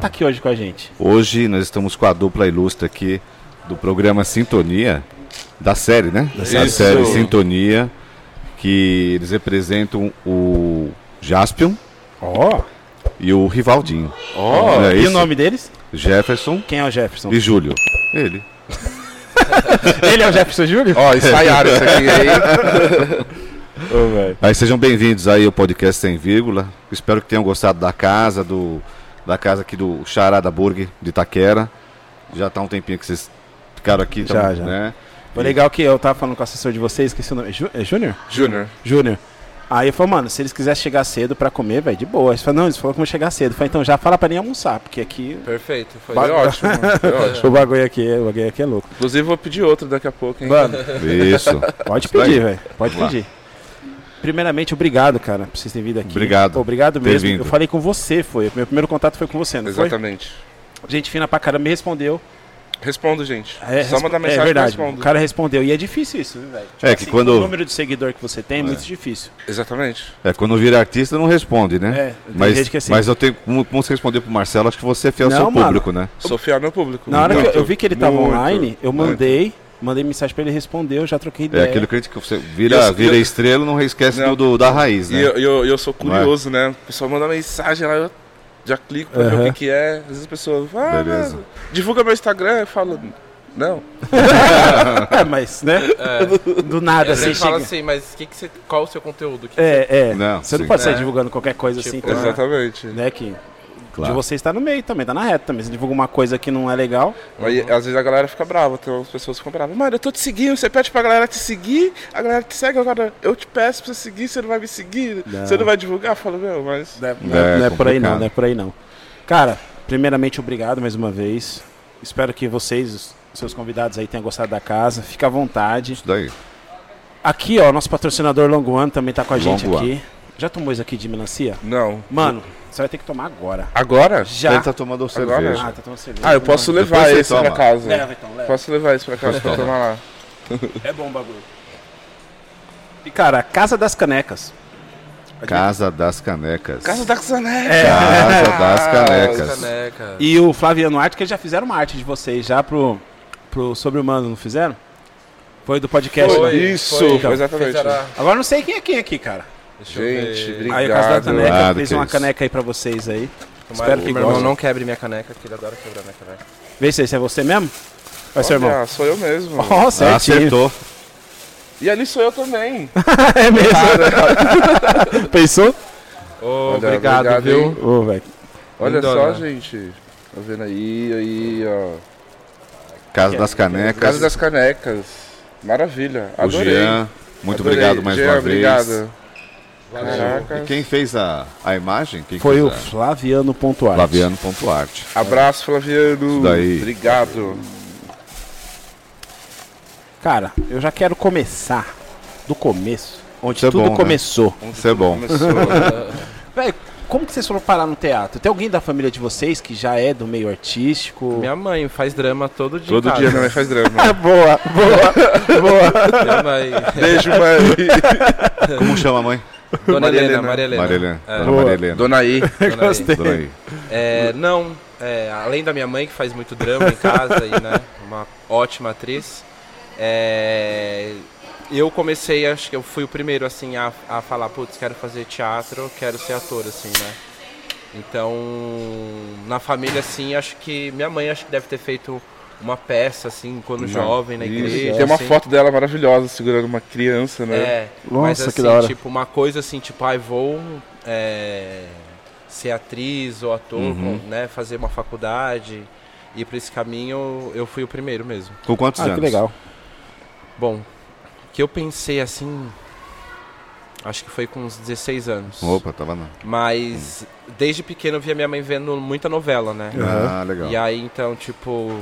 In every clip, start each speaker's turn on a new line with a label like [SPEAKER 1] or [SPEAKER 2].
[SPEAKER 1] tá aqui hoje com a gente?
[SPEAKER 2] Hoje nós estamos com a dupla ilustre aqui do programa Sintonia, da série, né? Da
[SPEAKER 1] série.
[SPEAKER 2] série
[SPEAKER 1] Isso.
[SPEAKER 2] Sintonia, que eles representam o Jaspion
[SPEAKER 1] Ó,
[SPEAKER 2] e o Rivaldinho.
[SPEAKER 1] ó.
[SPEAKER 2] É
[SPEAKER 1] e
[SPEAKER 2] isso.
[SPEAKER 1] o nome deles?
[SPEAKER 2] Jefferson
[SPEAKER 1] Quem é o Jefferson?
[SPEAKER 2] e Júlio. Ele.
[SPEAKER 1] Ele é o Jefferson Júlio?
[SPEAKER 3] Ó, ensaiaram isso aqui aí.
[SPEAKER 1] Ô, velho.
[SPEAKER 2] Aí sejam bem-vindos aí ao podcast Sem Vírgula. Espero que tenham gostado da casa, do da casa aqui do Charada Burger de Itaquera. Já tá um tempinho que vocês ficaram aqui, então,
[SPEAKER 1] Já, já.
[SPEAKER 2] né?
[SPEAKER 1] Foi legal que eu tava falando com o assessor de vocês, esqueci o nome. É Jú- É Júnior?
[SPEAKER 3] Júnior.
[SPEAKER 1] Júnior. Aí eu falei, mano, se eles quiserem chegar cedo pra comer, velho, de boa. Eles falaram, não, eles falaram que vão chegar cedo. Eu falei, então já fala pra nem almoçar, porque aqui.
[SPEAKER 4] Perfeito, foi
[SPEAKER 1] Ba-
[SPEAKER 4] ótimo. Foi ótimo.
[SPEAKER 1] O bagulho aqui, é- o bagulho aqui é louco.
[SPEAKER 4] Inclusive, vou pedir outro daqui a pouco, hein?
[SPEAKER 1] Mano,
[SPEAKER 2] Isso.
[SPEAKER 1] pode
[SPEAKER 2] Isso daí.
[SPEAKER 1] pedir, velho. Pode
[SPEAKER 2] Vamos lá.
[SPEAKER 1] pedir. Primeiramente, obrigado, cara, por vocês terem vindo aqui.
[SPEAKER 2] Obrigado.
[SPEAKER 1] Obrigado
[SPEAKER 2] Ter
[SPEAKER 1] mesmo.
[SPEAKER 2] vindo.
[SPEAKER 1] Eu falei com você, foi. Meu primeiro contato foi com você, não foi?
[SPEAKER 4] Exatamente.
[SPEAKER 1] Gente fina pra caramba me respondeu.
[SPEAKER 4] Respondo, gente.
[SPEAKER 1] É,
[SPEAKER 4] Só
[SPEAKER 1] respo-
[SPEAKER 4] mandar mensagem
[SPEAKER 1] é
[SPEAKER 4] que eu
[SPEAKER 1] verdade. O
[SPEAKER 4] respondo.
[SPEAKER 1] cara respondeu. E é difícil isso, né, velho? Tipo
[SPEAKER 2] É que quando-
[SPEAKER 1] O número de seguidor que você tem é, muito difícil.
[SPEAKER 4] Exatamente.
[SPEAKER 2] É, quando vira artista não responde, né?
[SPEAKER 1] É, tem
[SPEAKER 2] mas,
[SPEAKER 1] gente que é assim.
[SPEAKER 2] mas eu tenho como, como você respondeu pro Marcelo, acho que você é fiel ao
[SPEAKER 1] Não,
[SPEAKER 2] seu
[SPEAKER 1] mano.
[SPEAKER 2] público, né?
[SPEAKER 4] Sou fiel ao meu público.
[SPEAKER 1] Na hora
[SPEAKER 4] Muito,
[SPEAKER 1] que eu vi que ele tava
[SPEAKER 4] muito.
[SPEAKER 1] online, eu
[SPEAKER 4] muito.
[SPEAKER 1] mandei, mandei mensagem pra ele responder, eu já troquei
[SPEAKER 2] É,
[SPEAKER 1] ideia.
[SPEAKER 2] aquilo que a gente- que você vira,
[SPEAKER 4] Eu-
[SPEAKER 2] vira
[SPEAKER 4] eu-
[SPEAKER 2] estrela não esquece
[SPEAKER 4] Não.
[SPEAKER 2] do, do- da raiz,
[SPEAKER 4] E
[SPEAKER 2] né?
[SPEAKER 4] eu, eu, eu sou
[SPEAKER 2] Não é?
[SPEAKER 4] curioso, né? O pessoal manda mensagem lá, eu já clico pra ver
[SPEAKER 1] Aham.
[SPEAKER 4] o que, que é. Às vezes a pessoa fala, ah,
[SPEAKER 2] Beleza.
[SPEAKER 4] mano, divulga meu Instagram. Eu falo, não.
[SPEAKER 1] É, mas, né? Do nada,
[SPEAKER 5] É,
[SPEAKER 1] assim,
[SPEAKER 5] você
[SPEAKER 1] chega...
[SPEAKER 5] fala assim, mas que que você, qual o seu conteúdo? Que
[SPEAKER 1] É, é.
[SPEAKER 2] Não,
[SPEAKER 1] você não
[SPEAKER 2] sim.
[SPEAKER 1] pode sair
[SPEAKER 5] É.
[SPEAKER 1] divulgando qualquer coisa assim,
[SPEAKER 5] Tipo,
[SPEAKER 1] então,
[SPEAKER 4] é. Exatamente.
[SPEAKER 1] né? Que
[SPEAKER 2] Claro.
[SPEAKER 1] de você está no meio também, tá na reta também. Você divulga uma coisa que não é legal.
[SPEAKER 4] Aí, às vezes a galera fica brava, tem umas pessoas que ficam bravas. Mano, eu tô te seguindo, você pede pra galera te seguir, a galera te segue, agora eu te peço pra você seguir, você não vai me seguir,
[SPEAKER 1] Não.
[SPEAKER 4] você não vai divulgar? Eu falo, meu, mas.
[SPEAKER 1] Não é, não é-
[SPEAKER 2] É,
[SPEAKER 1] não é por aí não,
[SPEAKER 2] complicado.
[SPEAKER 1] não é por aí não. Cara, primeiramente, obrigado mais uma vez. Espero que vocês, os seus convidados aí, tenham gostado da casa. Fica à vontade.
[SPEAKER 2] Isso daí.
[SPEAKER 1] Aqui, ó, nosso patrocinador Longo One também tá com a gente
[SPEAKER 2] Longo
[SPEAKER 1] aqui. Já tomou isso aqui de melancia?
[SPEAKER 4] Não.
[SPEAKER 1] Mano, você vai ter que tomar agora.
[SPEAKER 4] Agora?
[SPEAKER 1] Já.
[SPEAKER 2] Ele tá tomando
[SPEAKER 4] Agora,
[SPEAKER 2] cerveja.
[SPEAKER 1] Ah, tá tomando cerveja.
[SPEAKER 4] Ah, eu posso
[SPEAKER 1] Mano,
[SPEAKER 4] levar
[SPEAKER 2] Depois você
[SPEAKER 4] esse
[SPEAKER 2] toma.
[SPEAKER 4] pra casa.
[SPEAKER 1] Leva então, leva.
[SPEAKER 4] Posso levar esse pra casa pra tomar lá.
[SPEAKER 1] É bom o bagulho. E cara, a Casa das Canecas.
[SPEAKER 2] Casa das Canecas.
[SPEAKER 4] Casa da Casané.
[SPEAKER 2] Casa das Canecas.
[SPEAKER 5] Caneca.
[SPEAKER 1] E o Flaviano Arte, que eles já fizeram uma arte de vocês já pro, pro Sobre Humano, não fizeram? Foi do podcast.
[SPEAKER 5] Foi,
[SPEAKER 1] né?
[SPEAKER 4] Isso,
[SPEAKER 5] foi,
[SPEAKER 4] foi exatamente.
[SPEAKER 5] Fizeram a-
[SPEAKER 1] Agora não sei quem é quem aqui, cara.
[SPEAKER 5] Deixa eu
[SPEAKER 4] Gente,
[SPEAKER 5] ver.
[SPEAKER 1] Aí a Casa da
[SPEAKER 4] obrigado.
[SPEAKER 1] Caneca
[SPEAKER 2] Obrigado,
[SPEAKER 1] fez
[SPEAKER 2] que
[SPEAKER 1] uma
[SPEAKER 2] isso.
[SPEAKER 1] caneca aí pra vocês aí.
[SPEAKER 5] Tomara
[SPEAKER 1] espero
[SPEAKER 5] que
[SPEAKER 1] que
[SPEAKER 5] meu irmão
[SPEAKER 1] goste.
[SPEAKER 5] não quebre minha caneca, que ele adora quebrar minha caneca.
[SPEAKER 1] Vê se esse é você mesmo? Vai ser
[SPEAKER 4] Olha,
[SPEAKER 1] irmão.
[SPEAKER 4] Ah, sou eu mesmo.
[SPEAKER 1] Ó,
[SPEAKER 2] Ah,
[SPEAKER 1] certinho.
[SPEAKER 2] acertou.
[SPEAKER 4] E ali sou eu também.
[SPEAKER 1] é mesmo. Pensou?
[SPEAKER 5] Ô,
[SPEAKER 4] Olha,
[SPEAKER 5] obrigado,
[SPEAKER 4] obrigado,
[SPEAKER 5] viu?
[SPEAKER 4] hein?
[SPEAKER 1] Ô, velho.
[SPEAKER 4] Olha só,
[SPEAKER 5] Lindona.
[SPEAKER 4] gente. Tá vendo aí, aí, ó.
[SPEAKER 2] Casa das Canecas.
[SPEAKER 4] Casa das Canecas. Maravilha.
[SPEAKER 2] O
[SPEAKER 4] Adorei.
[SPEAKER 2] Jean. Muito
[SPEAKER 4] Adorei.
[SPEAKER 2] obrigado mais
[SPEAKER 4] Jean,
[SPEAKER 2] uma vez.
[SPEAKER 4] Obrigado.
[SPEAKER 2] E
[SPEAKER 4] Caraca.
[SPEAKER 2] quem fez a, a imagem? Quem
[SPEAKER 1] Foi
[SPEAKER 2] fez
[SPEAKER 1] o
[SPEAKER 2] a-
[SPEAKER 1] Flaviano Ponto Arte.
[SPEAKER 2] Flaviano.arte.
[SPEAKER 4] Abraço, Flaviano.
[SPEAKER 2] Isso daí.
[SPEAKER 4] Obrigado.
[SPEAKER 1] Cara, eu já quero começar do começo, onde
[SPEAKER 2] Isso é
[SPEAKER 1] tudo
[SPEAKER 2] bom, né?
[SPEAKER 1] começou.
[SPEAKER 2] Isso é bom.
[SPEAKER 4] Começou.
[SPEAKER 1] Véi, como que vocês foram parar no teatro? Tem alguém da família de vocês que já é do meio artístico?
[SPEAKER 5] Minha mãe faz drama todo dia. né? em
[SPEAKER 4] Todo
[SPEAKER 5] casa.
[SPEAKER 4] dia minha mãe faz drama.
[SPEAKER 1] Boa, boa.
[SPEAKER 5] Minha mãe.
[SPEAKER 4] Beijo, mãe.
[SPEAKER 2] Como chama a mãe?
[SPEAKER 5] Dona
[SPEAKER 4] Maria
[SPEAKER 5] Helena,
[SPEAKER 4] Helena.
[SPEAKER 5] Maria Helena.
[SPEAKER 2] Marilena.
[SPEAKER 5] É.
[SPEAKER 2] Dona
[SPEAKER 1] Boa.
[SPEAKER 2] Marilena.
[SPEAKER 4] Dona aí.
[SPEAKER 5] Dona Helena.
[SPEAKER 2] Dona aí.
[SPEAKER 5] É, não, é, além da minha mãe que faz muito drama em casa e né, uma ótima atriz, é, eu comecei, acho que eu fui o primeiro assim a, a falar, putz, quero fazer teatro, quero ser ator assim, né? Então, na família assim, acho que minha mãe acho que deve ter feito uma peça assim quando jovem na igreja.
[SPEAKER 4] Tem uma
[SPEAKER 5] assim.
[SPEAKER 4] foto dela maravilhosa segurando uma criança, né?
[SPEAKER 5] É, mas
[SPEAKER 1] Nossa,
[SPEAKER 5] assim,
[SPEAKER 1] que da hora.
[SPEAKER 5] tipo, uma coisa assim, tipo, ai, vou é, ser atriz ou ator,
[SPEAKER 2] Uhum.
[SPEAKER 5] com- né, fazer uma faculdade, ir pra esse caminho, eu fui o primeiro mesmo.
[SPEAKER 2] Com quantos
[SPEAKER 1] Ah,
[SPEAKER 2] anos?
[SPEAKER 1] que legal.
[SPEAKER 5] Bom, que eu pensei assim, acho que foi com uns 16 anos.
[SPEAKER 2] Opa, tava na.
[SPEAKER 5] Mas desde pequeno eu via minha mãe vendo muita novela, né?
[SPEAKER 2] Ah, legal.
[SPEAKER 5] E aí, então, tipo,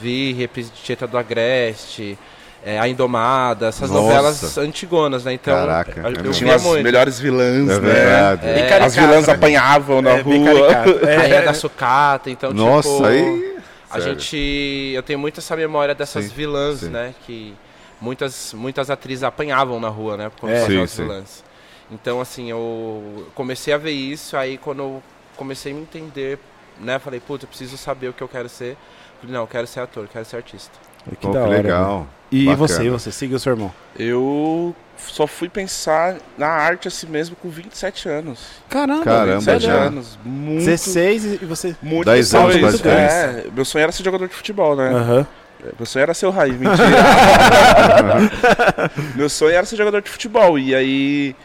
[SPEAKER 5] vi Reprise de Tieta do Agreste, é, A Indomada, essas
[SPEAKER 2] Nossa.
[SPEAKER 5] novelas antigonas, né? Então,
[SPEAKER 2] Caraca, é
[SPEAKER 5] eu, eu
[SPEAKER 2] mesmo.
[SPEAKER 4] Tinha
[SPEAKER 5] via
[SPEAKER 4] as
[SPEAKER 5] muito.
[SPEAKER 4] melhores vilãs,
[SPEAKER 2] É
[SPEAKER 4] né?
[SPEAKER 2] verdade.
[SPEAKER 5] É,
[SPEAKER 4] As vilãs apanhavam na
[SPEAKER 1] É, bem
[SPEAKER 4] rua.
[SPEAKER 1] caricato. É,
[SPEAKER 5] Rainha da Sucata, então,
[SPEAKER 2] Nossa,
[SPEAKER 5] tipo...
[SPEAKER 2] aí.
[SPEAKER 5] A
[SPEAKER 2] Sério.
[SPEAKER 5] gente... Eu tenho muito essa memória dessas
[SPEAKER 2] Sim,
[SPEAKER 5] vilãs,
[SPEAKER 2] sim.
[SPEAKER 5] né? Que muitas, muitas atrizes apanhavam na rua, né? Por conta
[SPEAKER 1] É.
[SPEAKER 2] Sim,
[SPEAKER 5] das
[SPEAKER 2] sim.
[SPEAKER 5] vilãs. Então, assim, eu comecei a ver isso, aí quando eu comecei a me entender né, falei, puta, eu preciso saber o que eu quero ser. Falei, não, eu quero ser ator, eu quero ser artista.
[SPEAKER 1] Que
[SPEAKER 2] Pô,
[SPEAKER 1] da
[SPEAKER 2] que
[SPEAKER 1] hora. mano.
[SPEAKER 2] legal.
[SPEAKER 1] E
[SPEAKER 2] Bacana.
[SPEAKER 1] você, e você seguiu seu irmão?
[SPEAKER 4] Eu só fui pensar na arte assim mesmo com 27 anos.
[SPEAKER 1] Caramba,
[SPEAKER 2] Caramba,
[SPEAKER 1] velho,
[SPEAKER 4] 27
[SPEAKER 1] sério?
[SPEAKER 2] já.
[SPEAKER 4] anos. é Muito.
[SPEAKER 1] 16 e- e você.
[SPEAKER 4] Muito
[SPEAKER 2] 10
[SPEAKER 4] depois.
[SPEAKER 2] anos, mais
[SPEAKER 4] É, meu sonho era ser jogador de futebol,
[SPEAKER 2] É.
[SPEAKER 4] né?
[SPEAKER 1] Aham.
[SPEAKER 4] Meu sonho era ser o Raí, mentira. Meu sonho era ser jogador de futebol. E aí,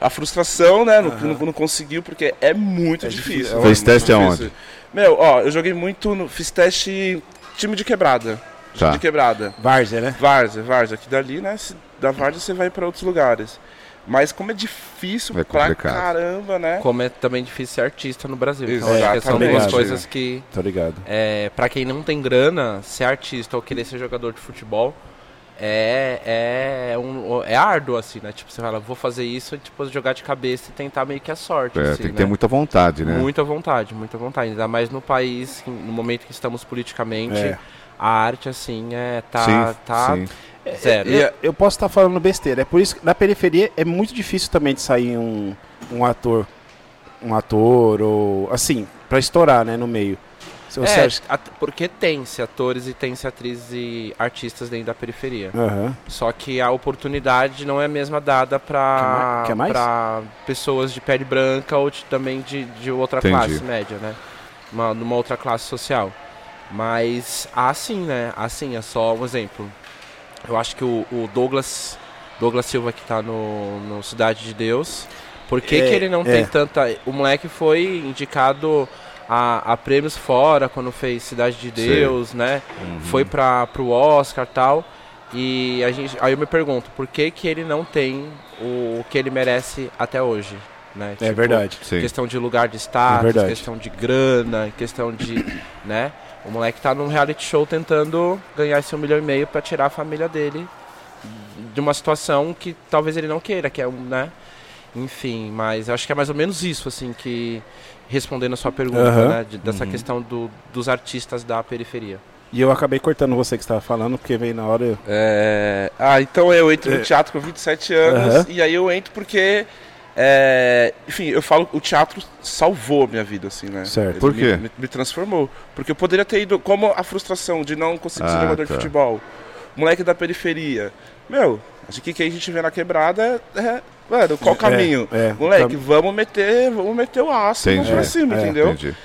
[SPEAKER 4] a frustração, né? Não, não, não conseguiu, porque é muito
[SPEAKER 1] É
[SPEAKER 4] difícil.
[SPEAKER 1] difícil.
[SPEAKER 4] né,
[SPEAKER 2] Fez
[SPEAKER 4] muito
[SPEAKER 2] teste
[SPEAKER 4] difícil.
[SPEAKER 2] aonde?
[SPEAKER 4] Meu, ó, eu joguei muito, no- fiz teste time de quebrada.
[SPEAKER 2] Tá.
[SPEAKER 4] Time de quebrada.
[SPEAKER 1] Várzea, né?
[SPEAKER 4] Várzea, Várzea. Aqui dali, né? se- Da Várzea você vai pra outros lugares. Mas como é difícil
[SPEAKER 2] É
[SPEAKER 4] pra
[SPEAKER 2] complicado.
[SPEAKER 4] caramba, né?
[SPEAKER 5] Como é também difícil ser artista no Brasil. Então,
[SPEAKER 4] Exatamente.
[SPEAKER 5] acho que são duas
[SPEAKER 1] Obrigado.
[SPEAKER 5] coisas que,
[SPEAKER 1] Tô ligado.
[SPEAKER 5] é, para quem não tem grana, ser artista ou querer ser jogador de futebol é, é, um, é árduo, assim, né? Tipo, você fala, vou fazer isso e depois jogar de cabeça e tentar meio que a sorte.
[SPEAKER 2] É,
[SPEAKER 5] assim,
[SPEAKER 2] tem que
[SPEAKER 5] né?
[SPEAKER 2] ter muita vontade, né?
[SPEAKER 5] Muita vontade, muita vontade. Ainda mais no país, que- no momento que estamos politicamente,
[SPEAKER 1] É.
[SPEAKER 5] a arte, assim, é, tá,
[SPEAKER 2] sim,
[SPEAKER 5] tá
[SPEAKER 2] sim.
[SPEAKER 5] zero. É,
[SPEAKER 1] Eu, eu posso estar falando besteira. É por isso que na periferia é muito difícil também de sair um, um ator. Um ator ou. Assim, pra estourar, né? No meio. Se você
[SPEAKER 5] É,
[SPEAKER 1] acha-
[SPEAKER 5] at- porque tem-se atores e tem-se atrizes e artistas dentro da periferia.
[SPEAKER 1] Aham.
[SPEAKER 5] Só que a oportunidade não é a mesma dada para
[SPEAKER 1] Quer mais? Quer mais?
[SPEAKER 5] pessoas de pele branca ou de- também de, de outra
[SPEAKER 2] Entendi.
[SPEAKER 5] classe média, né? Uma, numa outra classe social. Mas há sim, né? Há sim, é só um exemplo. Eu acho que o, o Douglas Douglas Silva que tá no, no Cidade de Deus. Por que,
[SPEAKER 1] É,
[SPEAKER 5] que ele não
[SPEAKER 1] é.
[SPEAKER 5] tem tanta. O moleque foi indicado a, a prêmios fora quando fez Cidade de
[SPEAKER 2] Sei.
[SPEAKER 5] Deus, né? Foi para pro Oscar tal. E a gente, aí eu me pergunto, por que, que ele não tem o, o que ele merece até hoje? Né?
[SPEAKER 1] É verdade.
[SPEAKER 2] Sim.
[SPEAKER 5] Questão de lugar de
[SPEAKER 1] É
[SPEAKER 5] status,
[SPEAKER 1] verdade.
[SPEAKER 5] questão de grana, questão de. né? O moleque tá num reality show tentando ganhar esse um milhão e meio pra tirar a família dele de uma situação que talvez ele não queira, que é um, né? Enfim, mas eu acho que é mais ou menos isso, assim, que. Respondendo a sua pergunta,
[SPEAKER 1] Aham. Uhum.
[SPEAKER 5] né? de- dessa questão do, dos artistas da periferia.
[SPEAKER 1] E eu acabei cortando você que estava falando, porque veio na hora. Eu...
[SPEAKER 4] É, Ah, então eu entro
[SPEAKER 1] É.
[SPEAKER 4] no teatro com 27 anos
[SPEAKER 1] Aham.
[SPEAKER 4] e aí eu entro porque. é, enfim, eu falo o teatro salvou a minha vida, assim, né?
[SPEAKER 1] Certo.
[SPEAKER 4] Ele
[SPEAKER 2] Por quê?
[SPEAKER 4] Me, me- me transformou. Porque eu poderia ter ido. Como a frustração de não conseguir ser
[SPEAKER 2] Ah,
[SPEAKER 4] jogador
[SPEAKER 2] tá.
[SPEAKER 4] de futebol, moleque da periferia. Meu, acho que quem a gente vê na quebrada é. Mano, qual o
[SPEAKER 1] É,
[SPEAKER 4] caminho?
[SPEAKER 1] é.
[SPEAKER 4] moleque, vamos meter, vamos meter o aço e vamos
[SPEAKER 2] Entendi.
[SPEAKER 4] pra cima,
[SPEAKER 1] É, é,
[SPEAKER 4] entendeu?
[SPEAKER 2] Entendi.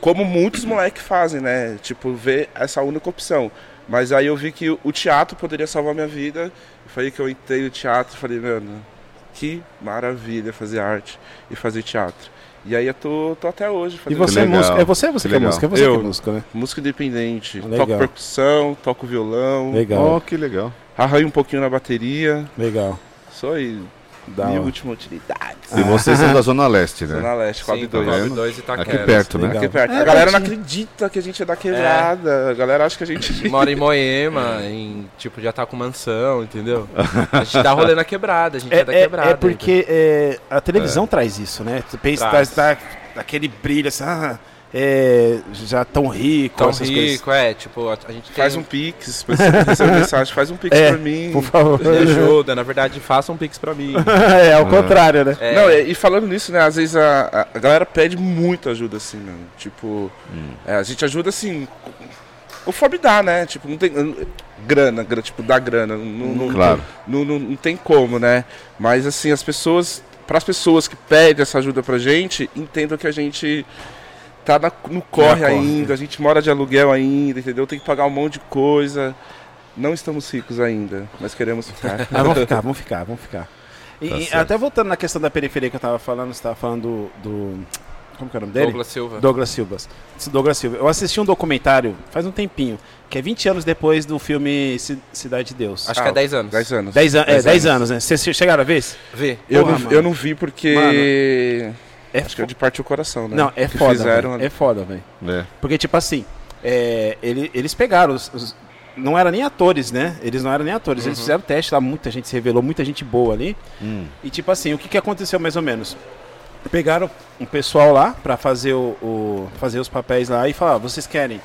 [SPEAKER 4] como muitos moleques fazem, né? Tipo, ver essa única opção. Mas aí eu vi que o teatro poderia salvar minha vida. Foi aí que eu entrei no teatro e falei, mano, que maravilha fazer arte e fazer teatro. E aí eu tô, tô até hoje
[SPEAKER 1] E
[SPEAKER 4] fazendo
[SPEAKER 1] você é
[SPEAKER 2] legal.
[SPEAKER 1] músico. É você ou você
[SPEAKER 2] Que
[SPEAKER 1] que é
[SPEAKER 2] legal.
[SPEAKER 1] músico? É você que é
[SPEAKER 4] Eu.
[SPEAKER 1] músico, né?
[SPEAKER 4] música independente.
[SPEAKER 1] Legal.
[SPEAKER 4] Toco percussão, toco violão,
[SPEAKER 1] Legal,
[SPEAKER 2] Oh, que legal.
[SPEAKER 4] arranho um pouquinho na bateria.
[SPEAKER 1] legal.
[SPEAKER 4] Só aí.
[SPEAKER 1] Da
[SPEAKER 4] minha
[SPEAKER 1] hora. É.
[SPEAKER 4] última utilidade.
[SPEAKER 2] E
[SPEAKER 1] Ah.
[SPEAKER 2] vocês são da Zona Leste, né?
[SPEAKER 4] Zona Leste,
[SPEAKER 5] Sim, tá
[SPEAKER 4] 4 2.
[SPEAKER 2] vendo?
[SPEAKER 5] 2 e
[SPEAKER 2] Aqui perto, né?
[SPEAKER 1] Legal.
[SPEAKER 4] Aqui perto.
[SPEAKER 1] É,
[SPEAKER 4] a galera não
[SPEAKER 1] pertinho.
[SPEAKER 4] acredita que a gente é da quebrada. A galera acha que a gente.
[SPEAKER 5] Mora em Moema, em, tipo, já tá com mansão, entendeu? A gente dá rolê na quebrada, a gente é, da
[SPEAKER 1] É,
[SPEAKER 5] quebrada.
[SPEAKER 1] é, é porque é, a televisão traz isso, né? Tu pensa,
[SPEAKER 5] Traz.
[SPEAKER 1] traz. Dá, dá aquele brilho assim, ah, é, já tão rico,
[SPEAKER 5] Tão
[SPEAKER 1] essas
[SPEAKER 5] rico, é, tipo, a, a gente
[SPEAKER 4] Faz
[SPEAKER 5] tem-
[SPEAKER 4] um pix, pra você receber mensagem, faz um pix
[SPEAKER 1] É,
[SPEAKER 4] pra
[SPEAKER 1] coisas.
[SPEAKER 4] mim.
[SPEAKER 1] Por favor.
[SPEAKER 5] Me um ajuda, na verdade, faça um pix pra mim.
[SPEAKER 1] é, ao contrário, né?
[SPEAKER 5] É,
[SPEAKER 4] Não, e, e falando nisso, né, às vezes a, a- a galera pede muita ajuda, assim, né? Tipo, é, a gente ajuda, assim, conforme dá, né? Tipo, não tem... Grana, grana tipo, dá grana. Não, não-
[SPEAKER 2] Claro.
[SPEAKER 4] Não, não, não tem como, né? Mas, assim, as pessoas... Para as pessoas que pedem essa ajuda pra gente, entendam que a gente tá na- no corre
[SPEAKER 1] corre.
[SPEAKER 4] ainda, a gente mora de aluguel ainda, entendeu? Tem que pagar um monte de coisa. Não estamos ricos ainda, mas queremos É, ficar.
[SPEAKER 1] Ah, vamos ficar, vamos ficar, vamos ficar. E,
[SPEAKER 2] Tá
[SPEAKER 1] e
[SPEAKER 2] certo.
[SPEAKER 1] até voltando na questão da periferia que eu tava falando, você tava falando do. do- como que é o nome dele?
[SPEAKER 5] Douglas Silva.
[SPEAKER 1] Douglas Silva. Douglas Silva. Eu assisti um documentário faz um tempinho, que é 20 anos depois do filme Ci- Cidade de Deus.
[SPEAKER 5] Acho que é
[SPEAKER 4] Ah,
[SPEAKER 5] 10 anos.
[SPEAKER 4] 10 anos.
[SPEAKER 1] 10 an é,
[SPEAKER 4] dez
[SPEAKER 1] 10 anos, né? Vocês chegaram a ver? esse?
[SPEAKER 5] Vê.
[SPEAKER 4] Eu,
[SPEAKER 1] Porra,
[SPEAKER 4] não,
[SPEAKER 1] mano.
[SPEAKER 4] eu não vi porque.
[SPEAKER 1] É
[SPEAKER 4] Acho que é de partir o coração, né?
[SPEAKER 1] Não, é
[SPEAKER 4] que
[SPEAKER 1] foda.
[SPEAKER 4] Fizeram...
[SPEAKER 1] velho. É foda, velho.
[SPEAKER 2] É.
[SPEAKER 1] Porque, tipo assim, é, ele- eles pegaram. os- os- não eram nem atores, né? Eles não eram nem atores. Eles fizeram teste lá, muita gente se revelou, muita gente boa ali. E, tipo assim, o que, que aconteceu mais ou menos? Pegaram um pessoal lá pra fazer, o, o- fazer os papéis lá e falaram: "Ah, vocês querem.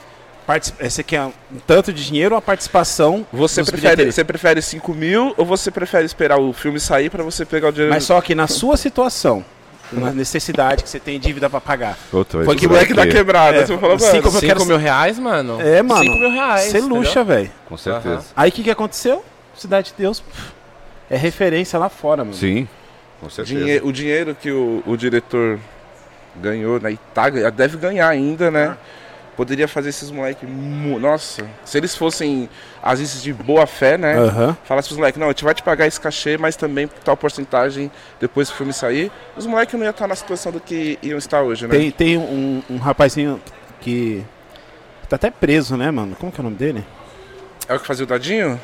[SPEAKER 1] partici- eh, Você quer um tanto de dinheiro ou a participação?
[SPEAKER 4] Você
[SPEAKER 1] nos
[SPEAKER 4] prefere,
[SPEAKER 1] bilheterias?"
[SPEAKER 4] você prefere 5 mil ou você prefere esperar o filme sair pra você pegar o dinheiro?
[SPEAKER 1] Mas só que na sua situação, uma necessidade que você tem dívida pra pagar.
[SPEAKER 2] Puta,
[SPEAKER 1] Funk
[SPEAKER 2] isso
[SPEAKER 4] moleque da
[SPEAKER 2] daqui,
[SPEAKER 4] quebrada.
[SPEAKER 1] É,
[SPEAKER 4] você fala, mano,
[SPEAKER 1] cinco- eu
[SPEAKER 5] Cinco
[SPEAKER 1] quero-
[SPEAKER 5] mil reais, mano?
[SPEAKER 1] É, mano.
[SPEAKER 5] Cinco mil reais.
[SPEAKER 1] Você
[SPEAKER 5] Ah, entendeu?
[SPEAKER 1] luxa, velho.
[SPEAKER 2] Com certeza.
[SPEAKER 1] Aí o que, que aconteceu? Cidade de Deus pff, é referência lá fora, mano.
[SPEAKER 2] Sim, com certeza.
[SPEAKER 4] dinhe- o dinheiro que o, o diretor ganhou né? na Itália, deve ganhar ainda,
[SPEAKER 1] Ah.
[SPEAKER 4] né? Poderia fazer esses moleques. Nossa, se eles fossem às vezes de boa fé, né?
[SPEAKER 1] Aham.
[SPEAKER 4] Falasse pros moleques, não, a gente vai te pagar esse cachê, mas também tal porcentagem depois que o filme sair, os moleques não iam estar na situação do que iam estar hoje, né?
[SPEAKER 1] Tem, tem um, um rapazinho que tá até preso, né, mano? Como que é o nome dele?
[SPEAKER 4] É o que fazia o dadinho?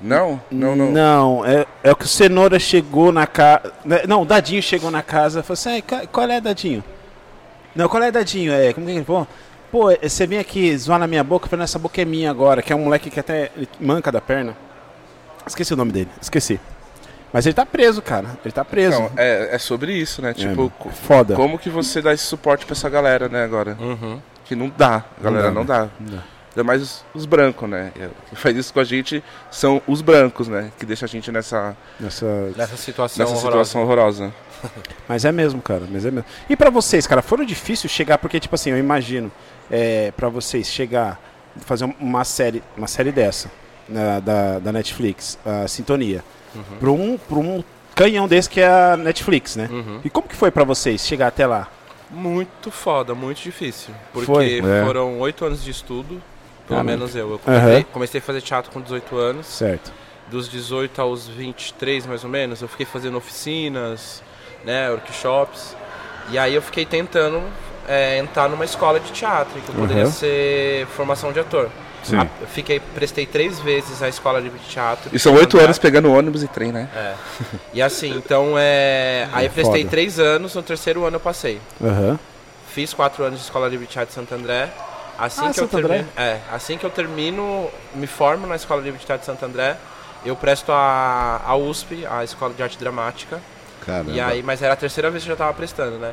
[SPEAKER 4] Não? Não, não.
[SPEAKER 1] Não, é, é o que o Cenoura chegou na casa. Não, o Dadinho chegou na casa e falou assim: "Ai, ca- qual é, Dadinho? Não, qual é, Dadinho? É, como que ele falou? Pô, é, você vem aqui zoar na minha boca, falando, essa boca é minha agora, que é um moleque que até ele manca da perna. Esqueci o nome dele, esqueci. Mas ele tá preso, cara. Ele tá preso.
[SPEAKER 4] Não, é, é sobre isso, né?
[SPEAKER 1] É,
[SPEAKER 4] Tipo,
[SPEAKER 1] mano,
[SPEAKER 4] co-
[SPEAKER 1] foda.
[SPEAKER 4] como que você dá esse suporte pra essa galera, né, agora?
[SPEAKER 5] Uhum.
[SPEAKER 4] Que não dá, galera, não dá.
[SPEAKER 1] Não dá.
[SPEAKER 4] Ainda mais os, os brancos, né? Quem faz isso com a gente são os brancos, né? Que deixa a gente nessa,
[SPEAKER 1] Nessa-
[SPEAKER 5] Nessa situação
[SPEAKER 4] nessa
[SPEAKER 5] horrorosa.
[SPEAKER 4] situação horrorosa.
[SPEAKER 1] Mas é mesmo, cara, mas é mesmo. E pra vocês, cara, foram difícil chegar, porque, tipo assim, eu imagino, é, para vocês chegar, fazer um, uma série, uma série dessa, né, da, da Netflix, a Sintonia, pra, um, pra um canhão desse que é a Netflix, né?
[SPEAKER 5] Uhum.
[SPEAKER 1] E como que foi pra vocês chegar até lá?
[SPEAKER 5] Muito foda, muito difícil. Porque
[SPEAKER 1] Foi,
[SPEAKER 2] é.
[SPEAKER 5] foram oito anos de estudo, pelo
[SPEAKER 1] Caraca.
[SPEAKER 5] menos eu. Eu comecei,
[SPEAKER 1] Aham.
[SPEAKER 5] comecei a fazer teatro com 18 anos.
[SPEAKER 1] Certo.
[SPEAKER 5] Dos 18 aos 23, mais ou menos, eu fiquei fazendo oficinas, né, workshops. E aí eu fiquei tentando é, entrar numa escola de teatro, que eu poderia
[SPEAKER 1] Uhum.
[SPEAKER 5] ser formação de ator.
[SPEAKER 2] Sim.
[SPEAKER 5] Ah, Eu fiquei, prestei três vezes a escola de teatro.
[SPEAKER 4] E são oito anos pegando ônibus e trem, né?
[SPEAKER 5] É. E assim, então é. Aí
[SPEAKER 1] É
[SPEAKER 5] eu prestei
[SPEAKER 1] foda.
[SPEAKER 5] três anos, no terceiro ano eu passei.
[SPEAKER 1] Aham.
[SPEAKER 5] Fiz quatro anos de escola livre de teatro de Santo André. Assim
[SPEAKER 1] Ah,
[SPEAKER 5] que eu
[SPEAKER 1] Santo André?
[SPEAKER 5] termino, é, assim que eu termino, me formo na escola livre de teatro de Santo André. Eu presto a, a USP, a escola de arte dramática.
[SPEAKER 2] Caramba.
[SPEAKER 5] E aí, mas era a terceira vez que eu já tava prestando, né?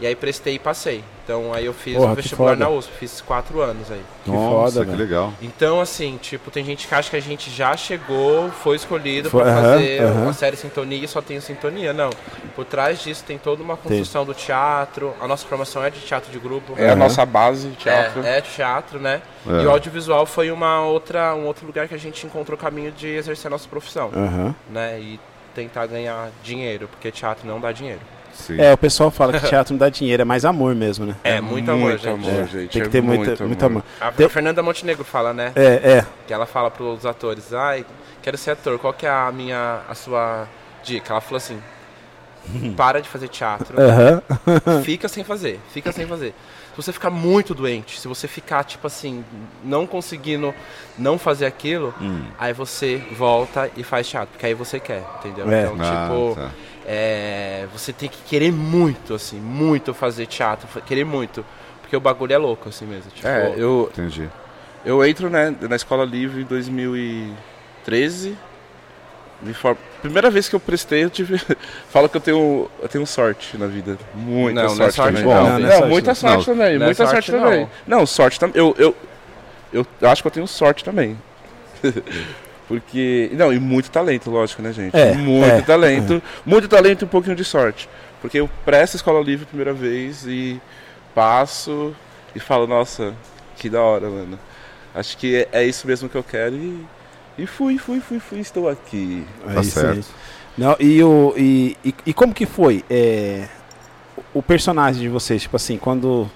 [SPEAKER 5] E aí prestei e passei. Então aí eu fiz
[SPEAKER 1] Porra,
[SPEAKER 5] o
[SPEAKER 1] que
[SPEAKER 5] vestibular
[SPEAKER 1] foda.
[SPEAKER 5] na USP, fiz quatro anos aí.
[SPEAKER 1] Que
[SPEAKER 2] Nossa,
[SPEAKER 1] foda,
[SPEAKER 2] que
[SPEAKER 1] velho.
[SPEAKER 2] legal.
[SPEAKER 5] Então, assim, tipo, tem gente que acha que a gente já chegou, foi escolhido
[SPEAKER 1] Foi,
[SPEAKER 5] pra
[SPEAKER 1] aham,
[SPEAKER 5] fazer
[SPEAKER 1] aham.
[SPEAKER 5] uma série sintonia e só tem o sintonia. Não. Por trás disso tem toda uma construção do teatro. A nossa formação é de teatro de grupo.
[SPEAKER 4] É a nossa base, teatro.
[SPEAKER 5] É, é teatro, né?
[SPEAKER 2] É.
[SPEAKER 5] E o audiovisual foi uma outra, um outro lugar que a gente encontrou o caminho de exercer a nossa profissão,
[SPEAKER 1] Aham.
[SPEAKER 5] né? E tentar ganhar dinheiro, porque teatro não dá dinheiro.
[SPEAKER 2] Sim.
[SPEAKER 1] É, o pessoal fala que teatro não dá dinheiro, é mais amor mesmo, né?
[SPEAKER 5] É, muito amor,
[SPEAKER 4] muito
[SPEAKER 5] gente.
[SPEAKER 4] amor. gente,
[SPEAKER 1] tem que
[SPEAKER 4] é
[SPEAKER 1] ter muita,
[SPEAKER 4] muito
[SPEAKER 1] muito,
[SPEAKER 4] amor.
[SPEAKER 1] amor.
[SPEAKER 5] A
[SPEAKER 1] Tem-
[SPEAKER 5] Fernanda Montenegro fala, né?
[SPEAKER 1] É, é.
[SPEAKER 5] Que ela fala para os atores, ai, quero ser ator, qual que é a minha, a sua dica? Ela falou assim, para de fazer teatro,
[SPEAKER 1] Aham.
[SPEAKER 5] fica sem fazer, fica sem fazer. Se você ficar muito doente, se você ficar, tipo assim, não conseguindo não fazer aquilo, aí você volta e faz teatro, porque aí você quer, entendeu?
[SPEAKER 1] É.
[SPEAKER 5] Então,
[SPEAKER 2] Ah,
[SPEAKER 5] tipo,
[SPEAKER 2] tá.
[SPEAKER 5] é, você tem que querer muito, assim, muito fazer teatro, fa- querer muito, porque o bagulho é louco, assim mesmo. Tipo,
[SPEAKER 4] É, eu,
[SPEAKER 2] Entendi.
[SPEAKER 4] eu entro né, na escola livre em 2013. Me formo- Primeira vez que eu prestei, eu tive. Falo que eu tenho, eu tenho sorte na vida. Muita
[SPEAKER 5] Não,
[SPEAKER 4] sorte.
[SPEAKER 5] não é sorte,
[SPEAKER 4] também.
[SPEAKER 1] não.
[SPEAKER 4] Não,
[SPEAKER 1] Não, não é
[SPEAKER 4] não,
[SPEAKER 1] sorte,
[SPEAKER 4] muita
[SPEAKER 1] não.
[SPEAKER 4] sorte também.
[SPEAKER 5] Não é
[SPEAKER 4] Muita sorte
[SPEAKER 5] sorte,
[SPEAKER 4] também. Não, sorte também. Eu, eu, eu acho que eu tenho sorte também. Porque. Não, e muito talento, lógico, né, gente?
[SPEAKER 1] É,
[SPEAKER 4] muito
[SPEAKER 1] é.
[SPEAKER 4] talento. Muito talento e um pouquinho de sorte. Porque eu presto a escola livre a primeira vez e passo e falo, nossa, que da hora, mano. Acho que é, é isso mesmo que eu quero e. E fui, fui, fui, fui, estou aqui.
[SPEAKER 1] É
[SPEAKER 2] Tá
[SPEAKER 1] isso
[SPEAKER 2] certo.
[SPEAKER 1] aí. Não, e, o, e, e, e como que foi é, o personagem de vocês? Tipo assim, quando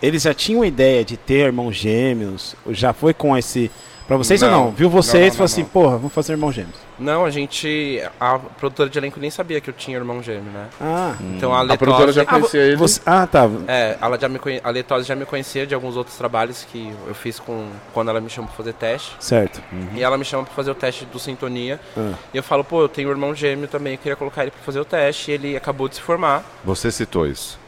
[SPEAKER 1] eles já tinham a ideia de ter irmãos gêmeos, já foi com esse. Pra vocês ou
[SPEAKER 4] Não.
[SPEAKER 1] não? Viu
[SPEAKER 4] Não, não,
[SPEAKER 1] vocês e
[SPEAKER 4] não,
[SPEAKER 1] falou assim,
[SPEAKER 4] não.
[SPEAKER 1] porra, vamos fazer irmãos gêmeos.
[SPEAKER 5] Não, a gente. A produtora de elenco nem sabia que eu tinha irmão gêmeo, né?
[SPEAKER 1] Ah,
[SPEAKER 5] Então a
[SPEAKER 4] Hum, A produtora
[SPEAKER 5] Letose.
[SPEAKER 4] já conhecia ele.
[SPEAKER 1] você, ah tá.
[SPEAKER 5] É, ela já me conhe... a Letose já me conhecia de alguns outros trabalhos que eu fiz com quando ela me chamou pra fazer teste.
[SPEAKER 1] Certo.
[SPEAKER 4] Uhum.
[SPEAKER 5] E ela me chama pra fazer o teste do Sintonia.
[SPEAKER 1] Ah.
[SPEAKER 5] E eu falo, pô, eu tenho um irmão gêmeo também, eu queria colocar ele pra fazer o teste. E ele acabou de se formar.
[SPEAKER 2] Você citou isso.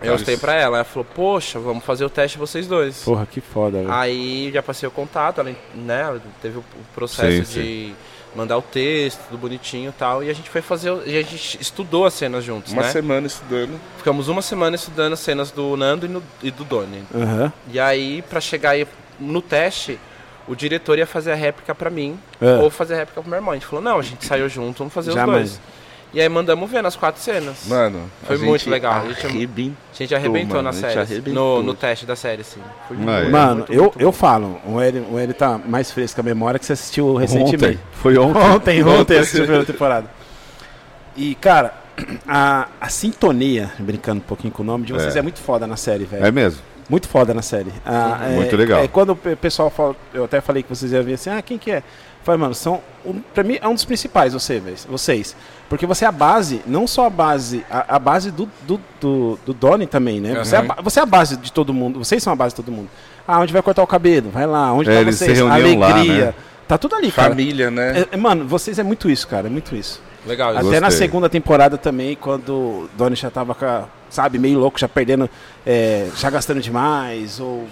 [SPEAKER 5] Eu mostrei pra ela. Ela falou, poxa, vamos fazer o teste vocês dois.
[SPEAKER 1] Porra, que
[SPEAKER 4] é.
[SPEAKER 1] foda,
[SPEAKER 5] Ah.
[SPEAKER 1] velho.
[SPEAKER 5] Aí já passei o contato, ela, né, ela teve o o processo
[SPEAKER 2] Sim,
[SPEAKER 5] de mandar o texto, tudo bonitinho e tal. E a gente foi fazer. o- E a gente estudou as cenas juntos,
[SPEAKER 4] Uma
[SPEAKER 5] né?
[SPEAKER 4] semana estudando.
[SPEAKER 5] Ficamos uma semana estudando as cenas do Nando e, no- e do Doni.
[SPEAKER 1] Aham.
[SPEAKER 5] E aí, pra chegar aí no teste, o diretor ia fazer a réplica pra mim
[SPEAKER 1] É.
[SPEAKER 5] ou fazer a réplica pro meu irmão. A gente falou, não, a gente saiu junto, vamos fazer
[SPEAKER 1] Já,
[SPEAKER 5] os dois.
[SPEAKER 1] mas-
[SPEAKER 5] E aí mandamos ver nas quatro cenas.
[SPEAKER 4] Mano,
[SPEAKER 5] Foi
[SPEAKER 4] a gente
[SPEAKER 5] muito legal. A gente- é
[SPEAKER 4] arrebentou,
[SPEAKER 5] A gente arrebentou
[SPEAKER 4] mano,
[SPEAKER 5] na
[SPEAKER 4] a gente
[SPEAKER 5] série. assim,
[SPEAKER 4] arrebentou.
[SPEAKER 5] no, no teste da série, assim. sim. Foi
[SPEAKER 2] Aí.
[SPEAKER 5] muito-
[SPEAKER 1] Mano,
[SPEAKER 5] muito,
[SPEAKER 1] eu,
[SPEAKER 5] muito
[SPEAKER 1] eu
[SPEAKER 5] bom.
[SPEAKER 1] falo, o L, o L tá mais fresco a memória que você assistiu
[SPEAKER 2] Ontem.
[SPEAKER 1] recentemente.
[SPEAKER 2] Foi ontem.
[SPEAKER 1] Ontem, ontem eu assisti a primeira temporada. E, cara, a, a sintonia, brincando um pouquinho com o nome de vocês, é,
[SPEAKER 2] É.
[SPEAKER 1] muito foda na série, velho.
[SPEAKER 2] É mesmo.
[SPEAKER 1] Muito foda na série. Ah, é-
[SPEAKER 2] Muito legal.
[SPEAKER 1] É, quando o pe- pessoal fala, eu até falei que vocês iam vir assim, ah, quem que é? Eu Falei, mano, são, um, pra mim é um dos principais vocês, véi, vocês. Porque você é a base, não só a base, a, a base do, do, do, do Donnie também, né? Você, é a, ba- você é a base de todo mundo, vocês são a base de todo mundo. Ah, onde vai cortar o cabelo? Vai lá, onde
[SPEAKER 2] É,
[SPEAKER 1] tá
[SPEAKER 2] eles se
[SPEAKER 1] vocês?
[SPEAKER 2] reuniam lá,
[SPEAKER 1] Alegria.
[SPEAKER 2] né?
[SPEAKER 1] Tá tudo ali, cara.
[SPEAKER 4] família, né?
[SPEAKER 1] É, mano, vocês é muito isso, cara, é muito isso.
[SPEAKER 5] Legal,
[SPEAKER 1] Até
[SPEAKER 5] isso.
[SPEAKER 1] na
[SPEAKER 2] Gostei.
[SPEAKER 1] segunda temporada também, quando o Donnie já tava, com a- sabe, meio louco, já perdendo, é, já gastando demais, ou,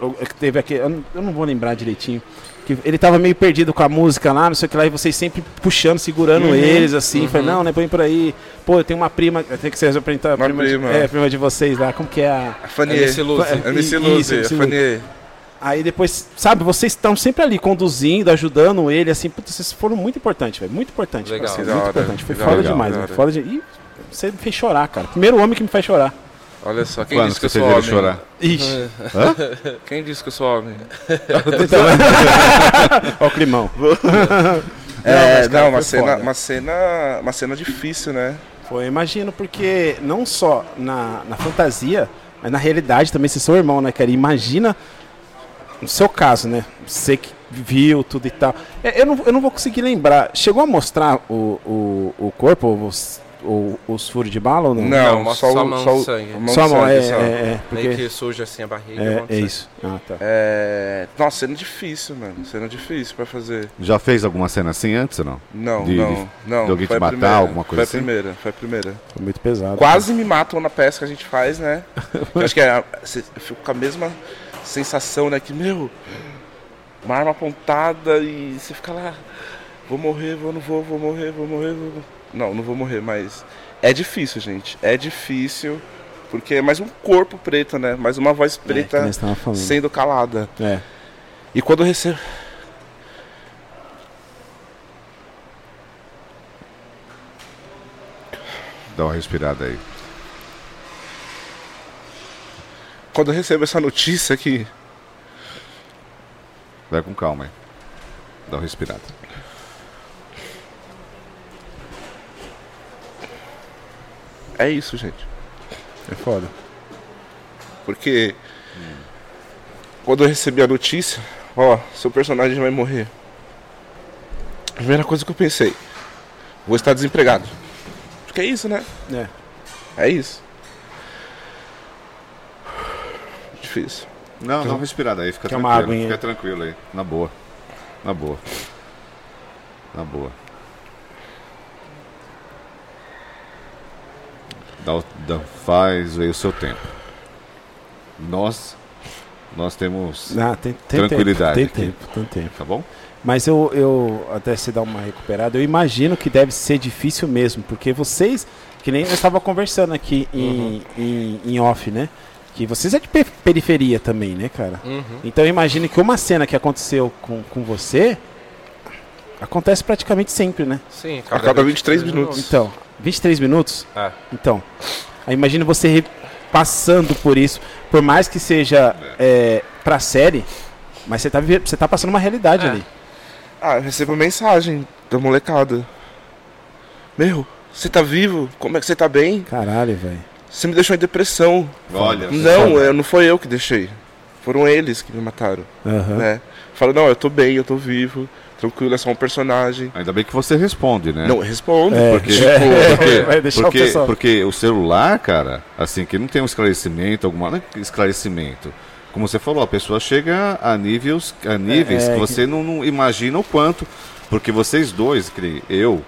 [SPEAKER 1] ou é que teve aquele, eu não, eu não vou lembrar direitinho, que ele tava meio perdido com a música lá, não sei o que lá, e vocês sempre puxando,
[SPEAKER 4] Uhum,
[SPEAKER 1] segurando eles, assim, falei, não, né, põe por aí, pô, eu tenho uma prima, tem que ser representar a
[SPEAKER 4] Uma
[SPEAKER 1] prima, de-
[SPEAKER 4] prima.
[SPEAKER 1] é, prima de vocês lá, como que é a...
[SPEAKER 4] A Fanny.
[SPEAKER 5] MC Luzi.
[SPEAKER 4] A MC Luzi,
[SPEAKER 1] Isso, MC
[SPEAKER 4] a
[SPEAKER 1] Luzi.
[SPEAKER 4] Fanny.
[SPEAKER 1] Aí depois, sabe, vocês estão sempre ali conduzindo, ajudando ele, assim, putz, vocês foram muito importantes, velho. Muito importante.
[SPEAKER 5] Legal.
[SPEAKER 1] Vocês,
[SPEAKER 4] Da
[SPEAKER 1] muito
[SPEAKER 4] hora,
[SPEAKER 1] importante. Foi
[SPEAKER 4] da
[SPEAKER 1] foda
[SPEAKER 2] hora,
[SPEAKER 1] demais,
[SPEAKER 4] da
[SPEAKER 1] velho.
[SPEAKER 4] hora.
[SPEAKER 1] Foda de... Ih, você me fez chorar, cara. Primeiro homem que me faz chorar.
[SPEAKER 4] Olha só, quem
[SPEAKER 2] Quando
[SPEAKER 4] disse que
[SPEAKER 2] que
[SPEAKER 4] eu
[SPEAKER 2] você
[SPEAKER 4] sou
[SPEAKER 2] viu ele
[SPEAKER 4] homem?
[SPEAKER 2] chorar?
[SPEAKER 1] Ixi.
[SPEAKER 4] Quem disse que eu sou homem?
[SPEAKER 1] Ó o climão.
[SPEAKER 4] É,
[SPEAKER 1] mas, cara,
[SPEAKER 4] não, uma
[SPEAKER 1] foi
[SPEAKER 4] cena,
[SPEAKER 1] foda.
[SPEAKER 4] uma cena. Uma cena difícil, né?
[SPEAKER 1] Foi, eu imagino, porque não só na, na fantasia, mas na realidade também, vocês são irmão, né, cara? E Imagina, no seu caso, né? Você que viu tudo e tal. É, eu, não, eu não vou conseguir lembrar. Chegou a mostrar o, o, o corpo ou os, ou os furos de bala ou não?
[SPEAKER 4] Não,
[SPEAKER 5] mostra
[SPEAKER 4] só,
[SPEAKER 5] só a
[SPEAKER 4] o-
[SPEAKER 5] mão
[SPEAKER 4] só o-
[SPEAKER 5] sangue.
[SPEAKER 4] a mão
[SPEAKER 1] Só a mão,
[SPEAKER 4] sangue,
[SPEAKER 1] é,
[SPEAKER 4] só.
[SPEAKER 1] é, é,
[SPEAKER 5] Meio
[SPEAKER 1] porque-
[SPEAKER 5] que suja assim a barriga.
[SPEAKER 1] É,
[SPEAKER 5] vamos
[SPEAKER 1] é
[SPEAKER 5] dizer.
[SPEAKER 1] isso. Ah, tá.
[SPEAKER 4] É, Nossa, cena difícil, mano. Cena difícil pra fazer.
[SPEAKER 2] Já fez alguma cena assim antes ou não?
[SPEAKER 4] Não,
[SPEAKER 2] De-
[SPEAKER 4] não, não.
[SPEAKER 2] de alguém
[SPEAKER 4] foi
[SPEAKER 2] te
[SPEAKER 4] a
[SPEAKER 2] matar,
[SPEAKER 4] primeira,
[SPEAKER 2] alguma coisa
[SPEAKER 4] Foi
[SPEAKER 2] assim?
[SPEAKER 4] a primeira, foi a primeira.
[SPEAKER 1] Foi muito pesado.
[SPEAKER 4] Quase me matam na peça que a gente faz, né? Eu acho que é, a- cê- eu fico com a mesma sensação, né? Que, meu, uma arma apontada e você fica lá, vou morrer, vou, não vou, vou morrer, vou morrer, vou. vou. Não, não vou morrer, mas é difícil, gente. É difícil, porque é mais um corpo preto, né? Mais uma voz
[SPEAKER 1] É, que
[SPEAKER 4] preta
[SPEAKER 1] nós tava falando.
[SPEAKER 4] sendo calada.
[SPEAKER 1] É.
[SPEAKER 4] E quando eu recebo.
[SPEAKER 2] Dá uma respirada aí.
[SPEAKER 4] Quando eu recebo essa notícia que
[SPEAKER 2] Vai com calma aí. Dá uma respirada.
[SPEAKER 4] é isso, gente.
[SPEAKER 1] É foda.
[SPEAKER 4] Porque quando eu recebi a notícia, ó, seu personagem vai morrer. A primeira coisa que eu pensei, vou estar desempregado. Porque é isso, né?
[SPEAKER 1] É.
[SPEAKER 4] É isso. Difícil.
[SPEAKER 2] Não, dá uma respirada aí, fica
[SPEAKER 1] Quer
[SPEAKER 2] tranquilo.
[SPEAKER 1] uma aguinha?
[SPEAKER 2] Fica tranquilo aí. Na boa. Na boa. Na boa. Dá, o- dá- faz aí o seu tempo. Nós. Nós temos.
[SPEAKER 1] Ah, tem, tem
[SPEAKER 2] Tranquilidade
[SPEAKER 1] Tempo, tem
[SPEAKER 2] aqui.
[SPEAKER 1] tempo, tem tempo.
[SPEAKER 2] Tá bom?
[SPEAKER 1] Mas eu, eu até se dar uma recuperada, eu imagino que deve ser difícil mesmo, porque vocês, que nem nós estava conversando aqui
[SPEAKER 5] Uhum.
[SPEAKER 1] em, em, em off, né? Que vocês é de pe- periferia também, né, cara?
[SPEAKER 5] Uhum.
[SPEAKER 1] Então eu imagino que uma cena que aconteceu com, com você acontece praticamente sempre, né?
[SPEAKER 5] Sim, Uhum.
[SPEAKER 4] A cada 23 minutos.
[SPEAKER 1] Então, 23 minutos?
[SPEAKER 5] É.
[SPEAKER 1] Então, aí imagina você re- passando por isso, por mais que seja é, pra série, mas você tá, vive- você tá passando uma realidade
[SPEAKER 5] É.
[SPEAKER 1] ali.
[SPEAKER 4] Ah, eu recebo mensagem da molecada. Meu, você tá vivo? Como é que você tá bem?
[SPEAKER 1] Caralho, velho.
[SPEAKER 4] Você me deixou em depressão.
[SPEAKER 2] Olha.
[SPEAKER 4] Não, eu, não foi eu que deixei. Foram eles que me mataram.
[SPEAKER 1] Aham.
[SPEAKER 4] né? Fala, não, eu tô bem, eu tô vivo, tranquilo, é só um personagem.
[SPEAKER 2] Ainda bem que você responde, né?
[SPEAKER 4] Não, responde. tipo,
[SPEAKER 1] É.
[SPEAKER 2] Porque,
[SPEAKER 1] É, vai
[SPEAKER 2] porque,
[SPEAKER 1] deixar o
[SPEAKER 2] porque,
[SPEAKER 1] pessoal.
[SPEAKER 2] porque o celular, cara, assim, que não tem um esclarecimento, alguma não é esclarecimento. Como você falou, a pessoa chega a níveis, a níveis
[SPEAKER 1] é,
[SPEAKER 2] que
[SPEAKER 1] que-
[SPEAKER 2] você não, não imagina o quanto. Porque vocês dois, que nem eu,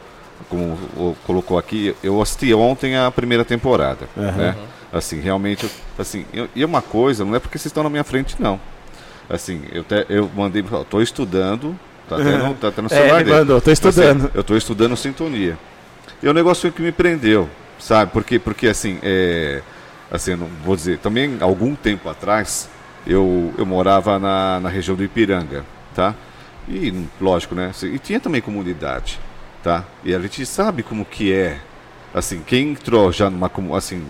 [SPEAKER 2] como o- colocou aqui, eu assisti ontem a primeira temporada. Né? Assim, realmente, eu- assim, eu- e uma coisa, não é porque vocês estão na minha frente, não. Assim, eu, te, eu mandei, estou estudando, tá até no, tá até no
[SPEAKER 1] É,
[SPEAKER 2] celular
[SPEAKER 1] ele
[SPEAKER 2] dele.
[SPEAKER 1] mandou, tô estudando.
[SPEAKER 2] Assim, eu tô estudando sintonia. E é um negócio que me prendeu, sabe? Porque, porque assim, é, assim, eu não vou dizer, também algum tempo atrás, eu, eu morava na, na região do Ipiranga, tá? E, lógico, né? assim, E tinha também comunidade. tá? E a gente sabe como que é, assim, quem entrou já numa, comu- assim,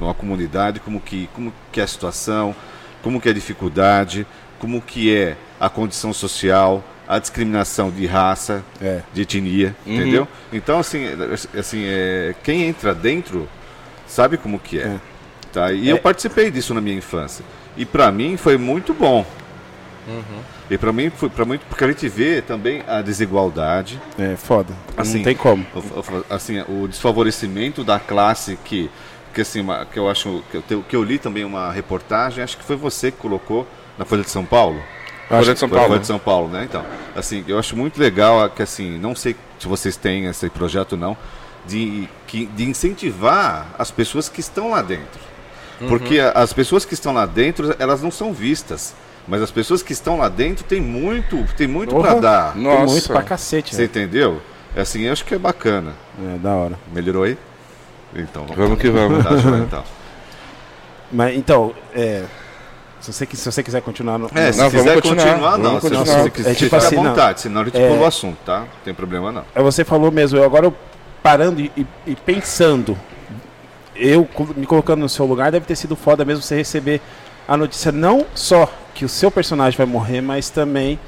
[SPEAKER 2] numa comunidade, como que, como que é a situação, como que é a dificuldade, como que é a condição social, a discriminação de raça,
[SPEAKER 1] É.
[SPEAKER 2] de etnia, entendeu? Então, assim, é- assim é, quem entra dentro sabe como que é. Tá? E eu participei disso na minha infância. E para mim foi muito bom. E para mim foi para muito porque a gente vê também a desigualdade,
[SPEAKER 1] É, foda.
[SPEAKER 2] Assim,
[SPEAKER 1] não tem como.
[SPEAKER 2] o- o- assim, o desfavorecimento da classe que que assim, uma- que eu acho que eu, te- que eu li também uma reportagem, acho que foi você que colocou na Folha de São Paulo.
[SPEAKER 4] Folha de São
[SPEAKER 2] Foi a Folha
[SPEAKER 4] Paulo.
[SPEAKER 2] de São Paulo, né? Então, assim, eu acho muito legal a- que assim, não sei se vocês têm esse projeto ou não, de que de incentivar as pessoas que estão lá dentro.
[SPEAKER 4] Uhum.
[SPEAKER 2] Porque a- as pessoas que estão lá dentro, elas não são vistas. Mas as pessoas que estão lá dentro tem muito, tem muito para
[SPEAKER 1] Porra.
[SPEAKER 2] dar.
[SPEAKER 1] Tem
[SPEAKER 4] Nossa.
[SPEAKER 1] muito pra cacete, velho.
[SPEAKER 2] Você entendeu? É Assim, eu acho que é bacana.
[SPEAKER 1] É, da hora.
[SPEAKER 2] Melhorou aí? Então,
[SPEAKER 4] Vamos que vamos.
[SPEAKER 2] Tá, joia, então.
[SPEAKER 1] Mas então, é, se, você, qui- se você quiser continuar no.
[SPEAKER 2] É,
[SPEAKER 1] no-
[SPEAKER 2] se
[SPEAKER 4] Não, vamos
[SPEAKER 2] quiser
[SPEAKER 4] continuar,
[SPEAKER 2] continuar, não.
[SPEAKER 4] vamos
[SPEAKER 2] se
[SPEAKER 4] continuar.
[SPEAKER 2] você quiser,
[SPEAKER 1] É tipo
[SPEAKER 2] fica
[SPEAKER 1] assim,
[SPEAKER 2] à
[SPEAKER 1] não.
[SPEAKER 2] vontade, senão a gente
[SPEAKER 1] É.
[SPEAKER 2] pula o assunto, tá? Não tem problema não.
[SPEAKER 1] É, Você falou mesmo, eu agora eu parando e, e- e pensando, eu co- me colocando no seu lugar, deve ter sido foda mesmo você receber a notícia não só que o seu personagem vai morrer, mas também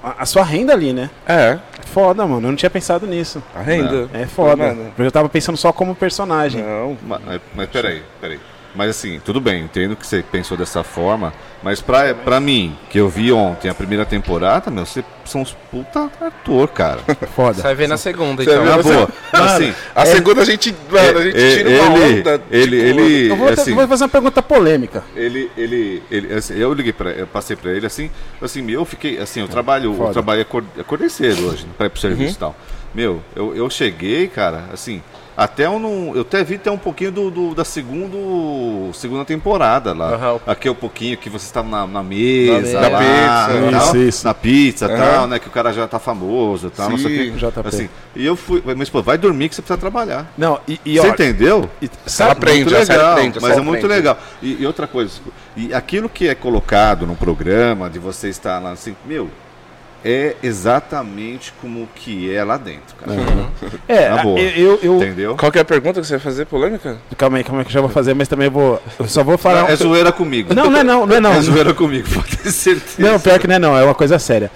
[SPEAKER 1] a, a sua renda ali, né?
[SPEAKER 4] É,
[SPEAKER 1] Foda, mano, eu não tinha pensado nisso.
[SPEAKER 4] a renda.
[SPEAKER 1] É foda.
[SPEAKER 4] Mano.
[SPEAKER 1] Eu tava pensando só como personagem.
[SPEAKER 4] Não.
[SPEAKER 2] Ma- Mas, mas peraí, peraí. Mas assim, tudo bem, entendo que você pensou dessa forma, mas pra, pra mim, que eu vi ontem a primeira temporada, meu, você são uns puta ator, cara.
[SPEAKER 5] Você
[SPEAKER 1] Foda.
[SPEAKER 5] vai ver
[SPEAKER 2] Assim,
[SPEAKER 5] na segunda,
[SPEAKER 4] Você
[SPEAKER 5] então.
[SPEAKER 4] vai
[SPEAKER 2] Na
[SPEAKER 4] ver
[SPEAKER 2] boa. Assim,
[SPEAKER 4] A segunda a gente, mano, a gente
[SPEAKER 2] é-
[SPEAKER 4] tira uma
[SPEAKER 2] ele,
[SPEAKER 4] onda. tipo,
[SPEAKER 2] ele, ele,
[SPEAKER 1] Eu vou,
[SPEAKER 2] assim,
[SPEAKER 1] vou fazer uma pergunta polêmica.
[SPEAKER 2] ele, ele, ele, assim, eu liguei para, eu passei para ele assim, assim, meu, eu fiquei, assim, eu trabalho, eu
[SPEAKER 1] É, Foda. Uhum.
[SPEAKER 2] trabalho acor- acordei cedo hoje para ir pro serviço e tal. Meu, eu, eu cheguei, cara, assim, até eu não, eu até vi até um pouquinho do, do- da segunda segunda temporada lá.
[SPEAKER 5] Aham.
[SPEAKER 2] Aqui é um pouquinho que vocês estavam na, na mesa,
[SPEAKER 5] mesa.
[SPEAKER 2] lá,
[SPEAKER 5] Na
[SPEAKER 4] pizza.
[SPEAKER 2] tal,
[SPEAKER 1] Isso, isso.
[SPEAKER 2] na pizza,
[SPEAKER 4] Aham.
[SPEAKER 2] tal, né, que o cara já tá famoso, tal, não sei o
[SPEAKER 4] Sim,
[SPEAKER 2] quê.
[SPEAKER 1] JP.
[SPEAKER 2] Assim, e eu fui, mas pô, vai dormir que você precisa trabalhar.
[SPEAKER 1] Não, e, e
[SPEAKER 2] Você
[SPEAKER 1] ó,
[SPEAKER 2] entendeu?
[SPEAKER 1] e- sabe-
[SPEAKER 4] aprende,
[SPEAKER 2] muito
[SPEAKER 4] a série
[SPEAKER 2] legal,
[SPEAKER 4] aprende, a
[SPEAKER 2] mas é
[SPEAKER 4] série
[SPEAKER 2] muito
[SPEAKER 4] aprende.
[SPEAKER 2] legal. E, e outra coisa, e aquilo que é colocado no programa, de você estar lá assim, meu, é exatamente como que é lá dentro, cara.
[SPEAKER 1] É,
[SPEAKER 2] Na boa.
[SPEAKER 1] eu, eu, eu-
[SPEAKER 2] Entendeu?
[SPEAKER 4] Qual que é a pergunta que você vai fazer? Polêmica?
[SPEAKER 1] calma aí, calma aí que eu já vou fazer, mas também eu vou, eu só vou falar.
[SPEAKER 2] É zoeira comigo.
[SPEAKER 1] um Não, não é não, não é não.
[SPEAKER 2] É zoeira comigo, pode ter certeza.
[SPEAKER 1] Não, pior que não é não, é uma coisa séria.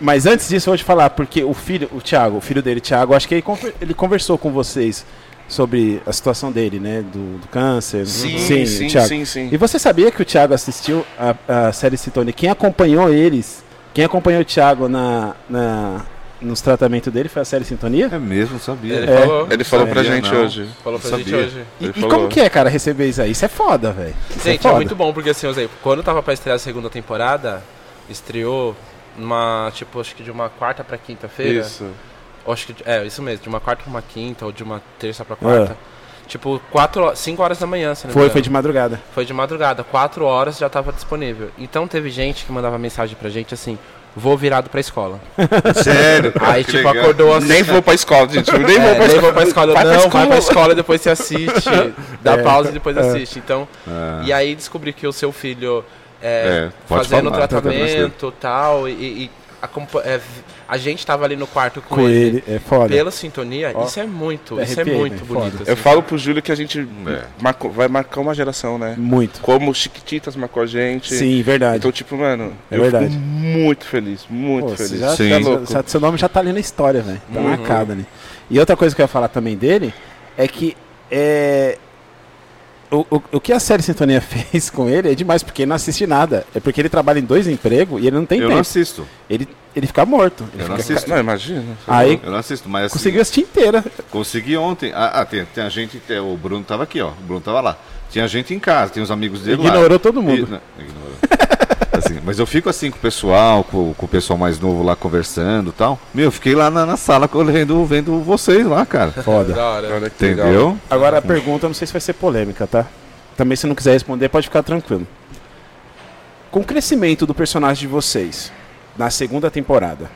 [SPEAKER 1] Mas antes disso eu vou te falar, porque o filho, o Thiago, o filho dele, Thiago, acho que ele, conver- ele conversou com vocês sobre a situação dele, né, do, do câncer. o Thiago.
[SPEAKER 4] sim,
[SPEAKER 1] E você sabia que o Thiago assistiu a, a série Citone? Quem acompanhou eles, quem acompanhou o Thiago na, na, nos tratamentos dele foi a série Sintonia?
[SPEAKER 2] É mesmo, sabia.
[SPEAKER 5] Ele falou,
[SPEAKER 4] Ele falou pra
[SPEAKER 2] Sabia,
[SPEAKER 4] gente
[SPEAKER 2] não.
[SPEAKER 4] hoje.
[SPEAKER 5] falou pra gente
[SPEAKER 2] Sabia.
[SPEAKER 5] hoje.
[SPEAKER 1] E,
[SPEAKER 4] Ele
[SPEAKER 1] e
[SPEAKER 4] falou.
[SPEAKER 1] como que é, cara, receber isso aí? Isso é foda, velho. Isso é
[SPEAKER 5] Gente, é
[SPEAKER 1] foda.
[SPEAKER 5] muito bom, porque assim, eu sei, quando tava pra estrear a segunda temporada, estreou numa, tipo, acho que de uma quarta pra quinta-feira.
[SPEAKER 4] Isso.
[SPEAKER 5] Ou Acho que, é, isso mesmo, de uma quarta pra uma quinta, ou de uma terça pra quarta. Tipo, quatro, ho- cinco horas da manhã, se não me
[SPEAKER 1] Foi,
[SPEAKER 5] engano.
[SPEAKER 1] foi de madrugada.
[SPEAKER 5] Foi de madrugada, 4 horas já tava disponível. Então teve gente que mandava mensagem pra gente assim: vou virado pra escola.
[SPEAKER 2] Sério, cara,
[SPEAKER 5] Aí,
[SPEAKER 2] Ah, que
[SPEAKER 5] tipo,
[SPEAKER 2] legal.
[SPEAKER 5] acordou assim.
[SPEAKER 4] Nem vou pra escola, gente. Nem
[SPEAKER 5] É,
[SPEAKER 4] vou pra
[SPEAKER 5] nem
[SPEAKER 4] escola.
[SPEAKER 5] vou pra escola,
[SPEAKER 1] Vai pra
[SPEAKER 5] não, vai
[SPEAKER 1] escola.
[SPEAKER 5] pra escola e depois você assiste. Dá
[SPEAKER 1] É.
[SPEAKER 5] pausa e depois
[SPEAKER 1] É.
[SPEAKER 5] assiste. Então, e aí descobri que o seu filho é,
[SPEAKER 2] É, pode
[SPEAKER 5] fazendo
[SPEAKER 2] falar,
[SPEAKER 5] tratamento e tal, e, e acompa- é, a gente tava ali no quarto com,
[SPEAKER 1] Com ele, é foda.
[SPEAKER 5] Pela sintonia, isso é muito, isso é
[SPEAKER 1] arrepiei,
[SPEAKER 5] muito
[SPEAKER 1] né?
[SPEAKER 5] bonito.
[SPEAKER 1] Foda.
[SPEAKER 5] assim.
[SPEAKER 4] Eu falo pro Júlio que a gente
[SPEAKER 2] É.
[SPEAKER 4] marcou- vai marcar uma geração, né?
[SPEAKER 1] Muito.
[SPEAKER 4] Como o Chiquititas marcou a gente.
[SPEAKER 1] Sim, verdade.
[SPEAKER 4] Então, tipo, mano,
[SPEAKER 1] É
[SPEAKER 4] eu
[SPEAKER 1] verdade.
[SPEAKER 4] fico muito feliz, muito
[SPEAKER 1] Pô, você
[SPEAKER 4] feliz. Uhum.
[SPEAKER 1] já,
[SPEAKER 2] Sim.
[SPEAKER 1] tá
[SPEAKER 4] Tá louco.
[SPEAKER 1] já- seu nome já tá ali na história, velho. Tá marcado ali. E outra coisa que eu ia falar também dele é que é, o, o, o que a série Sintonia fez com ele é demais, porque ele não assiste nada. É porque ele trabalha em dois empregos e ele não tem
[SPEAKER 2] Eu
[SPEAKER 1] tempo.
[SPEAKER 2] não assisto.
[SPEAKER 1] Ele, ele fica morto. Ele
[SPEAKER 2] Eu não
[SPEAKER 1] fica-
[SPEAKER 2] assisto.
[SPEAKER 4] Não, imagina.
[SPEAKER 1] Aí
[SPEAKER 2] Eu não assisto, mas assim,
[SPEAKER 1] conseguiu assistir inteira.
[SPEAKER 2] Consegui ontem. Ah, ah, tem, tem a gente. tem- o Bruno tava aqui, ó. O Bruno tava lá. Tinha gente em casa, tem os amigos dele lá.
[SPEAKER 1] Ignorou todo mundo.
[SPEAKER 2] E- não, ignorou. Assim, mas eu fico assim com o pessoal, com, com o pessoal mais novo lá conversando e tal. Meu, eu fiquei lá na, na sala correndo, vendo vocês lá, cara.
[SPEAKER 1] Foda.
[SPEAKER 5] Da hora.
[SPEAKER 4] Olha que legal.
[SPEAKER 2] Entendeu?
[SPEAKER 1] Agora a pergunta, não sei se vai ser polêmica, tá? Também se não quiser responder, pode ficar tranquilo. Com o crescimento do personagem de vocês na segunda temporada.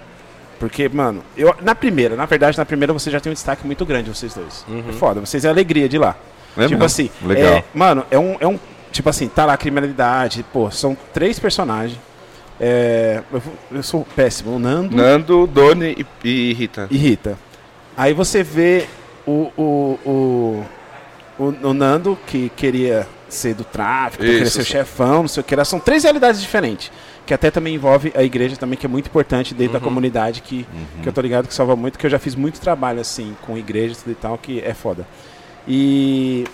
[SPEAKER 1] Porque, mano, eu, na primeira, na verdade, na primeira você já tem um destaque muito grande, vocês dois. É foda, vocês é a alegria de lá.
[SPEAKER 2] Uhum. É
[SPEAKER 1] tipo
[SPEAKER 2] mesmo?
[SPEAKER 1] assim,
[SPEAKER 2] Legal.
[SPEAKER 1] é- mano, é um, é um. Tipo assim, tá lá a criminalidade, pô, são três personagens. É, eu, vou- eu sou péssimo. O Nando
[SPEAKER 4] Nando, Doni e, e Rita.
[SPEAKER 1] e Rita. Aí você vê o, o, o, o- o Nando, que queria ser do tráfico,
[SPEAKER 4] Isso,
[SPEAKER 1] queria ser o
[SPEAKER 4] sim.
[SPEAKER 1] chefão, não sei o que. Era. São três realidades diferentes. Que até também envolve a igreja também, que é muito importante dentro
[SPEAKER 4] Uhum.
[SPEAKER 1] da comunidade, que, que eu tô ligado que salva muito, que eu já fiz muito trabalho assim com igreja e tudo e tal, que é foda. E,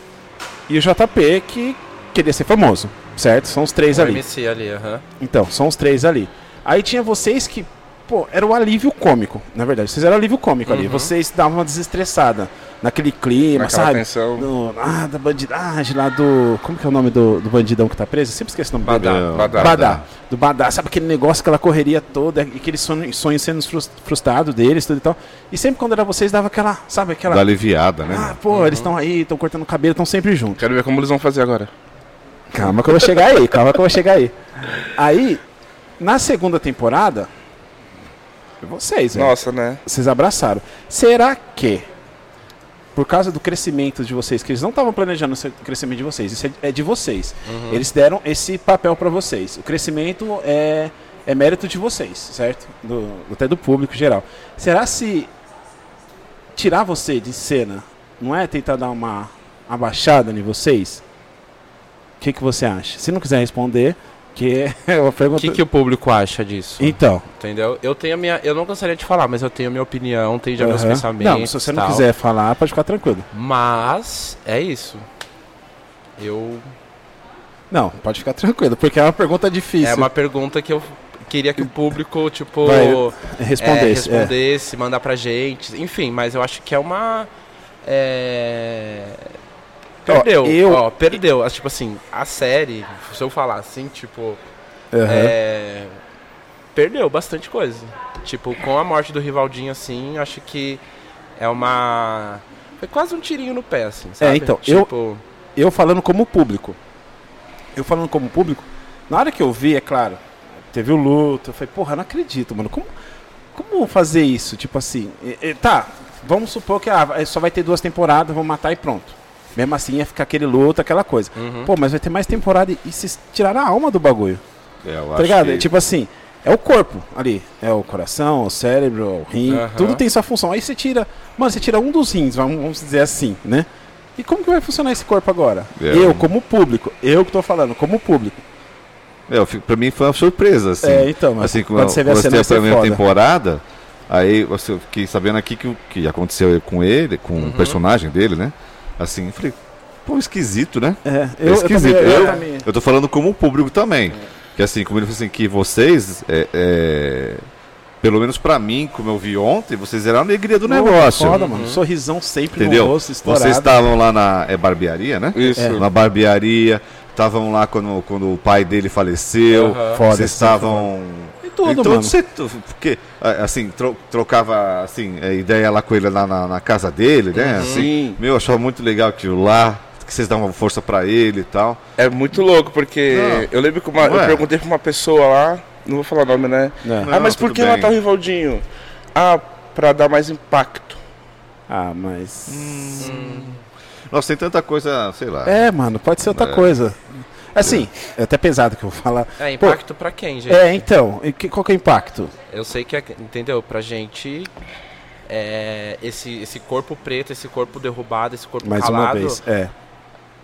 [SPEAKER 1] e o JP que queria ser famoso, certo? São os três
[SPEAKER 5] O
[SPEAKER 1] ali.
[SPEAKER 5] MC ali, aham.
[SPEAKER 1] Então, são os três ali. Aí tinha vocês que, pô, era o alívio cômico, na verdade. Vocês eram alívio cômico ali.
[SPEAKER 5] Uhum.
[SPEAKER 1] Vocês davam uma desestressada naquele clima,
[SPEAKER 4] Naquela
[SPEAKER 1] sabe?
[SPEAKER 4] tensão.
[SPEAKER 1] No- ah, da bandidagem lá do. Como que é o nome do, do bandidão que tá preso? Eu sempre esqueço o nome dele.
[SPEAKER 2] Badá,
[SPEAKER 1] Badá.
[SPEAKER 2] Badá.
[SPEAKER 1] Do Badá. Sabe aquele negócio, aquela correria toda, aquele sonho, sonho sendo frus- frustrado deles, tudo e tal. E sempre quando era vocês, dava aquela, sabe, aquela.
[SPEAKER 2] Da aliviada, né?
[SPEAKER 1] Ah, pô, eles estão aí, estão cortando o cabelo, estão sempre juntos.
[SPEAKER 4] Quero ver como eles vão fazer agora.
[SPEAKER 1] Calma que eu vou chegar aí, calma que eu vou chegar aí. Aí, na segunda temporada, vocês, velho,
[SPEAKER 4] Nossa, né?
[SPEAKER 1] vocês abraçaram. Será que, por causa do crescimento de vocês, que eles não estavam planejando esse crescimento de vocês, isso é é de vocês.
[SPEAKER 5] Uhum.
[SPEAKER 1] Eles deram esse papel pra vocês. O crescimento é, é mérito de vocês, certo? Do, até do público geral. Será se tirar você de cena não é tentar dar uma abaixada em vocês? O que, que você acha? Se não quiser responder, que é uma
[SPEAKER 5] O
[SPEAKER 1] pergunta.
[SPEAKER 5] que, que o público acha disso?
[SPEAKER 1] Então,
[SPEAKER 5] Entendeu? Eu tenho a minha. Eu não gostaria de falar, mas eu tenho a minha opinião, tenho já meus
[SPEAKER 1] aham.
[SPEAKER 5] pensamentos.
[SPEAKER 1] não, se você não
[SPEAKER 5] tal.
[SPEAKER 1] quiser falar, pode ficar tranquilo.
[SPEAKER 5] Mas é isso. Eu.
[SPEAKER 1] Não, pode ficar tranquilo, porque é uma pergunta difícil.
[SPEAKER 5] É uma pergunta que eu queria que o público, tipo,
[SPEAKER 1] Vai,
[SPEAKER 5] é,
[SPEAKER 1] Responder. isso, é.
[SPEAKER 5] respondesse, mandar pra gente. Enfim, mas eu acho que é uma. É...
[SPEAKER 1] Ó,
[SPEAKER 5] Perdeu.
[SPEAKER 1] eu-
[SPEAKER 5] Ó, perdeu. Ah, Tipo assim, a série, se eu falar assim, tipo.
[SPEAKER 1] Aham.
[SPEAKER 5] é, Perdeu bastante coisa. Tipo, com a morte do Rivaldinho, assim, acho que é uma. Foi quase um tirinho no pé, assim, sabe?
[SPEAKER 1] então, eu-
[SPEAKER 5] tipo,
[SPEAKER 1] Eu falando como público. Eu falando como público, na hora que eu vi, é claro, teve o luto, eu falei, porra, não acredito, mano. Como, como fazer isso? Tipo assim, e- e- tá, vamos supor que ah, vai- só vai ter duas temporadas, vão matar e pronto. Mesmo assim ia ficar aquele luto, aquela coisa.
[SPEAKER 5] Uhum.
[SPEAKER 1] Pô, mas vai ter mais temporada e, e se tiraram a alma do bagulho.
[SPEAKER 2] É, eu
[SPEAKER 1] tá
[SPEAKER 2] acho
[SPEAKER 1] ligado?
[SPEAKER 2] que-
[SPEAKER 1] É Tipo assim, é o corpo ali. É o coração, o cérebro, o rim,
[SPEAKER 5] Aham.
[SPEAKER 1] tudo tem sua função. Aí você tira. Mano, você tira um dos rins, vamos vamos dizer assim, né? E como que vai funcionar esse corpo agora?
[SPEAKER 2] É.
[SPEAKER 1] Eu, como público, eu que tô falando, como público.
[SPEAKER 2] É, eu fico- pra mim foi uma surpresa, assim.
[SPEAKER 1] É, então, mas
[SPEAKER 2] assim,
[SPEAKER 1] quando você vê a cena,
[SPEAKER 2] teve
[SPEAKER 1] isso é
[SPEAKER 2] primeira
[SPEAKER 1] foda.
[SPEAKER 2] temporada, aí assim, eu fiquei sabendo aqui que o que aconteceu com ele, com o personagem dele, né? Assim, eu falei, pô, esquisito, né?
[SPEAKER 1] É,
[SPEAKER 2] É esquisito.
[SPEAKER 1] também-
[SPEAKER 2] Eu,
[SPEAKER 1] também-
[SPEAKER 2] eu tô falando como o público também. Que assim, como ele falou assim, que vocês, é, é, pelo menos pra mim, como eu vi ontem, vocês eram a alegria do
[SPEAKER 1] Pô,
[SPEAKER 2] negócio.
[SPEAKER 1] Foda, mano. é Uhum. Sorrisão sempre
[SPEAKER 2] Entendeu?
[SPEAKER 1] no rosto, estourado.
[SPEAKER 2] Vocês estavam lá na é, barbearia, né?
[SPEAKER 4] Isso.
[SPEAKER 1] É,
[SPEAKER 2] Na barbearia, estavam lá quando, quando o pai dele faleceu.
[SPEAKER 5] Aham.
[SPEAKER 1] Foda,
[SPEAKER 2] vocês
[SPEAKER 1] sim,
[SPEAKER 2] estavam.
[SPEAKER 1] E tudo,
[SPEAKER 2] então,
[SPEAKER 1] mano.
[SPEAKER 2] você- tu- porque, ah, assim, tro- trocava assim, é, ideia lá com ele lá na, na casa dele, né? Assim,
[SPEAKER 4] Sim.
[SPEAKER 2] meu, eu achava muito legal aquilo lá, que vocês davam força pra ele e tal.
[SPEAKER 4] É muito louco, porque
[SPEAKER 2] Não.
[SPEAKER 4] eu lembro que uma- eu
[SPEAKER 2] Ué.
[SPEAKER 4] perguntei pra uma pessoa lá, não vou falar o nome, né?
[SPEAKER 1] Não.
[SPEAKER 4] ah, mas por
[SPEAKER 2] tudo
[SPEAKER 4] que
[SPEAKER 2] bem.
[SPEAKER 4] matar o Rivaldinho? Ah, pra dar mais impacto.
[SPEAKER 1] Ah, mas.
[SPEAKER 2] Hum. Nossa, tem tanta coisa, sei lá.
[SPEAKER 1] É, mano, pode ser outra coisa. Assim, é até pesado que eu vou falar.
[SPEAKER 5] é
[SPEAKER 1] Pô,
[SPEAKER 5] impacto pra quem, gente?
[SPEAKER 1] é, então, e que- qual que é o impacto?
[SPEAKER 5] Eu sei que, é- entendeu? Pra gente, é, esse, esse corpo preto, esse corpo derrubado, esse corpo
[SPEAKER 1] Mais
[SPEAKER 5] calado,
[SPEAKER 1] uma vez. É.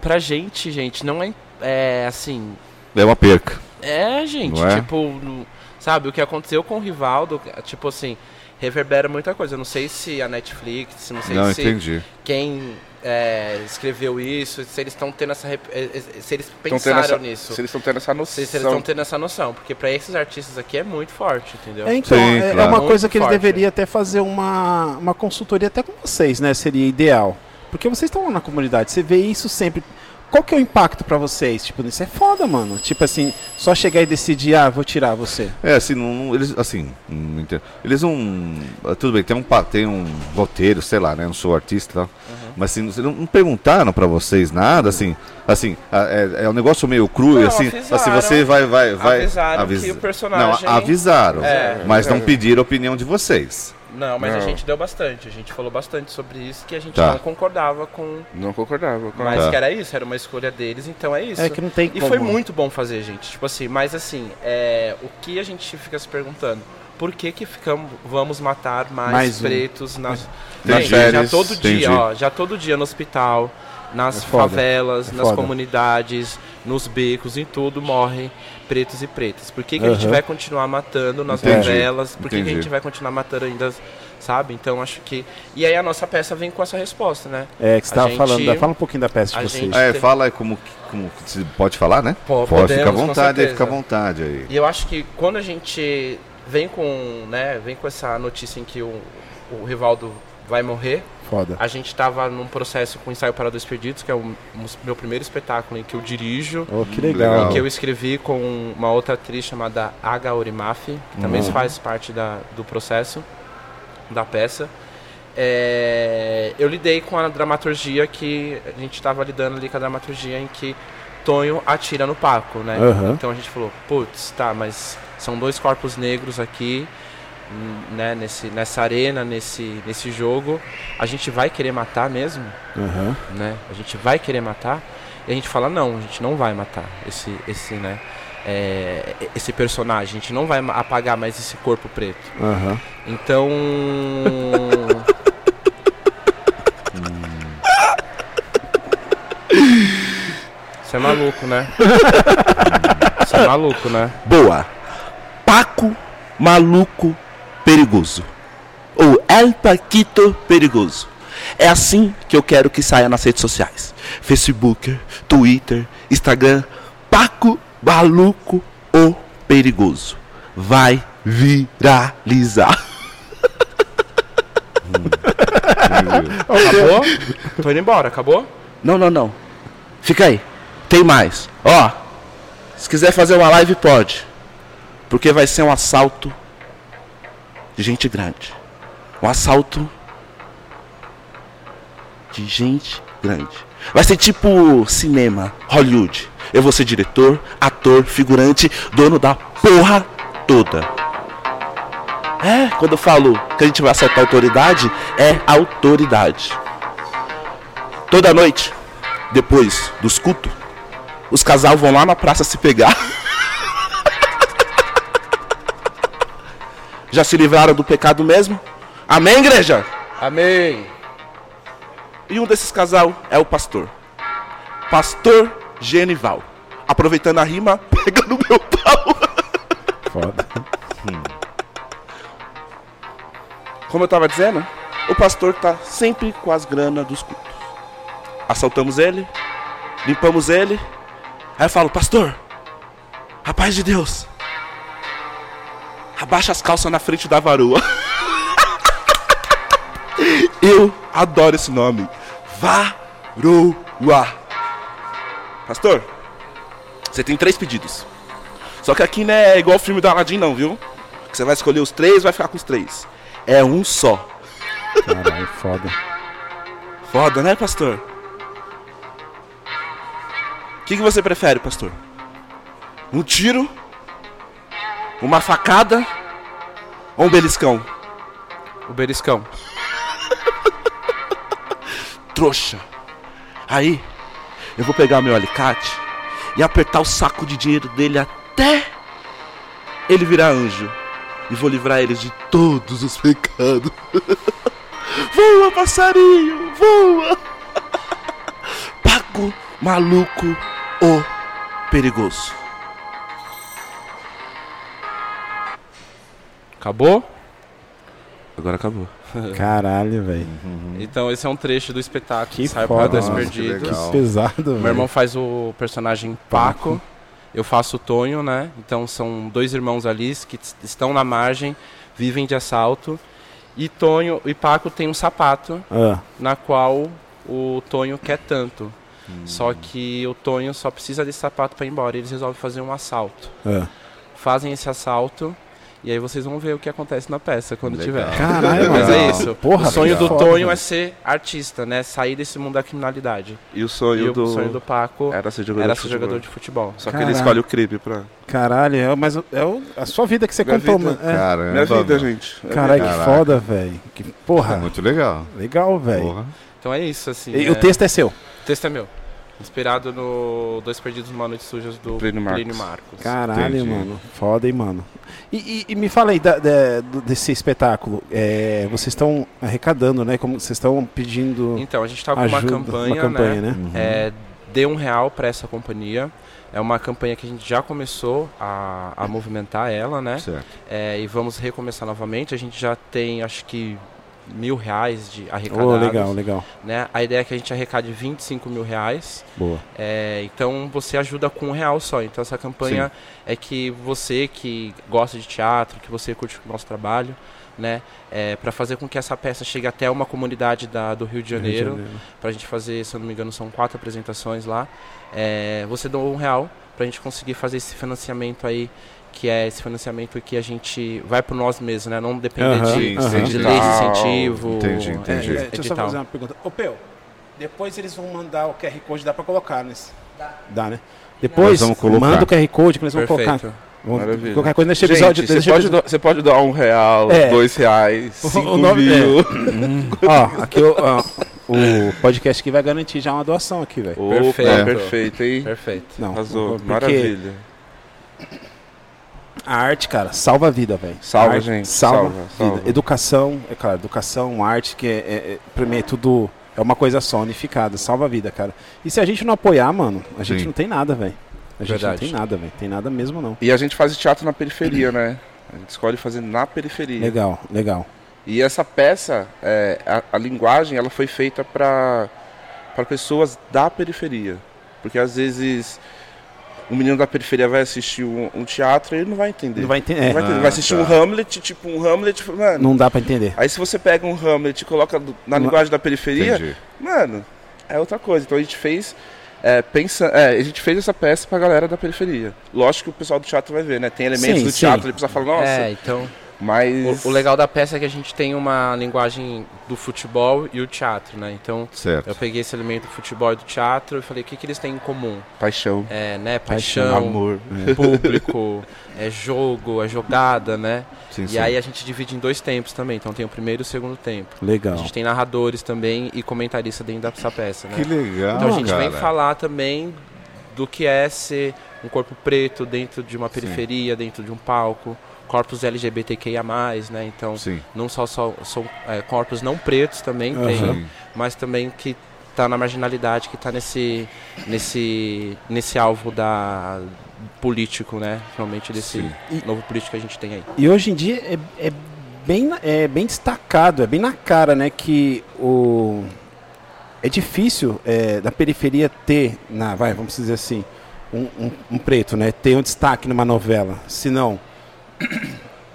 [SPEAKER 5] pra gente, gente, não é, é assim.
[SPEAKER 2] É uma perca.
[SPEAKER 5] É, gente,
[SPEAKER 2] Não é?
[SPEAKER 5] tipo, no- sabe, o que aconteceu com o Rivaldo, tipo assim, reverbera muita coisa. Eu não sei se a Netflix, não sei
[SPEAKER 2] Não,
[SPEAKER 5] se
[SPEAKER 2] entendi.
[SPEAKER 5] quem é, escreveu isso, se eles estão tendo essa. rep- eh, eh, Se eles
[SPEAKER 4] Tão tendo
[SPEAKER 5] pensaram
[SPEAKER 4] essa-
[SPEAKER 5] nisso.
[SPEAKER 4] Se eles estão tendo essa
[SPEAKER 5] Se
[SPEAKER 4] noção.
[SPEAKER 5] eles estão tendo essa noção, porque pra esses artistas aqui é muito forte, entendeu?
[SPEAKER 1] É, então, é,
[SPEAKER 2] Sim,
[SPEAKER 1] é
[SPEAKER 2] claro.
[SPEAKER 1] uma
[SPEAKER 5] Muito
[SPEAKER 1] coisa que eles
[SPEAKER 5] forte. né?
[SPEAKER 1] deveriam até fazer uma, uma consultoria até com vocês, né? Seria ideal. Porque vocês estão lá na comunidade, você vê isso sempre. Qual que é o impacto pra vocês? Tipo, isso é foda, mano. Tipo assim, só chegar e decidir, ah, vou tirar você.
[SPEAKER 2] É, assim, não, não- eles, assim, não entendo. eles não, ah, tudo bem, tem um, pa- tem um roteiro, sei lá, né, não sou artista e tal,
[SPEAKER 5] Uhum.
[SPEAKER 2] mas assim, não, não perguntaram pra vocês nada, assim, assim, ah, é, é um negócio meio cru,
[SPEAKER 5] Não,
[SPEAKER 2] assim,
[SPEAKER 5] avisaram.
[SPEAKER 2] assim, você vai, vai, vai,
[SPEAKER 5] Avisaram que o personagem-
[SPEAKER 2] Não, avisaram,
[SPEAKER 5] É.
[SPEAKER 2] mas não pediram a opinião de vocês.
[SPEAKER 5] Não, mas a
[SPEAKER 4] Não.
[SPEAKER 5] gente deu bastante. A gente falou bastante sobre isso que a gente
[SPEAKER 2] Tá.
[SPEAKER 5] não concordava com.
[SPEAKER 4] Não concordava com
[SPEAKER 5] Mas
[SPEAKER 2] Tá.
[SPEAKER 5] que era isso, era uma escolha deles, então é isso.
[SPEAKER 1] É que não tem
[SPEAKER 5] E
[SPEAKER 1] como.
[SPEAKER 5] foi muito bom fazer, gente. Tipo assim, mas assim, é, o que a gente fica se perguntando? Por que que ficamos, vamos matar mais,
[SPEAKER 1] Mais um.
[SPEAKER 5] pretos nas,
[SPEAKER 2] Nas
[SPEAKER 5] Gente, já
[SPEAKER 2] férias,
[SPEAKER 5] todo
[SPEAKER 2] entendi.
[SPEAKER 5] dia, ó, já todo dia no hospital, nas
[SPEAKER 1] É foda,
[SPEAKER 5] favelas,
[SPEAKER 1] é
[SPEAKER 5] nas
[SPEAKER 1] foda.
[SPEAKER 5] comunidades, nos becos, em tudo morrem pretos e pretas. Por que que a gente
[SPEAKER 1] Aham.
[SPEAKER 5] vai continuar matando nas
[SPEAKER 2] Entendi,
[SPEAKER 5] favelas? Por que que a
[SPEAKER 2] entendi.
[SPEAKER 5] gente vai continuar matando ainda, sabe? Então acho que e aí a nossa peça vem com essa resposta, né?
[SPEAKER 1] É, que você
[SPEAKER 5] A
[SPEAKER 1] tava
[SPEAKER 5] gente-
[SPEAKER 1] falando. da- Fala um pouquinho da peça de
[SPEAKER 5] a
[SPEAKER 1] vocês.
[SPEAKER 5] gente-
[SPEAKER 2] É, fala aí como, que- como que se pode falar, né?
[SPEAKER 5] Pô,
[SPEAKER 2] pode, fica à
[SPEAKER 5] podemos, com
[SPEAKER 2] vontade, aí,
[SPEAKER 5] certeza.
[SPEAKER 2] fica à vontade aí.
[SPEAKER 5] E eu acho que quando a gente vem com, né, vem com essa notícia em que o, o Rivaldo vai morrer,
[SPEAKER 1] Foda.
[SPEAKER 5] a gente estava num processo com o Ensaio para Dois Perdidos, que é o m- o meu primeiro espetáculo em que eu dirijo,
[SPEAKER 1] Oh, que
[SPEAKER 2] Hum,
[SPEAKER 1] legal.
[SPEAKER 2] legal.
[SPEAKER 5] e que eu escrevi com uma outra atriz chamada Aga Orimafi, que também faz parte da, do processo da peça. É, eu lidei com a dramaturgia que a gente estava lidando ali com a dramaturgia em que Tonho atira no Paco, né?
[SPEAKER 1] Aham.
[SPEAKER 5] Então a gente falou, putz, tá, mas são dois corpos negros aqui, hum, né? Nesse, nessa arena, nesse, nesse jogo, a gente vai querer matar mesmo?
[SPEAKER 1] Aham.
[SPEAKER 5] né? A gente vai querer matar. E a gente fala, não, a gente não vai matar esse, esse, né? é, esse personagem. A gente não vai ma- apagar mais esse corpo preto.
[SPEAKER 1] Aham.
[SPEAKER 5] Então. Hum. Você é maluco, né? Você é maluco, né?
[SPEAKER 6] Boa. Paco Maluco Perigoso. Ou El Paquito Perigoso. É assim que eu quero que saia nas redes sociais: Facebook, Twitter, Instagram. Paco Maluco o Perigoso. Vai viralizar.
[SPEAKER 5] Acabou? Tô indo embora, acabou?
[SPEAKER 6] Não, não, não. Fica aí. Tem mais. Ó, se quiser fazer uma live, pode. Porque vai ser um assalto de gente grande. Um assalto de gente grande. Vai ser tipo cinema, Hollywood. Eu vou ser diretor, ator, figurante, dono da porra toda. É, quando eu falo que a gente vai acertar a autoridade, é autoridade. Toda noite, depois dos cultos, os casal vão lá na praça se pegar. Já se livraram do pecado mesmo? Amém, igreja?
[SPEAKER 5] Amém!
[SPEAKER 6] E um desses casal é o pastor. Pastor Genival. Aproveitando a rima, pega no meu pau. Hum.
[SPEAKER 1] Foda.
[SPEAKER 6] Como eu tava dizendo, o pastor tá sempre com as grana dos cultos. Assaltamos ele, limpamos ele. Aí eu falo, pastor, rapaz de Deus, abaixa as calças na frente da varoa. eu adoro esse nome. Varoa. Pastor, você tem três pedidos. Só que aqui não
[SPEAKER 4] né,
[SPEAKER 6] é igual o filme do Aladdin, não, viu? Que você vai escolher os três, vai ficar com os três. É um só.
[SPEAKER 1] Caralho, foda.
[SPEAKER 6] Foda, né, pastor? O que, que você prefere, pastor? Um tiro? Uma facada? Ou um beliscão?
[SPEAKER 5] O beliscão.
[SPEAKER 6] Trouxa. Aí, eu vou pegar meu alicate e apertar o saco de dinheiro dele até ele virar anjo. E vou livrar ele de todos os pecados. voa, passarinho, voa! Paco, maluco, o perigoso.
[SPEAKER 5] Acabou?
[SPEAKER 6] Agora acabou.
[SPEAKER 1] Caralho, velho.
[SPEAKER 5] Então esse é um trecho do espetáculo
[SPEAKER 1] Que
[SPEAKER 5] Ensaio
[SPEAKER 1] foda,
[SPEAKER 5] para Dois
[SPEAKER 1] mano.
[SPEAKER 5] Perdidos.
[SPEAKER 2] legal.
[SPEAKER 1] Que pesado, velho.
[SPEAKER 4] Uhum.
[SPEAKER 5] Meu irmão faz o personagem Paco, eu faço o Tonho, né? Então são dois irmãos ali que t- estão na margem, vivem de assalto. E Tonho e Paco tem um sapato
[SPEAKER 1] Ah,
[SPEAKER 5] na qual o Tonho quer tanto.
[SPEAKER 4] Hum.
[SPEAKER 5] Só que o Tonho só precisa desse sapato para ir embora. Eles resolvem fazer um assalto.
[SPEAKER 1] ah.
[SPEAKER 5] Fazem esse assalto E aí vocês vão ver o que acontece na peça quando
[SPEAKER 2] Legal.
[SPEAKER 5] tiver.
[SPEAKER 1] Caralho,
[SPEAKER 5] Mas é
[SPEAKER 2] Legal.
[SPEAKER 5] isso.
[SPEAKER 1] Porra,
[SPEAKER 5] o sonho
[SPEAKER 1] que
[SPEAKER 5] do
[SPEAKER 1] foda,
[SPEAKER 5] Tonho
[SPEAKER 1] mano.
[SPEAKER 5] é ser artista, né? Sair desse mundo da criminalidade.
[SPEAKER 4] E o sonho,
[SPEAKER 5] e o
[SPEAKER 4] do...
[SPEAKER 5] sonho do Paco
[SPEAKER 4] Era ser jogador
[SPEAKER 5] era
[SPEAKER 4] de
[SPEAKER 5] ser
[SPEAKER 4] futebol.
[SPEAKER 5] jogador de futebol.
[SPEAKER 4] Só que
[SPEAKER 1] Caralho.
[SPEAKER 4] ele escolhe o crime pra...
[SPEAKER 1] Caralho, é, mas é o- a sua vida que você
[SPEAKER 4] Minha
[SPEAKER 1] contou,
[SPEAKER 4] vida.
[SPEAKER 1] mano. É.
[SPEAKER 2] Caramba.
[SPEAKER 4] Minha vida,
[SPEAKER 2] mano.
[SPEAKER 4] gente. É Minha
[SPEAKER 1] Caralho, que
[SPEAKER 2] Caraca.
[SPEAKER 1] foda, velho. Que
[SPEAKER 2] É
[SPEAKER 1] porra.
[SPEAKER 2] muito legal.
[SPEAKER 1] Legal, velho.
[SPEAKER 2] Porra.
[SPEAKER 5] Então é isso, assim.
[SPEAKER 1] E
[SPEAKER 5] né?
[SPEAKER 1] o texto é seu.
[SPEAKER 5] O texto é meu. Inspirado no Dois Perdidos numa Noite Sujas do
[SPEAKER 4] Plínio Marcos.
[SPEAKER 5] Marcos.
[SPEAKER 1] Caralho,
[SPEAKER 2] Entendi.
[SPEAKER 1] mano. Foda, hein, mano. E, e- e me fala aí da- da- do- desse espetáculo. É, vocês estão arrecadando, né? Como vocês estão pedindo
[SPEAKER 5] Então, a gente tava com
[SPEAKER 1] ajuda,
[SPEAKER 5] uma campanha, né?
[SPEAKER 1] né?
[SPEAKER 5] É, dê um real para essa companhia. É uma campanha que a gente já começou a, a movimentar ela, né?
[SPEAKER 2] Certo.
[SPEAKER 5] É, e vamos recomeçar novamente. A gente já tem, acho que, mil reais de
[SPEAKER 1] Ô,
[SPEAKER 5] arrecadados.
[SPEAKER 1] legal, legal.
[SPEAKER 5] Né? A ideia é que a gente arrecade 25 mil reais.
[SPEAKER 1] Boa.
[SPEAKER 5] É, então você ajuda com um real só. Então essa campanha é que você que gosta de teatro, que você curte o nosso trabalho, né? É, para fazer com que essa peça chegue até uma comunidade da, do Rio de Janeiro, pra gente fazer, se eu não me engano, são quatro apresentações lá. É, você doa um real pra gente conseguir fazer esse financiamento aí, que é esse financiamento que a gente vai por nós mesmos, né? Não depender
[SPEAKER 1] Aham,
[SPEAKER 5] de,
[SPEAKER 2] aham.
[SPEAKER 5] de leis de
[SPEAKER 4] Edital.
[SPEAKER 5] incentivo.
[SPEAKER 2] Entendi, entendi.
[SPEAKER 5] é,
[SPEAKER 1] É, deixa eu só
[SPEAKER 5] edital.
[SPEAKER 1] fazer uma pergunta. Ô, Peu, depois eles vão mandar o QR Code, dá pra colocar, né? Dá. Dá, né? Depois,
[SPEAKER 2] Nós vamos colocar.
[SPEAKER 1] manda o QR Code que nós vamos
[SPEAKER 5] Perfeito.
[SPEAKER 1] colocar. Vamos-
[SPEAKER 4] Maravilha.
[SPEAKER 1] Qualquer coisa neste
[SPEAKER 4] Gente,
[SPEAKER 1] episódio.
[SPEAKER 4] você
[SPEAKER 1] neste
[SPEAKER 4] pode,
[SPEAKER 1] episódio-
[SPEAKER 4] dar- você pode doar um real,
[SPEAKER 1] É.
[SPEAKER 4] dois reais,
[SPEAKER 1] O- o
[SPEAKER 4] cinco
[SPEAKER 1] nome-
[SPEAKER 4] mil.
[SPEAKER 5] é
[SPEAKER 1] Ó, aqui o, ó, o podcast aqui vai garantir já uma doação aqui, velho.
[SPEAKER 4] Opa, é
[SPEAKER 5] Perfeito.
[SPEAKER 4] perfeito, hein?
[SPEAKER 5] Perfeito.
[SPEAKER 1] Não,
[SPEAKER 4] Arrasou,
[SPEAKER 1] porque
[SPEAKER 4] maravilha.
[SPEAKER 1] A arte, cara, salva a vida, velho.
[SPEAKER 4] Salva,
[SPEAKER 1] A arte
[SPEAKER 4] gente,
[SPEAKER 1] Salva,
[SPEAKER 4] salva,
[SPEAKER 1] vida.
[SPEAKER 4] salva.
[SPEAKER 1] Educação, é claro, educação, arte, que é, é, é, pra mim é tudo. É uma coisa só, unificada, salva a vida, cara. E se a gente não apoiar, mano, a gente
[SPEAKER 2] Sim.
[SPEAKER 1] não tem nada, velho. A gente
[SPEAKER 5] Verdade.
[SPEAKER 1] não tem nada, velho. Tem nada mesmo, não.
[SPEAKER 4] E a gente faz teatro na periferia, né? A gente escolhe fazer na periferia.
[SPEAKER 1] Legal, legal.
[SPEAKER 4] E essa peça, é, a, a linguagem, ela foi feita para pessoas da periferia. Porque às vezes um menino da periferia vai assistir um, um teatro e ele não vai entender.
[SPEAKER 1] Não vai
[SPEAKER 4] Não
[SPEAKER 1] entender.
[SPEAKER 4] vai,
[SPEAKER 1] é,
[SPEAKER 4] entender.
[SPEAKER 2] Ah,
[SPEAKER 4] Vai assistir
[SPEAKER 2] tá.
[SPEAKER 4] um Hamlet, tipo um Hamlet, fala, mano.
[SPEAKER 1] não dá pra entender.
[SPEAKER 4] Aí se você pega um Hamlet e coloca do- na linguagem da periferia,
[SPEAKER 2] Entendi.
[SPEAKER 4] mano, é outra coisa. Então a gente fez. É, pensa, é, a gente fez essa peça pra galera da periferia. Lógico que o pessoal do teatro vai ver, né? Tem elementos
[SPEAKER 1] Sim,
[SPEAKER 4] do
[SPEAKER 1] sim.
[SPEAKER 4] teatro, ele precisa falar, nossa,
[SPEAKER 5] É, então.
[SPEAKER 4] mas.
[SPEAKER 5] O, o legal da peça é que a gente tem uma linguagem do futebol e o teatro, né? Então
[SPEAKER 2] Certo.
[SPEAKER 5] eu peguei esse elemento do futebol e do teatro e falei o que, que eles têm em comum,
[SPEAKER 4] Paixão,
[SPEAKER 5] é, né?
[SPEAKER 6] um
[SPEAKER 1] Paixão,
[SPEAKER 5] Paixão,
[SPEAKER 4] amor.
[SPEAKER 5] público, é jogo, é jogada, né?
[SPEAKER 2] Sim,
[SPEAKER 5] E
[SPEAKER 2] sim.
[SPEAKER 5] aí a gente divide em dois tempos também. Então tem o primeiro e o segundo tempo. A
[SPEAKER 1] Legal.
[SPEAKER 5] gente tem narradores também e comentarista dentro dessa peça, né?
[SPEAKER 2] É. Que legal,
[SPEAKER 5] Então a gente
[SPEAKER 2] cara.
[SPEAKER 5] vem falar também do que é ser um corpo preto dentro de uma periferia, dentro de um palco, corpos LGBTQIA+, né? Então,
[SPEAKER 2] Sim.
[SPEAKER 5] não só, só são é, corpos não pretos também tem,
[SPEAKER 2] Sim.
[SPEAKER 5] mas também que tá na marginalidade, que tá nesse nesse nesse alvo da político, né? Finalmente desse
[SPEAKER 2] Sim.
[SPEAKER 5] novo político que a gente tem aí.
[SPEAKER 1] E hoje em dia é, é bem, na- é bem destacado, é bem na cara, né? Que o. É difícil é, da periferia ter, na, vai, vamos dizer assim, um, um- um preto, né? Ter um destaque numa novela. Senão,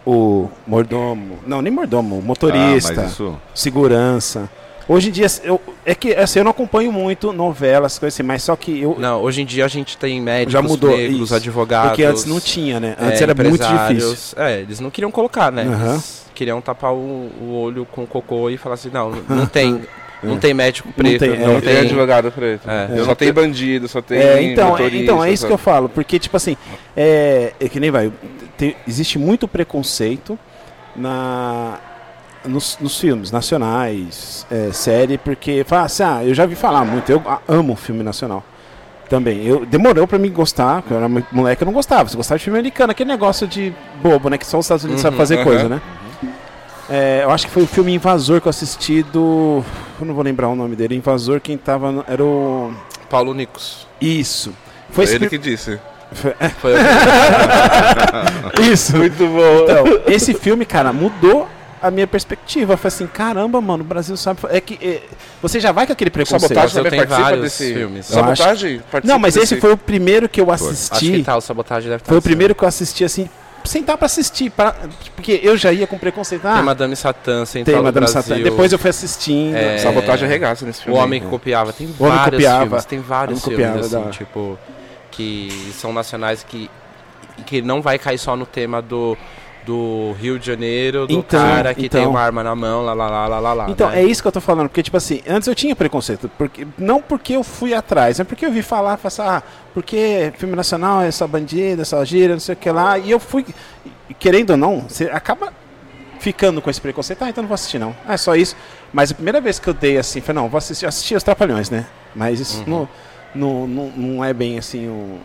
[SPEAKER 1] o mordomo. Não, nem mordomo, o
[SPEAKER 2] Ah,
[SPEAKER 1] motorista,
[SPEAKER 2] mas isso...
[SPEAKER 1] segurança. Hoje em dia, eu, é que assim, eu não acompanho muito novelas, coisas assim, mas só que eu.
[SPEAKER 5] Não, hoje em dia a gente tem médicos,
[SPEAKER 1] Já mudou,
[SPEAKER 5] negros,
[SPEAKER 1] isso.
[SPEAKER 5] advogados.
[SPEAKER 1] porque antes não tinha, né?
[SPEAKER 5] É,
[SPEAKER 1] Antes era muito
[SPEAKER 5] empresários.
[SPEAKER 1] difícil.
[SPEAKER 5] É, eles não queriam colocar, né?
[SPEAKER 1] Aham.
[SPEAKER 5] Eles queriam tapar o, o olho com cocô e falar assim, não, não tem, não tem médico preto,
[SPEAKER 1] É. tem,
[SPEAKER 5] não
[SPEAKER 1] é,
[SPEAKER 5] tem,
[SPEAKER 4] Não tem advogado preto.
[SPEAKER 5] É.
[SPEAKER 4] Só tem bandido, só tem.
[SPEAKER 1] É, então, é,
[SPEAKER 4] motorista,
[SPEAKER 1] então, é isso que eu
[SPEAKER 4] sabe?
[SPEAKER 1] falo, porque, tipo assim, é, é que nem vai, te- existe muito preconceito na, nos, nos filmes nacionais, é, série, porque fala assim, ah, eu já vi falar muito, eu a- amo filme nacional também. Eu, demorou pra mim gostar, porque eu era mo- moleque, eu não gostava, você gostava de filme americano, aquele negócio de bobo, né, que só os Estados Unidos
[SPEAKER 4] Uhum,
[SPEAKER 1] sabem fazer coisa, né? É, eu acho que foi o filme Invasor que eu assisti do. Eu não vou lembrar o nome dele. Invasor, quem tava. no- Era o.
[SPEAKER 5] Paulo Nicos.
[SPEAKER 1] Isso. Foi esse
[SPEAKER 4] Ele
[SPEAKER 1] pri-
[SPEAKER 4] que disse.
[SPEAKER 5] Foi o
[SPEAKER 1] Isso.
[SPEAKER 4] Muito bom.
[SPEAKER 1] Então, esse filme, cara, mudou a minha perspectiva. Eu falei assim, caramba, mano, o Brasil sabe. É que é, você já vai com aquele preconceito.
[SPEAKER 4] Sabotagem
[SPEAKER 5] eu
[SPEAKER 4] também
[SPEAKER 5] tenho
[SPEAKER 4] participa
[SPEAKER 5] vários
[SPEAKER 4] desse.
[SPEAKER 5] filmes. Eu
[SPEAKER 1] acho-
[SPEAKER 4] Sabotagem? Participa
[SPEAKER 1] Não, mas
[SPEAKER 4] desse-
[SPEAKER 1] esse foi o primeiro que eu
[SPEAKER 5] Acho que
[SPEAKER 1] assisti.
[SPEAKER 5] tá, o sabotagem deve estar.
[SPEAKER 1] Foi o primeiro que eu assisti assim, sentar pra assistir, pra- porque eu já ia com preconceito.
[SPEAKER 5] Tem
[SPEAKER 1] Ah,
[SPEAKER 5] Madame Satã, Central
[SPEAKER 1] tem
[SPEAKER 5] do
[SPEAKER 1] Madame
[SPEAKER 5] Brasil.
[SPEAKER 1] Satã. Depois eu fui assistindo.
[SPEAKER 5] É,
[SPEAKER 4] Sabotagem arregaça nesse
[SPEAKER 5] O
[SPEAKER 4] filme.
[SPEAKER 5] Homem que Copiava. Tem
[SPEAKER 1] Homem
[SPEAKER 5] vários
[SPEAKER 1] Copiava.
[SPEAKER 5] filmes, tem vários
[SPEAKER 1] Homem Copiava, é
[SPEAKER 5] filmes,
[SPEAKER 1] da
[SPEAKER 5] assim,
[SPEAKER 1] hora.
[SPEAKER 5] tipo, que são nacionais que, que não vai cair só no tema do, do Rio de Janeiro, do
[SPEAKER 1] Então,
[SPEAKER 5] cara que tem
[SPEAKER 1] então.
[SPEAKER 5] uma arma na mão, lá, lá, lá, lá, lá, lá.
[SPEAKER 1] Então,
[SPEAKER 5] né?
[SPEAKER 1] é isso que eu tô falando, porque, tipo assim, antes eu tinha preconceito, porque, não porque eu fui atrás, mas porque eu vi falar, passar, ah, porque filme nacional, essa bandida, essa gira, não sei o que lá, e eu fui, e querendo ou não, você acaba ficando com esse preconceito, ah, então não vou assistir não, ah, é só isso, mas a primeira vez que eu dei assim, falei, não, vou assistir, assisti os Trapalhões, né, mas isso não, não, não, não é bem assim o,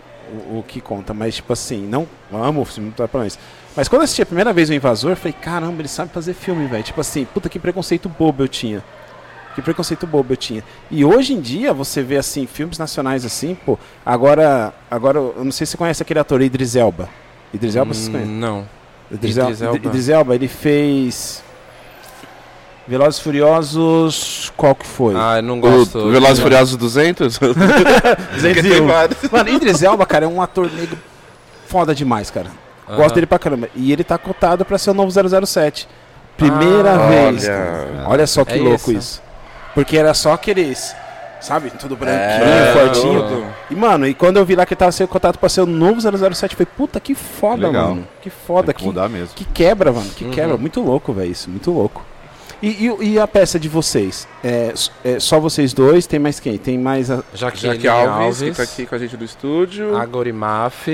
[SPEAKER 1] o, o que conta, mas tipo assim, não, eu amo o filme do Trapalhões, mas quando eu assisti a primeira vez o Invasor, eu falei, caramba, ele sabe fazer filme, velho. Tipo assim, puta que preconceito bobo eu tinha. Que preconceito bobo eu tinha. E hoje em dia você vê assim, filmes nacionais assim, pô. Agora, agora eu não sei se você conhece aquele ator Idris Elba. Idris Elba, vocês
[SPEAKER 5] Hum,
[SPEAKER 1] conhecem?
[SPEAKER 5] Não.
[SPEAKER 1] Idris,
[SPEAKER 5] Idris
[SPEAKER 1] El-
[SPEAKER 5] Elba.
[SPEAKER 1] Idris Elba, ele fez Velozes e Furiosos, qual que foi?
[SPEAKER 5] Ah, eu não gosto.
[SPEAKER 6] O
[SPEAKER 1] né?
[SPEAKER 6] Velozes e Furiosos 200?
[SPEAKER 1] 201. Mano, Idris Elba, cara, é um ator negro foda demais, cara.
[SPEAKER 5] Aham.
[SPEAKER 1] Gosto dele pra caramba. E ele tá cotado pra ser o novo 007. Primeira vez.
[SPEAKER 4] olha.
[SPEAKER 1] cara. Olha só que
[SPEAKER 5] É
[SPEAKER 1] louco isso.
[SPEAKER 5] isso.
[SPEAKER 1] Porque era só aqueles, sabe, tudo branquinho,
[SPEAKER 4] É.
[SPEAKER 1] fortinho.
[SPEAKER 4] tudo.
[SPEAKER 1] E, mano, e quando eu vi lá que ele tava sendo cotado pra ser o novo 007, eu falei, puta, que foda,
[SPEAKER 2] Legal.
[SPEAKER 1] mano. Que foda.
[SPEAKER 2] Tem
[SPEAKER 1] Que,
[SPEAKER 2] que mudar mesmo.
[SPEAKER 1] que quebra, mano.
[SPEAKER 5] Uhum.
[SPEAKER 1] Que quebra. Muito louco, velho, isso. Muito louco. E, e- e a peça de vocês? É, s- é só vocês dois? Tem mais quem? Tem mais a-
[SPEAKER 5] Jaqueline
[SPEAKER 4] Jaque Alves, que tá aqui com a gente do
[SPEAKER 1] Ah,
[SPEAKER 4] estúdio.
[SPEAKER 5] Agori Maf,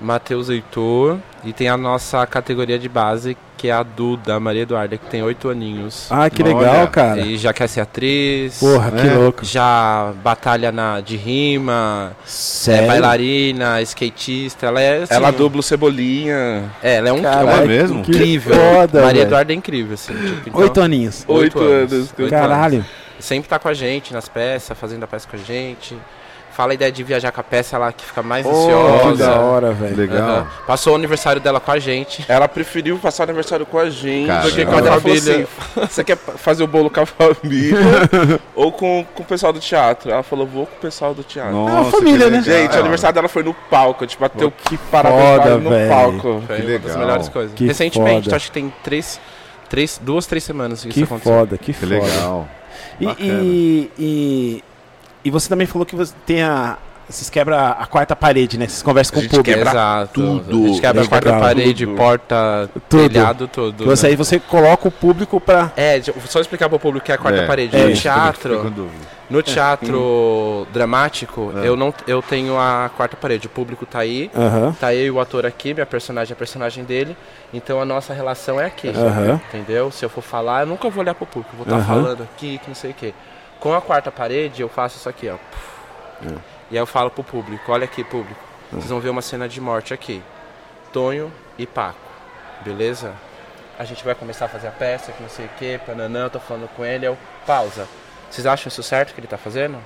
[SPEAKER 5] Matheus Heitor e tem a nossa categoria de base, que é a Duda, a Maria Eduarda, que tem oito aninhos.
[SPEAKER 1] Ah, que
[SPEAKER 2] Olha.
[SPEAKER 1] legal, cara.
[SPEAKER 5] E já quer ser atriz.
[SPEAKER 1] Porra, que
[SPEAKER 5] né?
[SPEAKER 2] É.
[SPEAKER 1] louco.
[SPEAKER 5] Já batalha na, de rima, é
[SPEAKER 1] Sério?
[SPEAKER 5] bailarina, skatista, ela é assim,
[SPEAKER 4] Ela dubla o Cebolinha.
[SPEAKER 5] É, ela é um
[SPEAKER 1] Caralho,
[SPEAKER 5] ela é
[SPEAKER 2] é mesmo?
[SPEAKER 1] que
[SPEAKER 5] incrível.
[SPEAKER 1] Foda,
[SPEAKER 5] Maria
[SPEAKER 1] velho.
[SPEAKER 5] Eduarda é incrível, assim. Tipo, então,
[SPEAKER 1] Oito aninhos.
[SPEAKER 4] Oito anos.
[SPEAKER 5] oito anos.
[SPEAKER 1] Caralho.
[SPEAKER 5] Sempre tá com a gente nas peças, fazendo a peça com a gente. Fala a ideia de viajar com a peça, ela que fica mais
[SPEAKER 1] Que
[SPEAKER 5] ansiosa.
[SPEAKER 1] da hora, velho.
[SPEAKER 2] Legal.
[SPEAKER 5] Aham. Passou o aniversário dela com a gente.
[SPEAKER 4] Ela preferiu passar o aniversário com a gente.
[SPEAKER 2] Cara,
[SPEAKER 4] porque
[SPEAKER 2] não.
[SPEAKER 4] quando ela falou
[SPEAKER 5] Família.
[SPEAKER 4] assim, você quer pa- fazer o bolo com a família ou com, com o pessoal do teatro? Ela falou, vou com o pessoal do teatro.
[SPEAKER 2] Nossa,
[SPEAKER 1] É uma família,
[SPEAKER 2] que
[SPEAKER 1] né?
[SPEAKER 2] legal.
[SPEAKER 4] Gente, o aniversário dela foi no palco, tipo, bateu que
[SPEAKER 1] foda,
[SPEAKER 4] parabéns no
[SPEAKER 1] velho.
[SPEAKER 4] palco.
[SPEAKER 5] Foi
[SPEAKER 2] Que
[SPEAKER 5] uma das
[SPEAKER 2] legal.
[SPEAKER 5] melhores coisas.
[SPEAKER 1] Que
[SPEAKER 5] Recentemente,
[SPEAKER 1] foda.
[SPEAKER 5] acho que tem três, três, duas, três semanas que,
[SPEAKER 1] Que
[SPEAKER 5] isso aconteceu.
[SPEAKER 1] foda, que,
[SPEAKER 2] Que
[SPEAKER 1] foda.
[SPEAKER 2] legal.
[SPEAKER 1] E,
[SPEAKER 2] Bacana.
[SPEAKER 1] e, e, e você também falou que você tem a. Vocês quebram a- a quarta parede, né? Vocês conversam com o público.
[SPEAKER 5] Quebra Exato.
[SPEAKER 6] tudo.
[SPEAKER 5] A gente quebra a
[SPEAKER 1] Legal.
[SPEAKER 5] quarta parede,
[SPEAKER 4] Tudo.
[SPEAKER 5] porta,
[SPEAKER 1] Tudo.
[SPEAKER 5] telhado, tudo.
[SPEAKER 1] Você,
[SPEAKER 5] né?
[SPEAKER 1] aí você coloca o público pra.
[SPEAKER 5] É, de- só explicar pro público o que é a quarta
[SPEAKER 2] É,
[SPEAKER 5] parede.
[SPEAKER 1] é
[SPEAKER 5] no
[SPEAKER 1] isso
[SPEAKER 5] teatro,
[SPEAKER 2] Fico em dúvida.
[SPEAKER 5] no teatro dramático,
[SPEAKER 2] É.
[SPEAKER 5] eu não eu tenho a quarta parede. O público tá aí,
[SPEAKER 1] Aham.
[SPEAKER 5] tá eu e o ator aqui, minha personagem é a personagem dele. Então a nossa relação é aqui.
[SPEAKER 1] Aham.
[SPEAKER 5] Entendeu? Se eu for falar, eu nunca vou olhar pro público. Vou estar
[SPEAKER 1] Aham.
[SPEAKER 5] falando aqui, que não sei o quê. Com a quarta parede, eu faço isso aqui, ó.
[SPEAKER 1] É.
[SPEAKER 5] E aí eu falo pro público, olha aqui, público.
[SPEAKER 1] Hum.
[SPEAKER 5] Vocês vão ver uma cena de morte aqui. Tonho e Paco. Beleza? A gente vai começar a fazer a peça, que não sei o quê, pananã, eu tô falando com ele, eu pausa. Vocês acham isso certo que ele tá fazendo?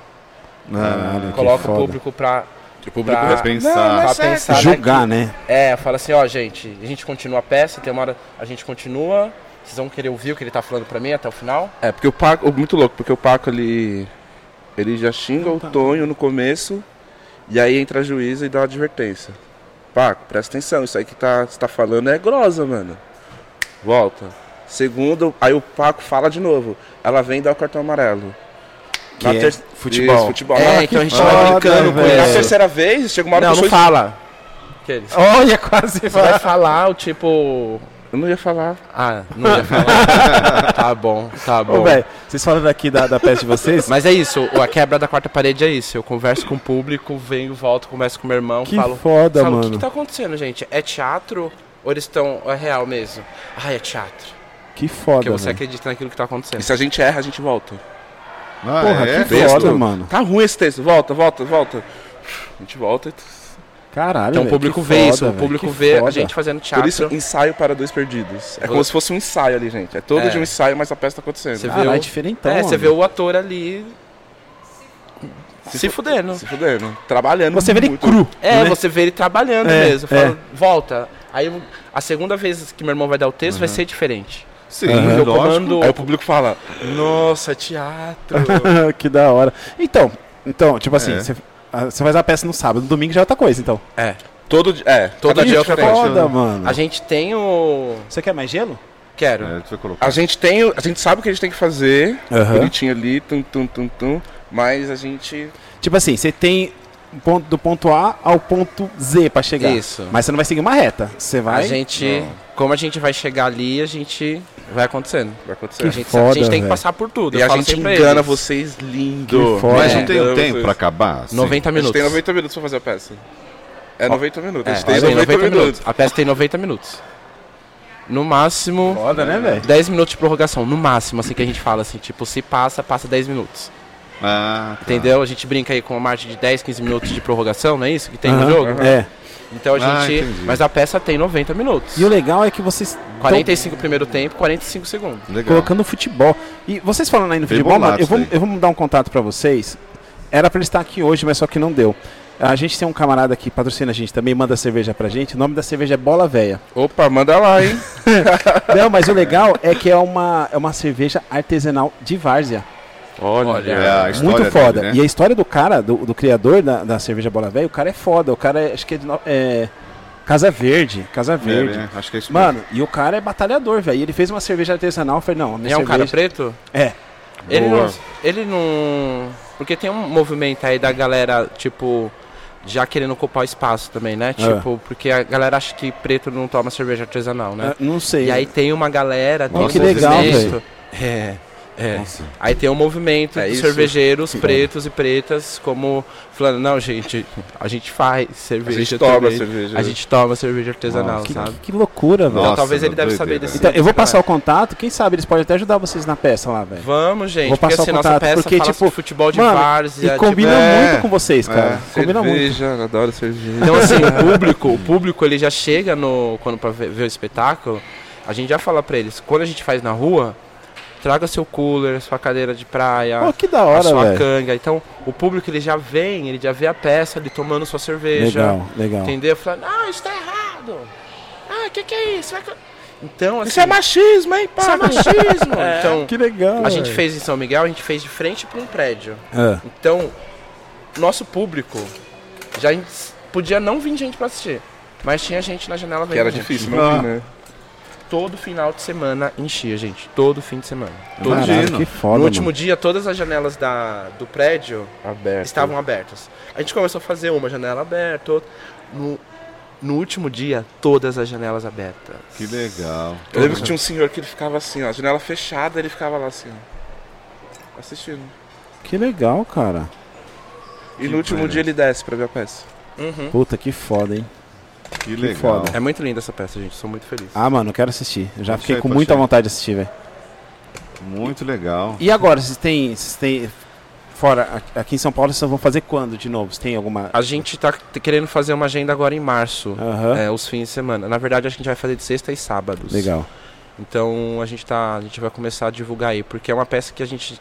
[SPEAKER 1] Caralho, que
[SPEAKER 5] Coloca o
[SPEAKER 1] foda.
[SPEAKER 5] público pra,
[SPEAKER 2] O público
[SPEAKER 5] Pra-
[SPEAKER 2] vai pensar.
[SPEAKER 5] pra pensar
[SPEAKER 1] Julgar, né?
[SPEAKER 5] é, fala assim, ó, gente, a gente continua a peça, tem uma hora a gente continua, vocês vão querer ouvir o que ele tá falando pra mim até o final?
[SPEAKER 4] É, porque o Paco, muito louco, porque o Paco ele, ele já xinga
[SPEAKER 5] Tá.
[SPEAKER 4] o Tonho no começo e aí entra a juíza e dá uma advertência. Paco, presta atenção, isso aí que tá, você tá falando é grosa, mano. Volta. Segundo, aí o Paco fala de novo. Ela vem e dá o cartão amarelo.
[SPEAKER 1] Que é futebol.
[SPEAKER 4] Isso, futebol.
[SPEAKER 5] É,
[SPEAKER 4] Na-
[SPEAKER 5] então a gente
[SPEAKER 1] foda,
[SPEAKER 5] vai brincando com
[SPEAKER 1] velho.
[SPEAKER 4] na
[SPEAKER 5] ele.
[SPEAKER 4] terceira vez, chega uma hora
[SPEAKER 5] Não,
[SPEAKER 4] que
[SPEAKER 5] não
[SPEAKER 4] eu sou...
[SPEAKER 5] fala. Que eles-
[SPEAKER 1] Olha, quase
[SPEAKER 5] Você vai falar o tipo...
[SPEAKER 4] Eu não ia falar.
[SPEAKER 5] Ah, não ia falar. tá bom, tá
[SPEAKER 1] Ô,
[SPEAKER 5] bom.
[SPEAKER 1] velho, vocês falaram aqui da, da peça de vocês?
[SPEAKER 5] Mas é isso, o- a quebra da quarta parede é isso. Eu converso com o público, venho, volto, converso com o meu irmão,
[SPEAKER 1] que
[SPEAKER 5] falo...
[SPEAKER 1] foda,
[SPEAKER 5] falo, o que,
[SPEAKER 1] mano.
[SPEAKER 5] que tá acontecendo, gente? É teatro ou eles estão... é real mesmo? Ah, é teatro.
[SPEAKER 1] Que foda.
[SPEAKER 5] Porque você
[SPEAKER 1] velho.
[SPEAKER 5] acredita naquilo que tá acontecendo.
[SPEAKER 4] E se a gente erra, a gente volta.
[SPEAKER 2] Ah,
[SPEAKER 1] Porra,
[SPEAKER 2] é?
[SPEAKER 1] que foda, mano.
[SPEAKER 4] Tá ruim esse texto, volta, volta, volta. A gente volta e
[SPEAKER 1] Caralho.
[SPEAKER 5] Então o
[SPEAKER 1] velho,
[SPEAKER 5] público
[SPEAKER 1] que
[SPEAKER 5] vê
[SPEAKER 1] foda,
[SPEAKER 5] isso, o
[SPEAKER 1] velho,
[SPEAKER 5] público
[SPEAKER 1] que
[SPEAKER 5] vê a
[SPEAKER 1] foda.
[SPEAKER 5] gente fazendo teatro.
[SPEAKER 4] Por isso, ensaio para dois perdidos. É como se fosse um ensaio ali, gente. É todo
[SPEAKER 5] É.
[SPEAKER 4] de um ensaio, mas a peça tá acontecendo.
[SPEAKER 5] Você
[SPEAKER 1] Caralho,
[SPEAKER 5] vê o-
[SPEAKER 1] é diferentão.
[SPEAKER 5] é, você
[SPEAKER 1] mano.
[SPEAKER 5] vê o ator ali se, fudendo.
[SPEAKER 4] Se fudendo. Trabalhando.
[SPEAKER 1] Você vê ele
[SPEAKER 4] muito.
[SPEAKER 1] cru.
[SPEAKER 5] É,
[SPEAKER 1] né?
[SPEAKER 5] você vê ele trabalhando
[SPEAKER 1] É,
[SPEAKER 5] mesmo.
[SPEAKER 1] é.
[SPEAKER 5] Fala, volta. Aí eu- a segunda vez que meu irmão vai dar o texto vai ser diferente.
[SPEAKER 2] Sim,
[SPEAKER 1] Aham.
[SPEAKER 5] Eu
[SPEAKER 2] É lógico.
[SPEAKER 5] comando.
[SPEAKER 4] Aí o público fala. é
[SPEAKER 5] Nossa, teatro.
[SPEAKER 1] que da hora. Então, então, tipo assim,
[SPEAKER 2] É.
[SPEAKER 1] você a- você faz a peça no sábado, no domingo já é outra coisa, então.
[SPEAKER 5] é.
[SPEAKER 4] Todo dia. É,
[SPEAKER 5] Todo
[SPEAKER 4] cada
[SPEAKER 5] dia é outra
[SPEAKER 1] que
[SPEAKER 4] diferente.
[SPEAKER 1] foda, mano.
[SPEAKER 5] A gente tem o.
[SPEAKER 1] Você quer mais gelo?
[SPEAKER 5] Quero.
[SPEAKER 2] É, deixa eu colocar.
[SPEAKER 4] A gente tem. o- A gente sabe o que a gente tem que fazer.
[SPEAKER 1] Aham.
[SPEAKER 4] Bonitinho ali, tum, tum, tum, tum. Mas a gente.
[SPEAKER 1] Tipo assim, você tem ponto, do ponto A ao ponto Z pra chegar.
[SPEAKER 2] Então.
[SPEAKER 5] Isso.
[SPEAKER 1] Mas você não vai seguir uma reta. Você vai.
[SPEAKER 5] A gente, como a gente vai chegar ali, a gente vai acontecendo.
[SPEAKER 4] Vai acontecer.
[SPEAKER 5] A
[SPEAKER 1] Que
[SPEAKER 5] gente,
[SPEAKER 1] foda,
[SPEAKER 5] a gente tem
[SPEAKER 1] velho.
[SPEAKER 5] que passar por tudo.
[SPEAKER 4] E
[SPEAKER 5] eu
[SPEAKER 4] a
[SPEAKER 5] falo
[SPEAKER 4] gente
[SPEAKER 5] sempre pra
[SPEAKER 4] engana
[SPEAKER 5] eles.
[SPEAKER 4] vocês lindo.
[SPEAKER 1] Que foda.
[SPEAKER 2] Mas
[SPEAKER 5] É.
[SPEAKER 2] não tem o
[SPEAKER 4] Eu
[SPEAKER 2] tempo
[SPEAKER 4] fiz.
[SPEAKER 2] pra acabar? assim?
[SPEAKER 5] 90
[SPEAKER 4] A gente
[SPEAKER 5] minutos.
[SPEAKER 4] tem 90 minutos pra fazer a peça. É 90 minutos. A
[SPEAKER 5] É,
[SPEAKER 4] gente tem
[SPEAKER 5] tem
[SPEAKER 4] 90, minutos.
[SPEAKER 5] A peça tem 90 minutos. No máximo,
[SPEAKER 1] Foda, né, velho?
[SPEAKER 5] 10 minutos de prorrogação. No máximo, assim que a gente fala, assim, tipo, se passa, passa 10 minutos.
[SPEAKER 2] Ah, tá.
[SPEAKER 5] Entendeu? A gente brinca aí com uma margem de 10, 15 minutos de prorrogação, não é isso que
[SPEAKER 2] um
[SPEAKER 5] tem
[SPEAKER 1] Aham,
[SPEAKER 5] no jogo?
[SPEAKER 1] É.
[SPEAKER 5] Então a
[SPEAKER 2] Ah,
[SPEAKER 5] gente.
[SPEAKER 2] entendi.
[SPEAKER 5] mas a peça tem 90 minutos.
[SPEAKER 1] E o legal é que vocês. tão
[SPEAKER 5] 45 primeiro tempo, 45 segundos.
[SPEAKER 2] Legal.
[SPEAKER 1] colocando futebol. E vocês falando aí no
[SPEAKER 2] Bem
[SPEAKER 1] futebol,
[SPEAKER 2] bolado
[SPEAKER 1] mano, eu vou,
[SPEAKER 2] isso daí.
[SPEAKER 1] eu vou mudar um contato pra vocês. Era pra ele estar aqui hoje, mas só que não deu. A gente tem um camarada aqui, patrocina a gente também, manda cerveja pra gente. O nome da cerveja é Bola Véia.
[SPEAKER 4] Opa, manda lá, hein?
[SPEAKER 1] Não, mas o legal é que é uma, é uma cerveja artesanal de várzea.
[SPEAKER 4] Olha.
[SPEAKER 2] É a história
[SPEAKER 1] Muito foda.
[SPEAKER 2] dele, né?
[SPEAKER 1] E a história do cara, do, do criador da, da cerveja Bola Velha, o cara é foda. O cara é, acho que é, de no- é, Casa Verde. Casa
[SPEAKER 2] É,
[SPEAKER 1] Verde.
[SPEAKER 2] né? Acho que é isso
[SPEAKER 1] Mano, e o cara é batalhador, velho. E Ele fez uma cerveja artesanal. Eu falei, não, a minha
[SPEAKER 5] é um cara
[SPEAKER 1] cerveja...
[SPEAKER 5] preto?
[SPEAKER 1] É.
[SPEAKER 5] Ele
[SPEAKER 4] Boa.
[SPEAKER 5] não, ele não. Porque tem um movimento aí da galera, tipo, já querendo ocupar o espaço também,
[SPEAKER 1] É.
[SPEAKER 5] né? Tipo, porque a galera acha que preto não toma cerveja artesanal, né?
[SPEAKER 1] Ah, Não sei.
[SPEAKER 5] E aí tem uma galera, tem
[SPEAKER 2] Nossa,
[SPEAKER 1] que
[SPEAKER 5] um
[SPEAKER 1] legal,
[SPEAKER 5] movimento. É. É. Aí tem um movimento
[SPEAKER 4] É
[SPEAKER 5] de
[SPEAKER 4] isso?
[SPEAKER 5] cervejeiros pretos e pretas, como falando, não, gente, a gente faz
[SPEAKER 4] A
[SPEAKER 5] cerveja.
[SPEAKER 4] gente toma a
[SPEAKER 5] também.
[SPEAKER 4] cerveja.
[SPEAKER 5] A gente toma cerveja artesanal,
[SPEAKER 1] que,
[SPEAKER 5] sabe?
[SPEAKER 1] que loucura, velho.
[SPEAKER 2] Nossa,
[SPEAKER 5] então talvez ele deve
[SPEAKER 2] doideira,
[SPEAKER 5] saber
[SPEAKER 2] velho.
[SPEAKER 5] desse.
[SPEAKER 1] Então, eu vou
[SPEAKER 5] desse
[SPEAKER 1] passar o contato. Quem sabe eles podem até ajudar vocês na peça lá, velho.
[SPEAKER 5] Vamos, gente,
[SPEAKER 1] Vou
[SPEAKER 5] porque
[SPEAKER 1] passar
[SPEAKER 5] assim,
[SPEAKER 1] o
[SPEAKER 5] nossa
[SPEAKER 1] contato,
[SPEAKER 5] peça
[SPEAKER 1] porque,
[SPEAKER 5] fala
[SPEAKER 1] tipo,
[SPEAKER 5] de futebol de
[SPEAKER 1] mano,
[SPEAKER 5] várzea,
[SPEAKER 1] E combina
[SPEAKER 5] tipo,
[SPEAKER 2] é,
[SPEAKER 1] muito com vocês, cara. combina muito.
[SPEAKER 4] cerveja, adoro cerveja.
[SPEAKER 5] Então assim, o público, o público ele já chega no quando para ver, ver o espetáculo, a gente já fala pra eles, quando a gente faz na rua, traga seu cooler, sua cadeira de praia,
[SPEAKER 1] Pô, que da
[SPEAKER 5] a
[SPEAKER 1] hora,
[SPEAKER 5] sua
[SPEAKER 1] velho.
[SPEAKER 5] canga. Então, o público ele já vem, ele já vê a peça ali tomando sua cerveja.
[SPEAKER 1] Legal, legal.
[SPEAKER 5] Entendeu? Falando, ah, isso tá errado. Ah, o que, que é isso? Vai co-" Então, assim,
[SPEAKER 4] machismo, hein,
[SPEAKER 5] isso é machismo. Então,
[SPEAKER 1] Que legal.
[SPEAKER 5] a gente
[SPEAKER 1] velho.
[SPEAKER 5] fez em São Miguel, a gente fez de frente pra um prédio.
[SPEAKER 1] Ah,
[SPEAKER 5] Então, nosso público já in- podia não vir gente pra assistir. Mas tinha gente na janela
[SPEAKER 4] Que era
[SPEAKER 5] gente.
[SPEAKER 4] difícil, não vi, né?
[SPEAKER 5] Todo final de semana enchia, gente. Todo fim de semana. Todo
[SPEAKER 2] Imagina.
[SPEAKER 5] dia.
[SPEAKER 1] caralho, que foda,
[SPEAKER 5] No
[SPEAKER 1] mano.
[SPEAKER 5] último dia, todas as janelas da, do prédio
[SPEAKER 4] Aberto.
[SPEAKER 5] estavam abertas. A gente começou a fazer uma janela aberta, outra. No, no último dia, todas as janelas abertas.
[SPEAKER 2] Que legal.
[SPEAKER 4] Eu lembro que tinha um senhor que ele ficava assim, ó, janela fechada, ele ficava lá assim, ó, assistindo.
[SPEAKER 1] Que legal, cara.
[SPEAKER 4] E no último dia ele desce pra ver a peça.
[SPEAKER 5] Uhum.
[SPEAKER 1] Puta, que foda, hein?
[SPEAKER 2] Que legal.
[SPEAKER 1] foda.
[SPEAKER 5] É muito linda essa peça, gente. Sou muito feliz.
[SPEAKER 1] Ah, mano, eu quero assistir. Eu já
[SPEAKER 2] Não
[SPEAKER 1] fiquei
[SPEAKER 2] sei,
[SPEAKER 1] com
[SPEAKER 2] pode
[SPEAKER 1] muita
[SPEAKER 2] ser.
[SPEAKER 1] vontade de assistir, velho.
[SPEAKER 2] Muito legal.
[SPEAKER 1] E agora, vocês têm. Vocês têm. Fora, a- aqui em São Paulo, vocês vão fazer quando de novo? Vocês têm alguma.
[SPEAKER 5] A gente tá t- querendo fazer uma agenda agora em março.
[SPEAKER 1] Aham.
[SPEAKER 5] É, os fins de semana. Na verdade, a gente vai fazer de sexta e sábados.
[SPEAKER 1] Legal.
[SPEAKER 5] Então a gente tá, a gente vai começar a divulgar aí, porque é uma peça que a gente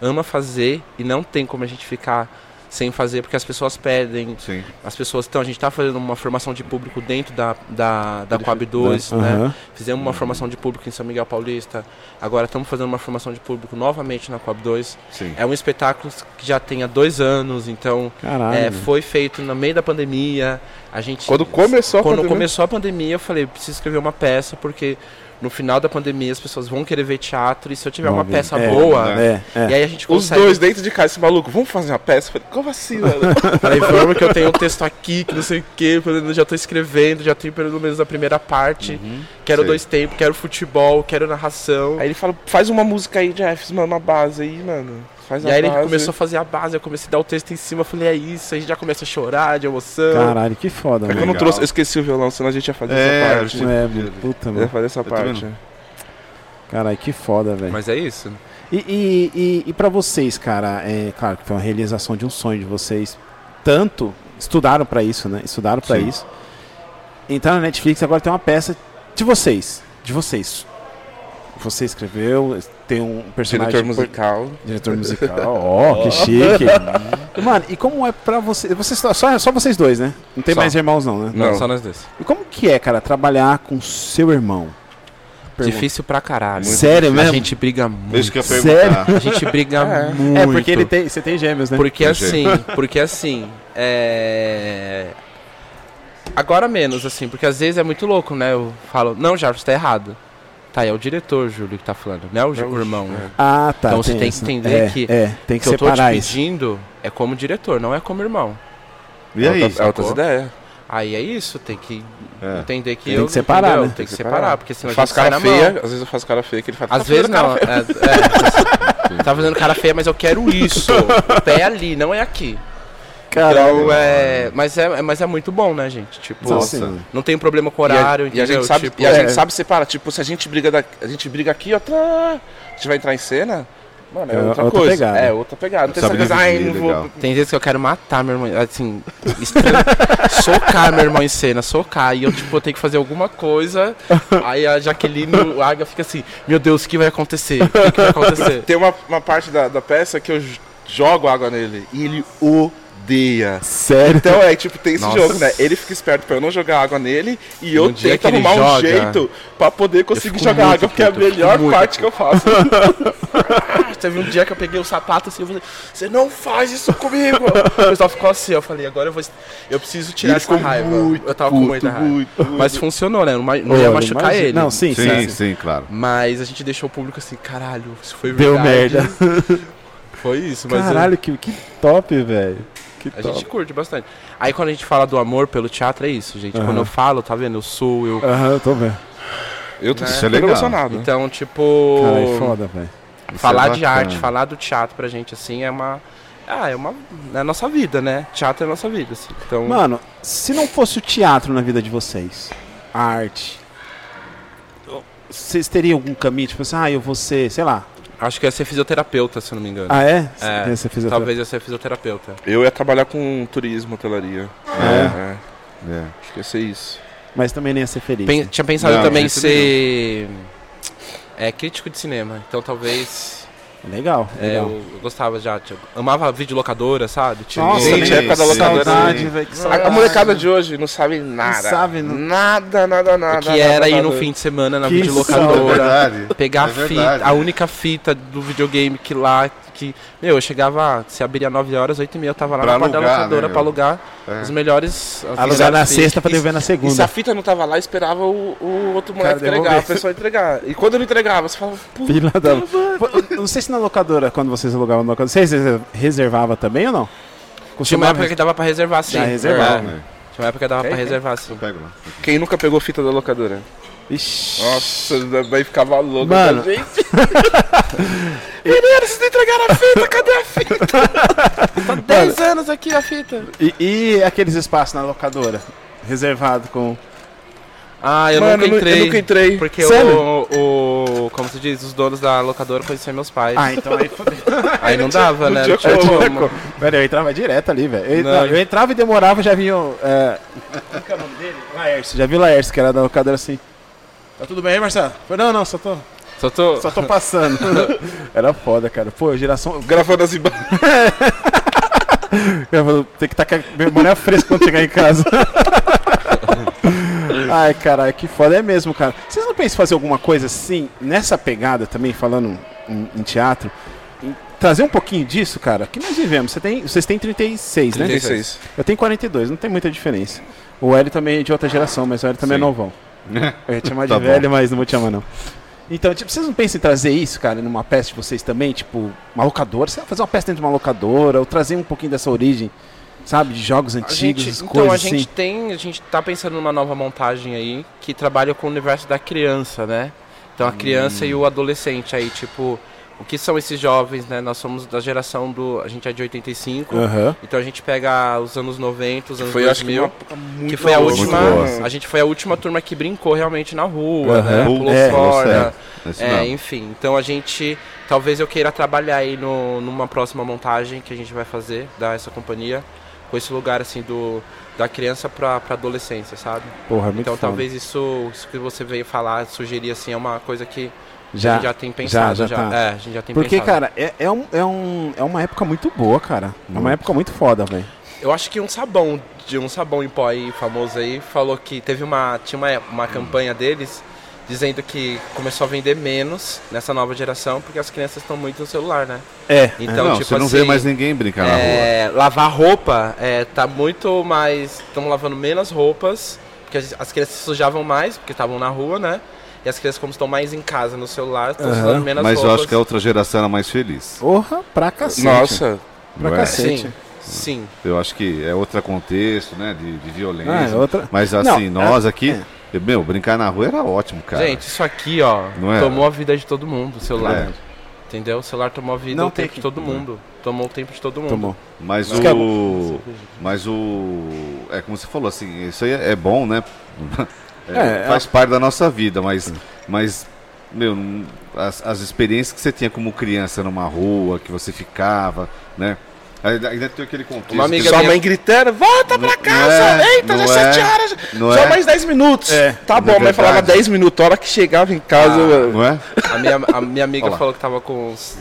[SPEAKER 5] ama fazer e não tem como a gente ficar sem fazer, porque as pessoas pedem,
[SPEAKER 2] Sim.
[SPEAKER 5] as pessoas estão, a gente tá fazendo uma formação de público dentro da da, da Coab 2, né?
[SPEAKER 1] Aham.
[SPEAKER 5] Fizemos uma formação de público em São Miguel Paulista. Agora estamos fazendo uma formação de público novamente na Coab 2.
[SPEAKER 2] Sim.
[SPEAKER 5] É um espetáculo que já tem há dois anos, então
[SPEAKER 1] Caralho.
[SPEAKER 5] é, foi feito no meio da pandemia. A gente
[SPEAKER 4] Quando começou a né?
[SPEAKER 5] quando
[SPEAKER 4] pandemia-
[SPEAKER 5] começou a pandemia, eu falei, preciso escrever uma peça, porque no final da pandemia as pessoas vão querer ver teatro, e se eu tiver uma
[SPEAKER 1] Vamos ver.
[SPEAKER 5] peça
[SPEAKER 1] É,
[SPEAKER 5] boa,
[SPEAKER 1] É, é.
[SPEAKER 5] e aí a gente
[SPEAKER 4] né? Os
[SPEAKER 5] consegue.
[SPEAKER 4] dois né? dentro de casa, esse maluco, vamos fazer uma peça? Eu falei, como assim, mano?
[SPEAKER 5] Aí vamos que eu tenho um texto aqui, que não sei o quê, eu já tô escrevendo, já tenho pelo menos a primeira parte, quero
[SPEAKER 2] sei.
[SPEAKER 5] dois tempos, quero futebol, quero narração.
[SPEAKER 4] Uhum, aí ele fala, faz uma música aí, Jeffs, mano, uma base aí, mano. Faz
[SPEAKER 5] e
[SPEAKER 4] a
[SPEAKER 5] aí ele
[SPEAKER 4] base.
[SPEAKER 5] começou a fazer a base, eu comecei a dar o texto em cima, eu falei, é isso, a gente já começa a chorar de emoção.
[SPEAKER 1] Caralho, que foda,
[SPEAKER 4] É que
[SPEAKER 1] mano.
[SPEAKER 4] eu não
[SPEAKER 2] Legal.
[SPEAKER 4] trouxe, eu esqueci o violão, senão a gente ia fazer
[SPEAKER 2] É,
[SPEAKER 4] essa
[SPEAKER 2] eu
[SPEAKER 4] parte.
[SPEAKER 2] tinha-
[SPEAKER 1] É, mano, puta,
[SPEAKER 4] Eu Ia
[SPEAKER 1] mano.
[SPEAKER 4] fazer essa
[SPEAKER 2] tô
[SPEAKER 4] parte.
[SPEAKER 1] Caralho, que foda, velho.
[SPEAKER 5] Mas é isso.
[SPEAKER 1] E, e, e, e pra vocês, cara, é claro que foi uma realização de um sonho de vocês. Tanto estudaram pra isso, né? Estudaram pra
[SPEAKER 2] Sim.
[SPEAKER 1] isso. Entrar na Netflix agora tem uma peça de vocês. De vocês. Você escreveu, tem um personagem.
[SPEAKER 4] Diretor
[SPEAKER 1] impor-
[SPEAKER 4] musical.
[SPEAKER 1] Diretor musical. Ó, que chique. Mano, e como é pra vocês? Vocês só, só, só vocês dois, né? Não tem
[SPEAKER 5] Só.
[SPEAKER 1] mais irmãos, não, né?
[SPEAKER 4] Não.
[SPEAKER 5] só nós dois.
[SPEAKER 1] E como que é, cara, trabalhar com seu irmão? Pergunta.
[SPEAKER 5] Difícil pra caralho.
[SPEAKER 1] Sério
[SPEAKER 5] a
[SPEAKER 1] mesmo?
[SPEAKER 5] gente briga muito.
[SPEAKER 2] Isso que eu ia
[SPEAKER 1] Sério?
[SPEAKER 2] perguntar.
[SPEAKER 5] A gente briga
[SPEAKER 4] É.
[SPEAKER 5] muito.
[SPEAKER 1] É, porque ele tem, você tem gêmeos, né?
[SPEAKER 5] Porque
[SPEAKER 2] Tem
[SPEAKER 5] assim, porque assim, é... Agora menos, assim, porque às vezes é muito louco, né? Eu falo, não, Jarvis, tá errado. Tá, é o diretor, Júlio, que tá falando, não é o,
[SPEAKER 4] o
[SPEAKER 5] irmão.
[SPEAKER 1] Ah, tá.
[SPEAKER 5] Então você tem que
[SPEAKER 1] essa.
[SPEAKER 5] entender
[SPEAKER 1] é,
[SPEAKER 5] que-
[SPEAKER 1] É, tem
[SPEAKER 5] O
[SPEAKER 1] que
[SPEAKER 5] que eu tô te
[SPEAKER 1] separar isso.
[SPEAKER 5] pedindo é como diretor, não é como irmão.
[SPEAKER 2] E aí?
[SPEAKER 4] É outras ideias.
[SPEAKER 5] Aí é isso, tem que
[SPEAKER 2] É.
[SPEAKER 5] entender que
[SPEAKER 1] Tem
[SPEAKER 5] eu.
[SPEAKER 1] que separar,
[SPEAKER 5] entendeu?
[SPEAKER 1] né?
[SPEAKER 5] Tem que separar, porque senão a
[SPEAKER 4] Eu
[SPEAKER 5] gente
[SPEAKER 4] faço
[SPEAKER 5] sai
[SPEAKER 4] cara
[SPEAKER 5] na
[SPEAKER 4] feia,
[SPEAKER 5] mão.
[SPEAKER 4] às vezes eu faço cara feia que ele fala.
[SPEAKER 5] Às vezes não. É, é. tá fazendo cara feia, mas eu quero isso. O pé é ali, não é aqui. Então, é, mas, é, mas é muito bom, né, gente? Tipo,
[SPEAKER 1] assim.
[SPEAKER 2] Nossa.
[SPEAKER 5] não tem problema com
[SPEAKER 4] E a,
[SPEAKER 5] horário,
[SPEAKER 4] e a gente
[SPEAKER 5] entendeu?
[SPEAKER 4] sabe,
[SPEAKER 5] Tipo,
[SPEAKER 4] e a
[SPEAKER 5] é.
[SPEAKER 4] gente sabe separar. Tipo, se a gente briga da, a gente briga aqui, outra, a gente vai entrar em cena, mano, é,
[SPEAKER 1] É
[SPEAKER 4] outra
[SPEAKER 1] outra
[SPEAKER 4] coisa.
[SPEAKER 1] pegada.
[SPEAKER 4] É outra pegada. Não tem essa
[SPEAKER 2] Sabe
[SPEAKER 4] coisa, ai,
[SPEAKER 2] dividir,
[SPEAKER 4] não
[SPEAKER 2] legal.
[SPEAKER 4] vou.
[SPEAKER 5] Tem vezes que eu quero matar meu irmão, assim, estran- socar meu irmão em cena, socar. E eu, tipo, eu tenho que fazer alguma coisa. Aí a Jaqueline, o Aga fica assim, meu Deus, o que vai acontecer? O que, que vai acontecer?
[SPEAKER 4] Tem uma, uma parte da, da peça que eu j- jogo água nele e ele odeia.
[SPEAKER 1] Sério?
[SPEAKER 4] Então é tipo, tem esse
[SPEAKER 5] Nossa.
[SPEAKER 4] jogo, né? Ele fica esperto pra eu não jogar água nele e eu
[SPEAKER 5] No dia
[SPEAKER 4] tento
[SPEAKER 5] que ele
[SPEAKER 4] arrumar um
[SPEAKER 5] joga,
[SPEAKER 4] jeito pra poder conseguir
[SPEAKER 5] fico
[SPEAKER 4] jogar
[SPEAKER 5] muito
[SPEAKER 4] água, porque é a
[SPEAKER 5] puto, eu fico
[SPEAKER 4] melhor
[SPEAKER 5] muito
[SPEAKER 4] parte que eu faço.
[SPEAKER 5] Ah, teve um dia que eu peguei o sapato assim, eu falei, você não faz isso comigo! O pessoal ficou assim, eu falei, agora eu vou. Eu preciso tirar essa raiva. eu tava com muita raiva. Mas funcionou, né? Não, ma- não ia
[SPEAKER 1] Olha,
[SPEAKER 5] machucar
[SPEAKER 1] imagina-
[SPEAKER 5] ele.
[SPEAKER 1] Não, sim, sim.
[SPEAKER 2] Sim,
[SPEAKER 1] sim.
[SPEAKER 2] sim, claro.
[SPEAKER 5] Mas a gente deixou o público assim, caralho, isso foi
[SPEAKER 1] Deu
[SPEAKER 5] verdade.
[SPEAKER 1] merda.
[SPEAKER 5] Foi isso, mas. eu-
[SPEAKER 1] Caralho, que, que top, velho. Que
[SPEAKER 5] A
[SPEAKER 1] top.
[SPEAKER 5] gente curte bastante. Aí quando a gente fala do amor pelo teatro, é isso, gente. Quando eu falo, tá vendo? Eu sou, eu.
[SPEAKER 1] Aham, eu tô vendo.
[SPEAKER 4] Eu tô
[SPEAKER 2] Isso é
[SPEAKER 4] super
[SPEAKER 2] legal.
[SPEAKER 4] emocionado.
[SPEAKER 5] Então, tipo.
[SPEAKER 1] Caralho, é foda, velho.
[SPEAKER 2] Isso
[SPEAKER 5] falar
[SPEAKER 2] é
[SPEAKER 5] de
[SPEAKER 2] bacana.
[SPEAKER 5] arte, falar do teatro pra gente, assim, é uma. Ah, é uma. É a nossa vida, né? Teatro é a nossa vida, assim. Então.
[SPEAKER 1] Mano, se não fosse o teatro na vida de vocês, a arte, vocês teriam algum caminho? Tipo assim, ah, eu vou ser, sei lá.
[SPEAKER 5] Acho que eu ia ser fisioterapeuta, se eu não me engano.
[SPEAKER 1] Ah, é?
[SPEAKER 5] É,
[SPEAKER 1] Você fez a-
[SPEAKER 5] Talvez eu ia ser fisioterapeuta.
[SPEAKER 4] Eu ia trabalhar com turismo, hotelaria.
[SPEAKER 1] É.
[SPEAKER 4] É, acho que ia ser isso.
[SPEAKER 1] Mas também nem ia ser feliz.
[SPEAKER 5] Pen- tinha pensado
[SPEAKER 2] Não,
[SPEAKER 5] também em
[SPEAKER 2] isso
[SPEAKER 5] ser. É crítico de cinema. Então talvez.
[SPEAKER 1] Legal.
[SPEAKER 5] é,
[SPEAKER 1] legal.
[SPEAKER 5] eu, eu gostava já. Tipo, amava videolocadora, sabe? Tipo,
[SPEAKER 1] Nossa,
[SPEAKER 2] Sim,
[SPEAKER 1] né?
[SPEAKER 2] tinha época da locadora,
[SPEAKER 1] Saudade,
[SPEAKER 2] né?
[SPEAKER 1] velho. que
[SPEAKER 4] A, a
[SPEAKER 1] saudade.
[SPEAKER 4] molecada de hoje não sabe nada.
[SPEAKER 1] sabe, Ah. não-
[SPEAKER 4] Nada, nada, nada.
[SPEAKER 5] É que era
[SPEAKER 4] nada,
[SPEAKER 5] ir
[SPEAKER 4] nada.
[SPEAKER 5] no fim de semana na
[SPEAKER 1] Que
[SPEAKER 2] É
[SPEAKER 5] videolocadora.
[SPEAKER 2] verdade.
[SPEAKER 5] pegar
[SPEAKER 2] É
[SPEAKER 5] a
[SPEAKER 2] verdade.
[SPEAKER 5] fita, a única fita do videogame que lá, que, meu, eu chegava, se abria 9 horas, 8 e meia, eu tava lá
[SPEAKER 2] Pra
[SPEAKER 5] na porta da
[SPEAKER 2] alugar,
[SPEAKER 5] locadora
[SPEAKER 2] né,
[SPEAKER 5] pra alugar
[SPEAKER 2] É.
[SPEAKER 5] os melhores...
[SPEAKER 1] Alugar
[SPEAKER 5] as
[SPEAKER 1] na
[SPEAKER 5] melhores fitas.
[SPEAKER 1] sexta pra dever na
[SPEAKER 4] E se a
[SPEAKER 1] segunda.
[SPEAKER 4] fita não tava lá, esperava o, o outro moleque
[SPEAKER 1] Cara,
[SPEAKER 4] entregar, a
[SPEAKER 1] devolver.
[SPEAKER 4] pessoa entregar. E quando ele entregava, você falava, pô,
[SPEAKER 1] Filha da- Pô, Não sei se na locadora, quando vocês alugavam na locadora, vocês reser- reservava também ou não?
[SPEAKER 5] Tinha uma
[SPEAKER 1] Costumava
[SPEAKER 5] época que dava pra reservar, sim.
[SPEAKER 1] Já reservava,
[SPEAKER 5] É,
[SPEAKER 2] né?
[SPEAKER 5] Tinha uma época que dava pra reservar, sim.
[SPEAKER 2] Pega lá.
[SPEAKER 4] quem nunca pegou fita da locadora?
[SPEAKER 1] Ixi.
[SPEAKER 4] Nossa, daí ficava louco.
[SPEAKER 1] Mano.
[SPEAKER 4] da gente. Menino, vocês não entregaram a fita, cadê a fita?
[SPEAKER 5] Tá 10 anos aqui a fita.
[SPEAKER 1] E, e aqueles espaços na locadora? Reservado com.
[SPEAKER 5] Ah, eu
[SPEAKER 4] Mano,
[SPEAKER 5] nunca entrei.
[SPEAKER 4] Eu nunca entrei.
[SPEAKER 5] Porque
[SPEAKER 1] Sério?
[SPEAKER 5] o, o- Como se diz, os donos da locadora conheciam meus pais.
[SPEAKER 1] Ah, então aí fodeu.
[SPEAKER 5] aí não dava, né?
[SPEAKER 4] tinha
[SPEAKER 5] Não tinha como.
[SPEAKER 1] Velho, eu entrava direto ali, velho. Eu,
[SPEAKER 5] Não.
[SPEAKER 1] não, eu entrava e demorava, já vinha. o, É... Qual que é o nome dele? Laércio. Já vi o Laércio, que era da locadora assim. Tá tudo bem aí, Marcelo? Falei, não, não, só tô,
[SPEAKER 5] Só tô...
[SPEAKER 1] só tô passando. era foda, cara. Pô, geração.
[SPEAKER 4] Gravando as imagens.
[SPEAKER 1] Eu falo, Tem que estar com a memória fresca quando chegar em casa. Ai, caralho, que foda é mesmo, cara. Vocês não pensam em fazer alguma coisa assim, nessa pegada também, falando em, em teatro? em Trazer um pouquinho disso, cara, que nós vivemos. Você tem, vocês têm 36, né?
[SPEAKER 4] 36.
[SPEAKER 1] Eu tenho 42, não tem muita diferença. O Hélio também é de outra geração, mas o Hélio também é
[SPEAKER 2] Sim.
[SPEAKER 1] novão. Eu ia te chamar de
[SPEAKER 2] Tá bom.
[SPEAKER 1] velho, mas não vou te chamar, não. Então, tipo, vocês não pensam em trazer isso, cara, numa peça de vocês também? Tipo, uma locadora? Você vai fazer uma peça dentro de uma locadora? Ou trazer um pouquinho dessa origem, sabe? De jogos
[SPEAKER 5] A
[SPEAKER 1] antigos,
[SPEAKER 5] gente,
[SPEAKER 1] essas
[SPEAKER 5] então
[SPEAKER 1] coisas
[SPEAKER 5] a gente
[SPEAKER 1] assim.
[SPEAKER 5] tem, a gente tá pensando numa nova montagem aí que trabalha com o universo da criança, né? Então a criança
[SPEAKER 4] Hum.
[SPEAKER 5] e o adolescente aí, tipo, o que são esses jovens, né? Nós somos da geração do, a gente é de 85.
[SPEAKER 1] Aham.
[SPEAKER 5] Então a gente pega os anos 90, os anos
[SPEAKER 4] Foi, acho que
[SPEAKER 5] 2000,
[SPEAKER 4] uma
[SPEAKER 5] que,
[SPEAKER 4] época muito
[SPEAKER 5] foi a
[SPEAKER 4] boa.
[SPEAKER 5] última,
[SPEAKER 2] Muito
[SPEAKER 5] a gente foi a última turma que brincou realmente na rua,
[SPEAKER 1] Aham.
[SPEAKER 5] né? Pulou
[SPEAKER 1] É,
[SPEAKER 5] fora,
[SPEAKER 2] Esse
[SPEAKER 5] é,
[SPEAKER 2] não.
[SPEAKER 5] enfim, então a gente. Talvez eu queira trabalhar aí no, numa próxima montagem que a gente vai fazer da essa companhia, com esse lugar assim do da criança pra, pra adolescência, sabe?
[SPEAKER 1] Porra, é muito
[SPEAKER 5] então
[SPEAKER 1] foda.
[SPEAKER 5] talvez isso, isso que você veio falar, sugerir assim, é uma coisa que a
[SPEAKER 1] Já.
[SPEAKER 5] gente já tem pensado.
[SPEAKER 1] já tá.
[SPEAKER 5] É, a gente já tem
[SPEAKER 1] Porque,
[SPEAKER 5] pensado.
[SPEAKER 1] cara, é, é, um, é, um, é uma época muito boa, cara. É uma época muito foda, velho.
[SPEAKER 5] Eu acho que um sabão, de um sabão em pó aí, famoso aí, falou que teve uma. Tinha uma, uma campanha deles dizendo que começou a vender menos nessa nova geração, porque as crianças estão muito no celular, né?
[SPEAKER 1] É.
[SPEAKER 5] Então,
[SPEAKER 2] não,
[SPEAKER 5] tipo
[SPEAKER 2] você não
[SPEAKER 5] assim,
[SPEAKER 2] vê mais ninguém brincar na rua.
[SPEAKER 5] É, lavar roupa é, tá muito mais. Estamos lavando menos roupas, porque as, as crianças se sujavam mais, porque estavam na rua, né? E as crianças, como estão mais em casa no celular, estão
[SPEAKER 1] Aham.
[SPEAKER 5] usando menos
[SPEAKER 2] Mas eu
[SPEAKER 5] é
[SPEAKER 2] é
[SPEAKER 5] roupas.
[SPEAKER 2] acho que a outra geração era mais feliz.
[SPEAKER 1] Porra, pra cacete.
[SPEAKER 4] Nossa,
[SPEAKER 1] pra
[SPEAKER 2] Ué.
[SPEAKER 1] cacete.
[SPEAKER 5] Sim, Sim.
[SPEAKER 2] Eu acho que é outro contexto, né? De, de violência.
[SPEAKER 1] Ah, é outra-
[SPEAKER 2] Mas
[SPEAKER 1] Não,
[SPEAKER 2] assim,
[SPEAKER 1] é-
[SPEAKER 2] nós aqui.
[SPEAKER 1] é.
[SPEAKER 2] Meu, brincar na rua era ótimo, cara.
[SPEAKER 5] Gente, isso aqui, ó,
[SPEAKER 2] Não é?
[SPEAKER 5] tomou a vida de todo mundo, o celular.
[SPEAKER 2] É.
[SPEAKER 5] Entendeu? O celular tomou a vida,
[SPEAKER 1] Não
[SPEAKER 5] o
[SPEAKER 1] tem
[SPEAKER 5] tempo
[SPEAKER 1] que-
[SPEAKER 5] de todo mundo. Tomou o tempo de todo mundo.
[SPEAKER 1] Tomou.
[SPEAKER 2] Mas
[SPEAKER 1] Mas que é
[SPEAKER 2] o. Mas o. É como você falou, assim, isso aí é é bom, né? É,
[SPEAKER 1] É,
[SPEAKER 2] faz parte da nossa vida, mas. Mas, meu, não- as, as experiências que você tinha como criança numa rua, que você ficava, né? Ainda, ainda tem aquele contexto.
[SPEAKER 5] Uma amiga
[SPEAKER 4] Sua
[SPEAKER 5] minha-
[SPEAKER 4] mãe gritando, volta pra casa!
[SPEAKER 2] é,
[SPEAKER 4] Eita,
[SPEAKER 2] não
[SPEAKER 4] já é 7
[SPEAKER 2] é,
[SPEAKER 4] horas!
[SPEAKER 2] não
[SPEAKER 4] Só
[SPEAKER 2] é.
[SPEAKER 4] mais 10 minutos!
[SPEAKER 1] É,
[SPEAKER 4] tá
[SPEAKER 2] não
[SPEAKER 4] bom,
[SPEAKER 2] é
[SPEAKER 4] a mãe falava
[SPEAKER 2] verdade.
[SPEAKER 4] 10 minutos, a hora que chegava em casa.
[SPEAKER 1] Ah,
[SPEAKER 4] mano.
[SPEAKER 2] Não é?
[SPEAKER 5] A minha, a minha amiga
[SPEAKER 2] Olha lá.
[SPEAKER 5] falou que tava com os-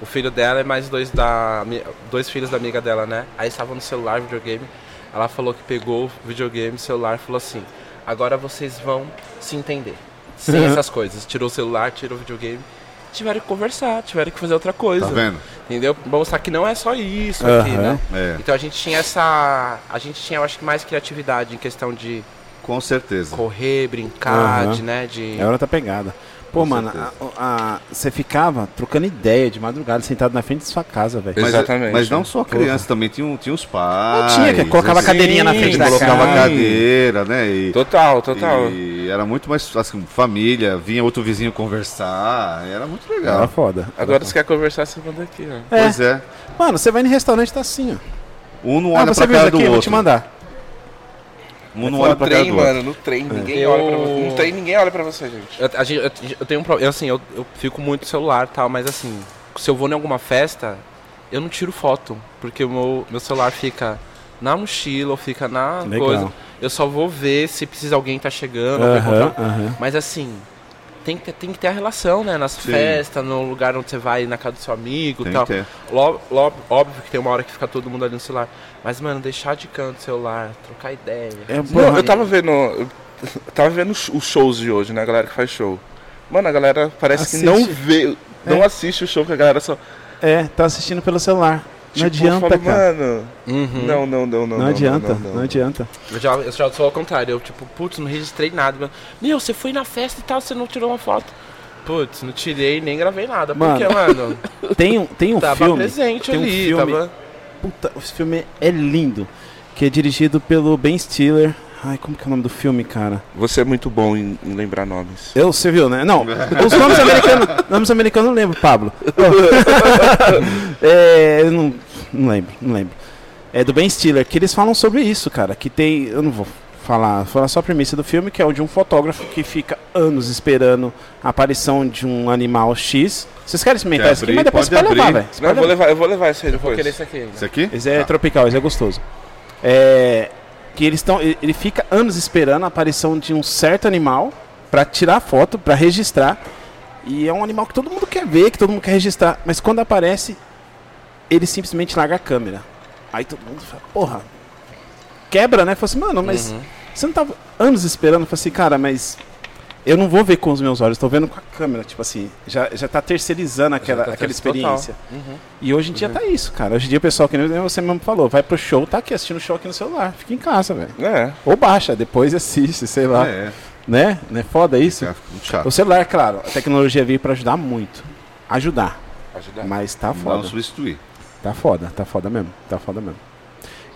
[SPEAKER 5] o filho dela e mais dois, da, ami- dois filhos da amiga dela, né? Aí estavam no celular, videogame. Ela falou que pegou o videogame, celular e falou assim: agora vocês vão se entender. Sem
[SPEAKER 2] Uhum.
[SPEAKER 5] essas coisas. Tirou o celular, tirou o videogame. Tiveram que conversar, tiveram que fazer outra coisa.
[SPEAKER 2] Tá vendo?
[SPEAKER 5] Entendeu? Pra Mostrar que não é só isso aqui,
[SPEAKER 1] Aham.
[SPEAKER 5] né?
[SPEAKER 2] É,
[SPEAKER 5] Então a gente tinha essa. A gente tinha, eu acho que mais criatividade em questão de
[SPEAKER 2] com certeza.
[SPEAKER 5] correr, brincar,
[SPEAKER 1] Aham.
[SPEAKER 5] de, né? De.
[SPEAKER 1] É hora da pegada. Pô, mano, você ficava trocando ideia de madrugada, sentado na frente de sua casa, velho.
[SPEAKER 2] Mas,
[SPEAKER 4] Exatamente,
[SPEAKER 2] mas não
[SPEAKER 4] né?
[SPEAKER 2] só criança, também tinha, um- tinha os
[SPEAKER 1] Não
[SPEAKER 2] pais.
[SPEAKER 1] tinha, que colocava a
[SPEAKER 2] assim,
[SPEAKER 1] cadeirinha na frente da
[SPEAKER 4] colocava
[SPEAKER 1] casa.
[SPEAKER 2] colocava
[SPEAKER 4] Sim.
[SPEAKER 2] cadeira, né? E,
[SPEAKER 4] Total, total.
[SPEAKER 2] E era muito mais assim, família, vinha outro vizinho conversar, era muito legal.
[SPEAKER 1] Era é foda.
[SPEAKER 4] Agora você quer conversar, você manda aqui, ó.
[SPEAKER 1] É.
[SPEAKER 2] Pois é.
[SPEAKER 1] Mano, você vai no restaurante tá assim, ó.
[SPEAKER 2] Um não
[SPEAKER 1] Ah,
[SPEAKER 2] olha
[SPEAKER 1] você
[SPEAKER 2] pra
[SPEAKER 1] viu isso
[SPEAKER 2] cara do
[SPEAKER 1] aqui? Eu vou te
[SPEAKER 2] outro.
[SPEAKER 1] mandar.
[SPEAKER 2] Um não olha pra cara do outro.
[SPEAKER 4] no trem, ninguém
[SPEAKER 5] Eu-
[SPEAKER 4] você. No trem, ninguém olha pra você, gente.
[SPEAKER 5] Eu, a gente- eu, eu tenho um problema. Assim, eu, eu fico muito no celular e tal, mas assim, se eu vou em alguma festa, eu não tiro foto. Porque o meu, meu celular fica na mochila ou fica na
[SPEAKER 1] Legal.
[SPEAKER 5] coisa. Eu só vou ver se precisa alguém tá chegando. ou quer
[SPEAKER 1] Aham,
[SPEAKER 5] encontrar-
[SPEAKER 1] aham.
[SPEAKER 5] Mas assim, tem que, ter- tem que ter a relação, né? Nas festas, no lugar onde você vai, na casa do seu amigo e
[SPEAKER 2] Tem
[SPEAKER 5] tal.
[SPEAKER 2] que ter.
[SPEAKER 5] Lo- lo- óbvio que tem uma hora que fica todo mundo ali no celular. Mas, mano, deixar de canto o celular, trocar ideia.
[SPEAKER 1] É,
[SPEAKER 4] Não,
[SPEAKER 1] porra,
[SPEAKER 4] eu tava vendo. Eu tava vendo os os shows de hoje, né? A galera que faz show. Mano, a galera parece
[SPEAKER 1] Assiste.
[SPEAKER 4] que não vê. Não assiste o show que a galera só.
[SPEAKER 1] é, tá assistindo pelo celular.
[SPEAKER 4] Tipo,
[SPEAKER 1] não adianta,
[SPEAKER 4] fala,
[SPEAKER 1] cara.
[SPEAKER 4] Mano,
[SPEAKER 5] Uhum.
[SPEAKER 4] não, não, Hum. não, não.
[SPEAKER 1] Não, adianta, não,
[SPEAKER 4] não, não.
[SPEAKER 1] adianta.
[SPEAKER 5] Eu já, eu já sou ao contrário, eu tipo, putz, não registrei nada. Meu, meu, você foi na festa e tal, você não tirou uma foto. Putz, não tirei nem gravei nada.
[SPEAKER 1] Mano.
[SPEAKER 5] Porque, mano,
[SPEAKER 1] Tem um, tem um
[SPEAKER 5] tava
[SPEAKER 1] filme.
[SPEAKER 5] presente
[SPEAKER 1] tem um
[SPEAKER 5] ali,
[SPEAKER 1] filme-
[SPEAKER 5] tava.
[SPEAKER 1] Puta, esse filme é lindo. Que é dirigido pelo Ben Stiller. Ai, como que é o nome do filme, cara?
[SPEAKER 4] Você é muito bom em, em lembrar nomes.
[SPEAKER 1] Eu, você viu, né? Não, os nomes americanos. Nomes americanos eu lembro, Pablo. é, eu não, não lembro, não lembro. É do Ben Stiller, que eles falam sobre isso, cara. Que tem. Eu não vou falar, vou falar só a premissa do filme, que é o de um fotógrafo que fica anos esperando a aparição de um animal X. Vocês querem experimentar
[SPEAKER 2] Quer
[SPEAKER 1] isso aqui,
[SPEAKER 2] abrir?
[SPEAKER 1] mas depois
[SPEAKER 2] Pode
[SPEAKER 1] você pode levar,
[SPEAKER 2] abrir.
[SPEAKER 1] velho. Você
[SPEAKER 4] Não, eu
[SPEAKER 1] pode
[SPEAKER 4] vou levar, eu vou levar esse aí depois.
[SPEAKER 5] Vou querer esse aqui ainda.
[SPEAKER 2] Esse aqui?
[SPEAKER 1] Esse é
[SPEAKER 2] Tá.
[SPEAKER 1] tropical, esse é gostoso. É, que eles estão, ele ele fica anos esperando a aparição de um certo animal pra tirar foto, pra registrar. E é um animal que todo mundo quer ver, que todo mundo quer registrar, mas quando aparece, ele simplesmente larga a câmera. Aí todo mundo fala, porra, quebra, né? Fala assim, mano, mas você não tava anos esperando? Fala assim, cara, mas eu não vou ver com os meus olhos, tô vendo com a câmera, tipo assim, já, já tá terceirizando aquela,
[SPEAKER 5] tá
[SPEAKER 1] aquela
[SPEAKER 5] terce- total.
[SPEAKER 1] experiência. E hoje em dia tá isso, cara. Hoje em dia o pessoal, que nem você mesmo falou, vai pro show, tá aqui assistindo o show aqui no celular, fica em casa, velho.
[SPEAKER 4] É.
[SPEAKER 1] Ou baixa, depois assiste, sei lá.
[SPEAKER 2] É, é.
[SPEAKER 1] Né? Não é foda isso?
[SPEAKER 2] Cara, fica muito chato.
[SPEAKER 1] O celular, claro, a tecnologia veio pra ajudar muito. Ajudar.
[SPEAKER 4] Ajudar.
[SPEAKER 1] Mas tá
[SPEAKER 2] Não
[SPEAKER 1] foda.
[SPEAKER 2] um substituir.
[SPEAKER 1] Tá foda, tá foda mesmo. Tá foda mesmo.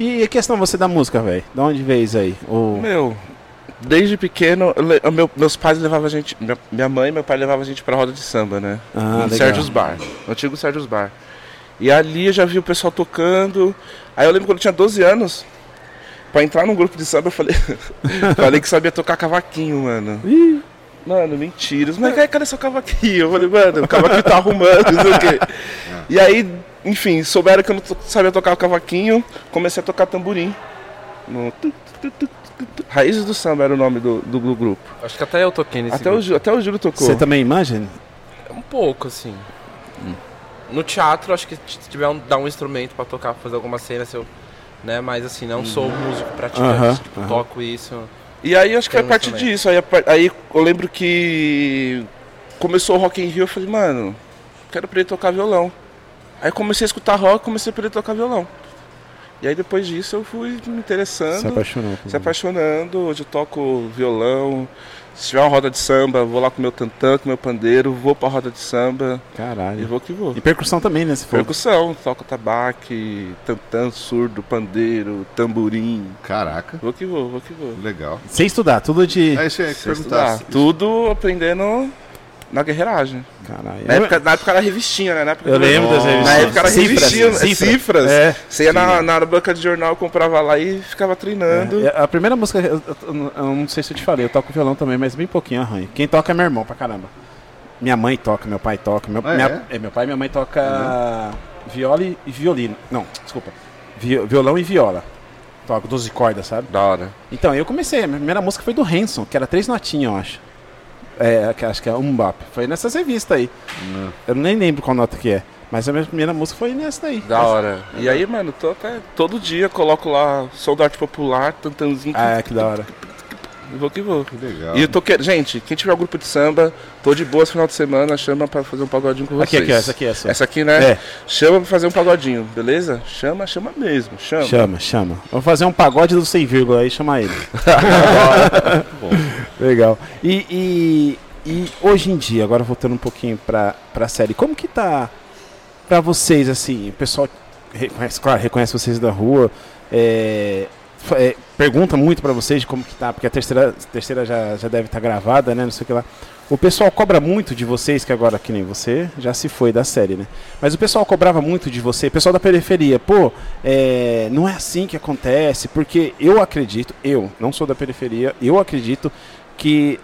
[SPEAKER 1] E a questão você da música, velho? Da onde veio isso aí? O...
[SPEAKER 4] Meu, desde pequeno, eu le- meu- meus pais levavam a gente. Minha, minha mãe e meu pai levavam a gente pra roda de samba, né?
[SPEAKER 1] Ah,
[SPEAKER 4] em
[SPEAKER 1] legal.
[SPEAKER 4] Sérgio's Bar. No antigo Sérgio's Bar. E ali eu já vi o pessoal tocando. Aí eu lembro quando eu tinha 12 anos, pra entrar num grupo de samba, eu falei, falei que sabia tocar cavaquinho, mano.
[SPEAKER 1] Ih.
[SPEAKER 4] Mano, mentira. Os moleques, "Ai, cadê seu cavaquinho? Eu falei, mano, o cavaquinho tá arrumando, não sei o quê. E aí, enfim, souberam que eu não to- sabia tocar o cavaquinho, comecei a tocar tamborim. No tu, tu, tu, tu, tu. Raízes do Samba era o nome do, do, do grupo.
[SPEAKER 5] Acho que até eu toquei nesse
[SPEAKER 4] Até o,
[SPEAKER 5] grupo. tá-
[SPEAKER 4] Ju- até o Júlio tocou.
[SPEAKER 1] Você também imagina?
[SPEAKER 5] Um pouco, assim.
[SPEAKER 1] Hum.
[SPEAKER 5] No teatro, acho que se tiver um, dar um instrumento pra tocar, pra fazer alguma cena, se eu. Né? Mas assim, não sou músico praticante,
[SPEAKER 1] Uhum. Aham,
[SPEAKER 5] tipo,
[SPEAKER 1] aham.
[SPEAKER 5] toco isso.
[SPEAKER 4] E aí acho que
[SPEAKER 5] Tem
[SPEAKER 4] foi a partir
[SPEAKER 5] também.
[SPEAKER 4] disso. Aí, a par- aí eu lembro que começou o Rock in Rio, eu falei, mano, quero aprender a tocar violão. Aí comecei a escutar rock comecei a aprender a tocar violão. E aí depois disso eu fui me
[SPEAKER 1] Se
[SPEAKER 4] interessando,
[SPEAKER 1] apaixonou. por
[SPEAKER 4] se apaixonando. Hoje eu toco violão. Se tiver uma roda de samba, vou lá com meu tantã, com meu pandeiro, vou pra roda de samba e
[SPEAKER 1] Caralho.
[SPEAKER 4] vou que vou.
[SPEAKER 1] E percussão também, né? Se for.
[SPEAKER 4] Percussão, toco tabaque, tantã, surdo, pandeiro, tamborim.
[SPEAKER 2] Caraca,
[SPEAKER 4] Vou que vou, vou que vou.
[SPEAKER 2] legal.
[SPEAKER 1] Sem estudar, tudo de.
[SPEAKER 2] É isso aí,
[SPEAKER 4] Sem
[SPEAKER 2] perguntar.
[SPEAKER 4] estudar. Tudo aprendendo na guerreiragem.
[SPEAKER 1] Caralho.
[SPEAKER 4] Na época, na época era revistinha, né? Na época
[SPEAKER 1] Eu lembro das
[SPEAKER 2] Na
[SPEAKER 1] revistas.
[SPEAKER 4] Na época era
[SPEAKER 1] Cifras,
[SPEAKER 4] revistinha, é,
[SPEAKER 1] cifras.
[SPEAKER 4] cifras.
[SPEAKER 1] É.
[SPEAKER 4] Você ia na, na banca de jornal, comprava lá e ficava treinando.
[SPEAKER 1] É, a primeira música, eu, eu- eu não sei se eu te falei, eu toco violão também, mas bem pouquinho arranho. Quem toca é meu irmão pra caramba. Minha mãe toca, meu pai toca. Meu,
[SPEAKER 2] Ah,
[SPEAKER 1] minha- é, meu pai e minha mãe toca viola e e violino. Não, desculpa. Vi- violão e viola. Toco 12 cordas, sabe?
[SPEAKER 4] Da hora.
[SPEAKER 1] Então, eu comecei, a minha primeira música foi do Hanson, que era três notinhas, eu acho. É, que acho que é um bap. Foi nessas revistas aí.
[SPEAKER 4] Uhum.
[SPEAKER 1] Eu nem lembro qual nota que é. Mas a minha primeira música foi nessa daí.
[SPEAKER 4] Da hora. E aí, mano, tô até, todo dia coloco lá som da arte popular, tantanzinho,
[SPEAKER 1] Ah, que da hora.
[SPEAKER 4] e vou que vou.
[SPEAKER 2] Que legal.
[SPEAKER 4] E eu tô querendo. Gente, quem tiver um grupo de samba, tô de boa esse final de semana, chama pra fazer um pagodinho com
[SPEAKER 1] Aqui,
[SPEAKER 4] vocês.
[SPEAKER 1] aqui, ó, essa aqui é essa.
[SPEAKER 4] Essa aqui, né?
[SPEAKER 1] É.
[SPEAKER 4] Chama pra fazer um pagodinho, beleza? Chama, chama mesmo, chama.
[SPEAKER 1] Chama, chama. Vou fazer um pagode do sem vírgula aí, chamar ele. Legal. E, e- e hoje em dia, agora voltando um pouquinho pra, pra série, como que tá pra vocês, assim, o pessoal, reconhece, claro, reconhece vocês da rua, é, fa- é, pergunta muito pra vocês de como que tá, porque a terceira, terceira já, já deve estar gravada, né, não sei o que lá. O pessoal cobra muito de vocês, que agora que nem você, já se foi da série, né? Mas o pessoal cobrava muito de você, o pessoal da periferia, pô, é, não é assim que acontece, porque eu acredito, eu não sou da periferia, eu acredito que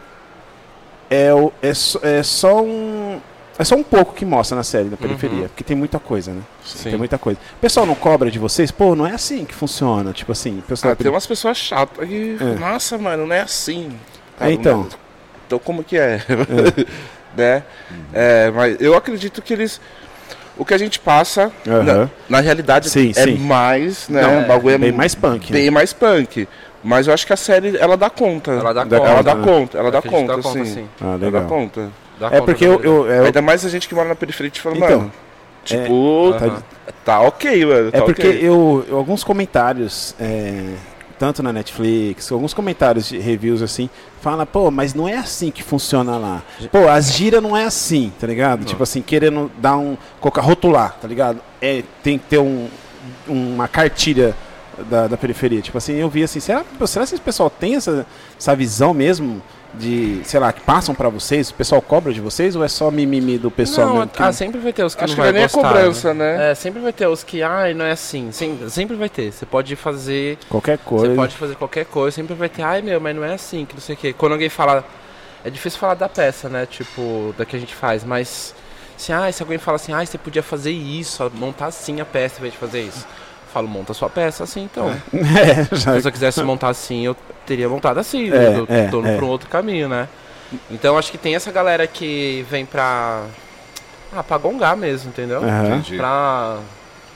[SPEAKER 1] é, o- é, só- é só um. É só um pouco que mostra na
[SPEAKER 4] Uhum.
[SPEAKER 1] série da periferia, porque tem muita coisa, né? Tem muita coisa. O pessoal não cobra de vocês, pô, não é assim que funciona. Tipo assim, o pessoal.
[SPEAKER 4] Ah, tem umas pessoas chatas que.
[SPEAKER 1] É.
[SPEAKER 4] Nossa, mano, não é assim.
[SPEAKER 1] É, então.
[SPEAKER 4] Cara, Então como que é? né? É, mas eu acredito que eles. O que a gente passa,
[SPEAKER 1] Aham.
[SPEAKER 4] na, na realidade,
[SPEAKER 1] Sim,
[SPEAKER 4] é
[SPEAKER 1] sim.
[SPEAKER 4] mais, né?
[SPEAKER 1] Não,
[SPEAKER 4] o bagulho é
[SPEAKER 1] bem
[SPEAKER 4] mu-
[SPEAKER 1] mais punk. né?
[SPEAKER 4] bem mais punk. Mas eu acho que a série, ela dá conta.
[SPEAKER 5] Ela dá
[SPEAKER 4] Ela
[SPEAKER 5] conta,
[SPEAKER 4] dá
[SPEAKER 1] né?
[SPEAKER 4] conta, ela dá
[SPEAKER 5] Acredito que
[SPEAKER 4] conta,
[SPEAKER 5] dá
[SPEAKER 4] sim.
[SPEAKER 5] sim.
[SPEAKER 1] Ah,
[SPEAKER 4] Ela dá
[SPEAKER 1] legal.
[SPEAKER 4] conta.
[SPEAKER 5] Dá
[SPEAKER 1] É
[SPEAKER 5] conta
[SPEAKER 1] porque
[SPEAKER 5] da
[SPEAKER 1] eu.
[SPEAKER 5] realidade.
[SPEAKER 1] eu, eu-
[SPEAKER 4] Ainda mais a gente que mora na periferia te fala,
[SPEAKER 1] Então,
[SPEAKER 4] mano. Tipo,
[SPEAKER 1] tá-
[SPEAKER 4] tá, tá ok, mano.
[SPEAKER 1] É
[SPEAKER 4] tá
[SPEAKER 1] porque
[SPEAKER 4] ok.
[SPEAKER 1] eu, eu- alguns comentários, é, tanto na Netflix, alguns comentários de reviews assim, fala, pô, mas não é assim que funciona lá. Pô, as giras não é assim, tá ligado? Tipo assim, querendo dar um. colocar, rotular, tá ligado? É, tem que ter um, uma cartilha da, da periferia. Tipo assim, eu vi assim, será, pô, será que esse pessoal tem essa, essa visão mesmo? De, sei lá, que passam pra vocês, o pessoal cobra de vocês ou é só mimimi do pessoal
[SPEAKER 5] não,
[SPEAKER 1] mesmo? que-
[SPEAKER 5] ah, sempre vai ter os que
[SPEAKER 4] Acho
[SPEAKER 5] não
[SPEAKER 4] que não
[SPEAKER 5] vai
[SPEAKER 4] é nem a
[SPEAKER 5] gostar,
[SPEAKER 4] cobrança, né?
[SPEAKER 5] É, sempre vai ter os que, ai, não é assim. Sem- sempre vai ter. Você pode fazer
[SPEAKER 1] qualquer
[SPEAKER 5] Você
[SPEAKER 1] coisa.
[SPEAKER 5] pode fazer qualquer coisa, sempre vai ter, ai meu, mas não é assim, que não sei o quê. Quando alguém fala. É difícil falar da peça, né? Tipo, da que a gente faz, mas. Se, ai, se alguém fala assim, ai, você podia fazer isso, montar assim a peça em vez de fazer isso. Eu falo, monta a sua peça assim, então.
[SPEAKER 1] É, já-
[SPEAKER 5] Se eu quisesse montar assim, eu teria montado assim.
[SPEAKER 1] É,
[SPEAKER 5] eu
[SPEAKER 1] é,
[SPEAKER 5] tô indo
[SPEAKER 1] é.
[SPEAKER 5] pra um outro caminho, né? Então acho que tem essa galera que vem pra. Ah, pra gongar mesmo, entendeu?
[SPEAKER 1] Aham.
[SPEAKER 2] Entendi.
[SPEAKER 5] Pra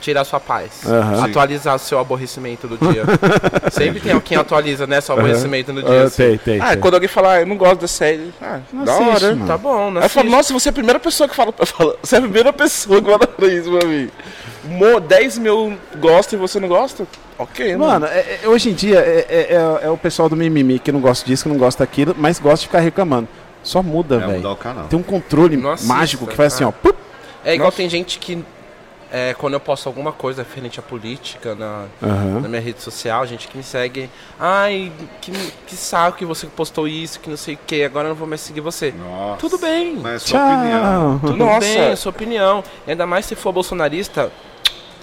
[SPEAKER 5] tirar sua paz.
[SPEAKER 4] É.
[SPEAKER 1] Aham.
[SPEAKER 2] Sim.
[SPEAKER 5] Atualizar o seu aborrecimento do dia. Sempre tem alguém que atualiza, né? Seu aborrecimento do dia.
[SPEAKER 1] Ah,
[SPEAKER 5] assim.
[SPEAKER 1] tem, tem.
[SPEAKER 4] Ah,
[SPEAKER 1] tem.
[SPEAKER 4] quando alguém fala, ah, eu não gosto da série. Ah,
[SPEAKER 1] Não
[SPEAKER 4] da
[SPEAKER 1] assiste,
[SPEAKER 4] hora.
[SPEAKER 1] mano.
[SPEAKER 5] Tá bom, né?
[SPEAKER 4] Aí eu falo, nossa, você é a primeira pessoa que fala. Eu falo, você é a primeira pessoa que fala isso pra mim. Mo, 10 mil gostam e você não gosta? Ok, mano.
[SPEAKER 1] Mano, é- é- hoje em dia é, é- é- é o pessoal do mimimi que não gosta disso, que não gosta daquilo, mas gosta de ficar reclamando. Só muda,
[SPEAKER 2] É mudar
[SPEAKER 1] velho.
[SPEAKER 2] o canal.
[SPEAKER 1] Tem um controle
[SPEAKER 5] Não assista,
[SPEAKER 1] mágico que faz assim,
[SPEAKER 5] ah.
[SPEAKER 1] ó. pup,
[SPEAKER 5] É igual tem gente que. é, quando eu posto alguma coisa referente à política na,
[SPEAKER 1] Aham.
[SPEAKER 5] na minha rede social, gente que me segue. Ai, que, que saco que você postou isso, que não sei o que, agora eu não vou mais seguir você.
[SPEAKER 2] Nossa.
[SPEAKER 5] Tudo bem.
[SPEAKER 2] Mas é sua opinião.
[SPEAKER 1] Tchau.
[SPEAKER 5] Tudo
[SPEAKER 4] Nossa.
[SPEAKER 5] bem, é sua opinião. Ainda mais se for bolsonarista,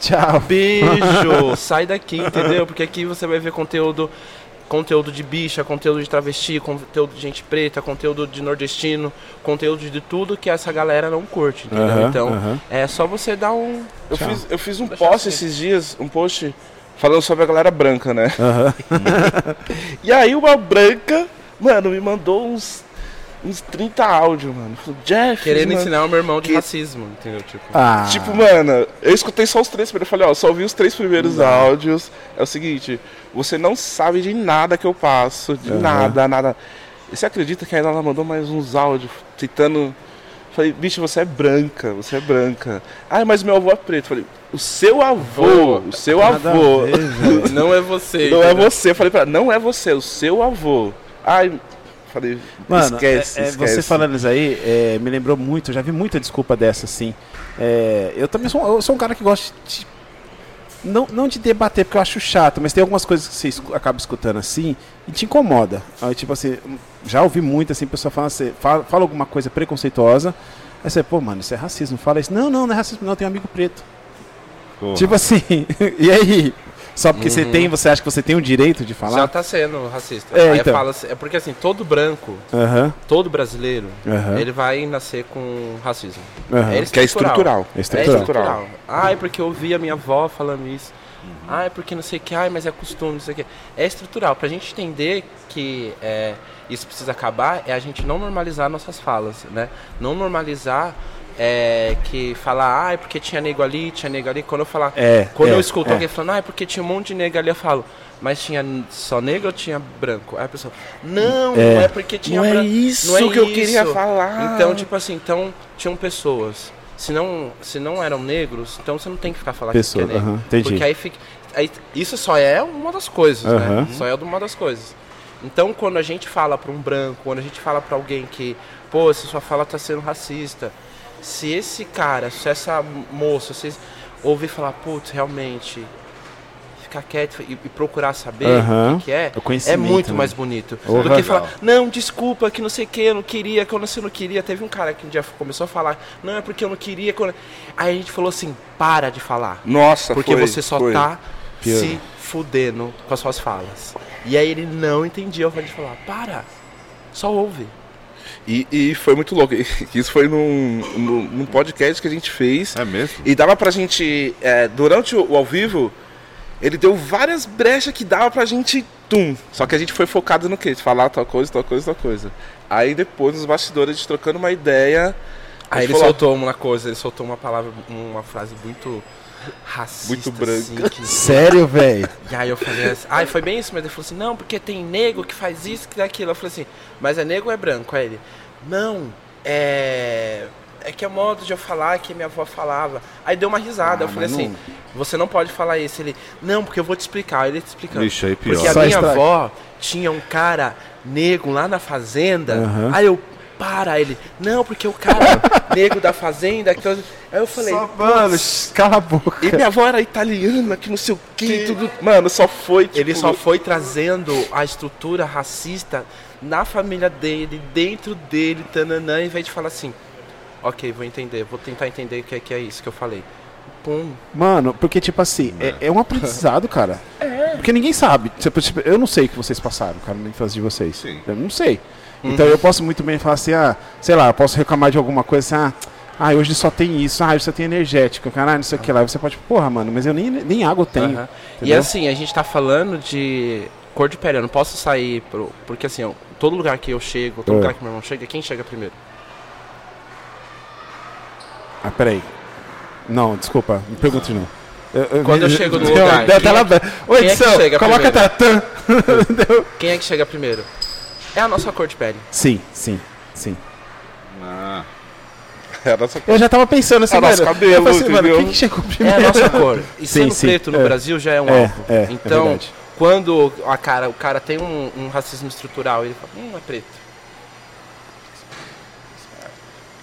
[SPEAKER 1] Tchau.
[SPEAKER 5] beijo, sai daqui, entendeu? Porque aqui você vai ver conteúdo conteúdo de bicha, conteúdo de travesti, conteúdo de gente preta, conteúdo de nordestino, conteúdo de tudo que essa galera não curte, entendeu?
[SPEAKER 1] Aham,
[SPEAKER 5] então,
[SPEAKER 1] aham.
[SPEAKER 5] é só você dar um
[SPEAKER 4] eu, fiz, eu fiz um
[SPEAKER 5] Deixa
[SPEAKER 4] post
[SPEAKER 5] assim.
[SPEAKER 4] esses dias, um post falando sobre a galera branca, né? e aí uma branca, mano, me mandou uns, uns 30 áudios, mano. Falou, Jeff,
[SPEAKER 5] querendo
[SPEAKER 4] mano.
[SPEAKER 5] ensinar o meu irmão de
[SPEAKER 4] que-
[SPEAKER 5] racismo, entendeu? Tipo,
[SPEAKER 1] Ah,
[SPEAKER 4] Tipo, mano, eu escutei só os três primeiros. Eu falei, ó, só ouvi os três primeiros áudios. É o seguinte, você não sabe de nada que eu passo, de nada, nada. E você acredita que ainda ela mandou mais uns áudios citando Falei, bicho, você é branca, você é branca. Ah, mas meu avô é preto. Falei, o seu avô,
[SPEAKER 5] Pô,
[SPEAKER 4] o seu avô.
[SPEAKER 5] Não é você.
[SPEAKER 4] Não é
[SPEAKER 5] entendeu?
[SPEAKER 4] você. Eu falei pra ela, não é você, é o seu avô. Ai, falei,
[SPEAKER 1] Mano,
[SPEAKER 4] esquece,
[SPEAKER 1] é- é,
[SPEAKER 4] esquece.
[SPEAKER 1] você falando isso aí, é, me lembrou muito, eu já vi muita desculpa dessa, assim. É, eu também sou, eu sou um cara que gosta de. Não, não de debater, porque eu acho chato, mas tem algumas coisas que você escu- acaba escutando assim e te incomoda. Aí, tipo assim, já ouvi muito assim, pessoa fala, assim, fala, fala alguma coisa preconceituosa. Aí você, pô, mano, isso é racismo, fala isso. Não, não, não é racismo, não, tem um amigo preto.
[SPEAKER 2] Porra.
[SPEAKER 1] Tipo assim, e aí? Só porque você tem, você acha que você tem o direito de
[SPEAKER 5] Já
[SPEAKER 1] falar?
[SPEAKER 5] tá sendo racista.
[SPEAKER 1] É,
[SPEAKER 5] Aí
[SPEAKER 1] então.
[SPEAKER 5] fala assim- é porque assim, todo branco,
[SPEAKER 1] Aham,
[SPEAKER 5] todo brasileiro,
[SPEAKER 1] aham,
[SPEAKER 5] ele vai nascer com racismo.
[SPEAKER 1] aham.
[SPEAKER 5] ele
[SPEAKER 4] Que é estrutural.
[SPEAKER 1] É
[SPEAKER 5] É
[SPEAKER 1] estrutural.
[SPEAKER 5] estrutural. Ah, é porque eu ouvi a minha avó falando isso. Ah, é porque não sei o que, ai, mas é costume, não sei o que. É estrutural. Pra gente entender que é, isso precisa acabar, é a gente não normalizar nossas falas, né? Não normalizar é, que falar, ah, é porque tinha nego ali, tinha nego ali. Quando eu falar,
[SPEAKER 1] É,
[SPEAKER 5] quando
[SPEAKER 1] é,
[SPEAKER 5] eu escuto
[SPEAKER 1] é.
[SPEAKER 5] alguém falando, ah, é porque tinha um monte de nego ali, eu falo, mas tinha só negro ou tinha branco? Aí a pessoa, não,
[SPEAKER 1] É.
[SPEAKER 5] não é porque tinha
[SPEAKER 4] Não é
[SPEAKER 5] branco.
[SPEAKER 4] isso que eu queria falar.
[SPEAKER 1] Ah.
[SPEAKER 5] Então, tipo assim, então tinham pessoas. Se não, se não eram negros, então você não tem que ficar falando
[SPEAKER 1] Pessoa,
[SPEAKER 5] que é negro.
[SPEAKER 1] aham, entendi.
[SPEAKER 5] Porque aí fica. aí isso só é uma das coisas,
[SPEAKER 1] Aham.
[SPEAKER 5] né? Só é uma das coisas. Então quando a gente fala pra um branco, quando a gente fala pra alguém que, pô, essa sua fala tá sendo racista, se esse cara, se essa moça, se ouvir falar, putz, realmente, ficar quieto e, e procurar saber
[SPEAKER 1] Aham.
[SPEAKER 5] o que, que é,
[SPEAKER 1] O conhecimento,
[SPEAKER 5] é muito
[SPEAKER 1] né?
[SPEAKER 5] mais bonito
[SPEAKER 1] Ô,
[SPEAKER 5] do
[SPEAKER 1] legal.
[SPEAKER 5] que falar, não, desculpa, que não sei o que, eu não queria, que eu não sei, eu não queria. Teve um cara que um dia começou a falar, não, é porque eu não queria. que eu não-" Aí a gente falou assim, para de falar.
[SPEAKER 4] Nossa,
[SPEAKER 5] Porque
[SPEAKER 4] foi,
[SPEAKER 5] você só
[SPEAKER 4] foi.
[SPEAKER 5] tá
[SPEAKER 1] Pior.
[SPEAKER 5] se fudendo com as suas falas. E aí ele não entendia eu falei de falar, para, só ouve.
[SPEAKER 4] E, e foi muito louco. Isso foi num, num, num podcast que a gente fez.
[SPEAKER 2] É mesmo?
[SPEAKER 4] E dava pra gente, é, durante o, o ao vivo, ele deu várias brechas que dava pra gente, tum. Só que a gente foi focado no quê? Falar tal coisa, tal coisa, tal coisa. Aí depois, nos bastidores, a gente trocando uma ideia. a
[SPEAKER 5] Aí
[SPEAKER 4] gente
[SPEAKER 5] ele
[SPEAKER 4] falou,
[SPEAKER 5] soltou uma coisa, ele soltou uma palavra, uma frase muito racista.
[SPEAKER 4] Muito branca.
[SPEAKER 5] assim, que-
[SPEAKER 1] Sério, velho?
[SPEAKER 5] E aí eu falei assim, ai, foi bem isso, mas ele falou assim, não, porque tem nego que faz isso, que dá aquilo. Eu falei assim, mas é nego ou é branco? Aí ele, não, é. É que é modo de eu falar que minha avó falava. Aí deu uma risada, eu falei assim, você não pode falar isso. Ele, não, porque eu vou te explicar. Aí ele te explicando.
[SPEAKER 2] Ixi, aí pior.
[SPEAKER 5] Porque a
[SPEAKER 1] Só
[SPEAKER 5] minha
[SPEAKER 1] estraga.
[SPEAKER 5] avó tinha um cara negro lá na fazenda.
[SPEAKER 1] Aham.
[SPEAKER 5] Aí eu, para ele, não, porque o cara negro da fazenda. que eu-" Aí eu falei,
[SPEAKER 1] mano, cala a boca.
[SPEAKER 4] E minha avó era italiana, que não sei o que, tudo. Mano, só foi. Tipo,
[SPEAKER 5] Ele só foi trazendo a estrutura racista na família dele, dentro dele, tananã, em vez de falar assim, ok, vou entender, vou tentar entender o que é, que é isso que eu falei. Pum.
[SPEAKER 1] Mano, porque, tipo assim, é, é um aprendizado, cara. Porque ninguém sabe. Tipo, tipo, Eu não sei o que vocês passaram, cara, na infância de vocês.
[SPEAKER 2] Sim.
[SPEAKER 1] Eu não sei.
[SPEAKER 5] Uhum.
[SPEAKER 1] Então eu posso muito bem falar assim, ah, sei lá, eu posso reclamar de alguma coisa assim, ah, ah, hoje só tem isso, ah, hoje só tem energético, caralho, não sei o que lá. Você pode, porra, mano, mas eu nem, nem água eu tenho.
[SPEAKER 5] Aham. E
[SPEAKER 1] entendeu?
[SPEAKER 5] assim, a gente tá falando de cor de pele, eu não posso sair, pro- porque assim, ó, todo lugar que eu chego, todo
[SPEAKER 1] É.
[SPEAKER 5] lugar que meu irmão chega, quem chega primeiro?
[SPEAKER 1] Ah, peraí. Não, desculpa, me pergunta de novo.
[SPEAKER 5] Quando eu chego no
[SPEAKER 1] Deu- deu
[SPEAKER 5] lugar,
[SPEAKER 1] a
[SPEAKER 5] quem é
[SPEAKER 1] tela
[SPEAKER 5] que-
[SPEAKER 1] branca. Ô,
[SPEAKER 5] quem é que
[SPEAKER 1] edição,
[SPEAKER 5] chega
[SPEAKER 1] coloca a tela. Tan.
[SPEAKER 5] Quem é que chega primeiro? É a nossa cor de pele.
[SPEAKER 1] Sim, sim, sim.
[SPEAKER 2] Ah,
[SPEAKER 4] Era só...
[SPEAKER 1] Eu já tava pensando assim,
[SPEAKER 5] Tá
[SPEAKER 4] É nosso
[SPEAKER 1] velho.
[SPEAKER 4] cabelo,
[SPEAKER 1] eu falei assim, mano,
[SPEAKER 4] entendeu?
[SPEAKER 1] quem que chegou
[SPEAKER 5] É
[SPEAKER 1] primeiro?
[SPEAKER 5] a nossa cor. E
[SPEAKER 1] Sim,
[SPEAKER 5] sendo
[SPEAKER 1] sim,
[SPEAKER 5] preto no
[SPEAKER 1] é.
[SPEAKER 5] Brasil já é um
[SPEAKER 1] É,
[SPEAKER 5] alvo.
[SPEAKER 1] é, é
[SPEAKER 5] então,
[SPEAKER 1] verdade.
[SPEAKER 5] quando a cara, o cara tem um, um racismo estrutural, ele fala, hum, é preto.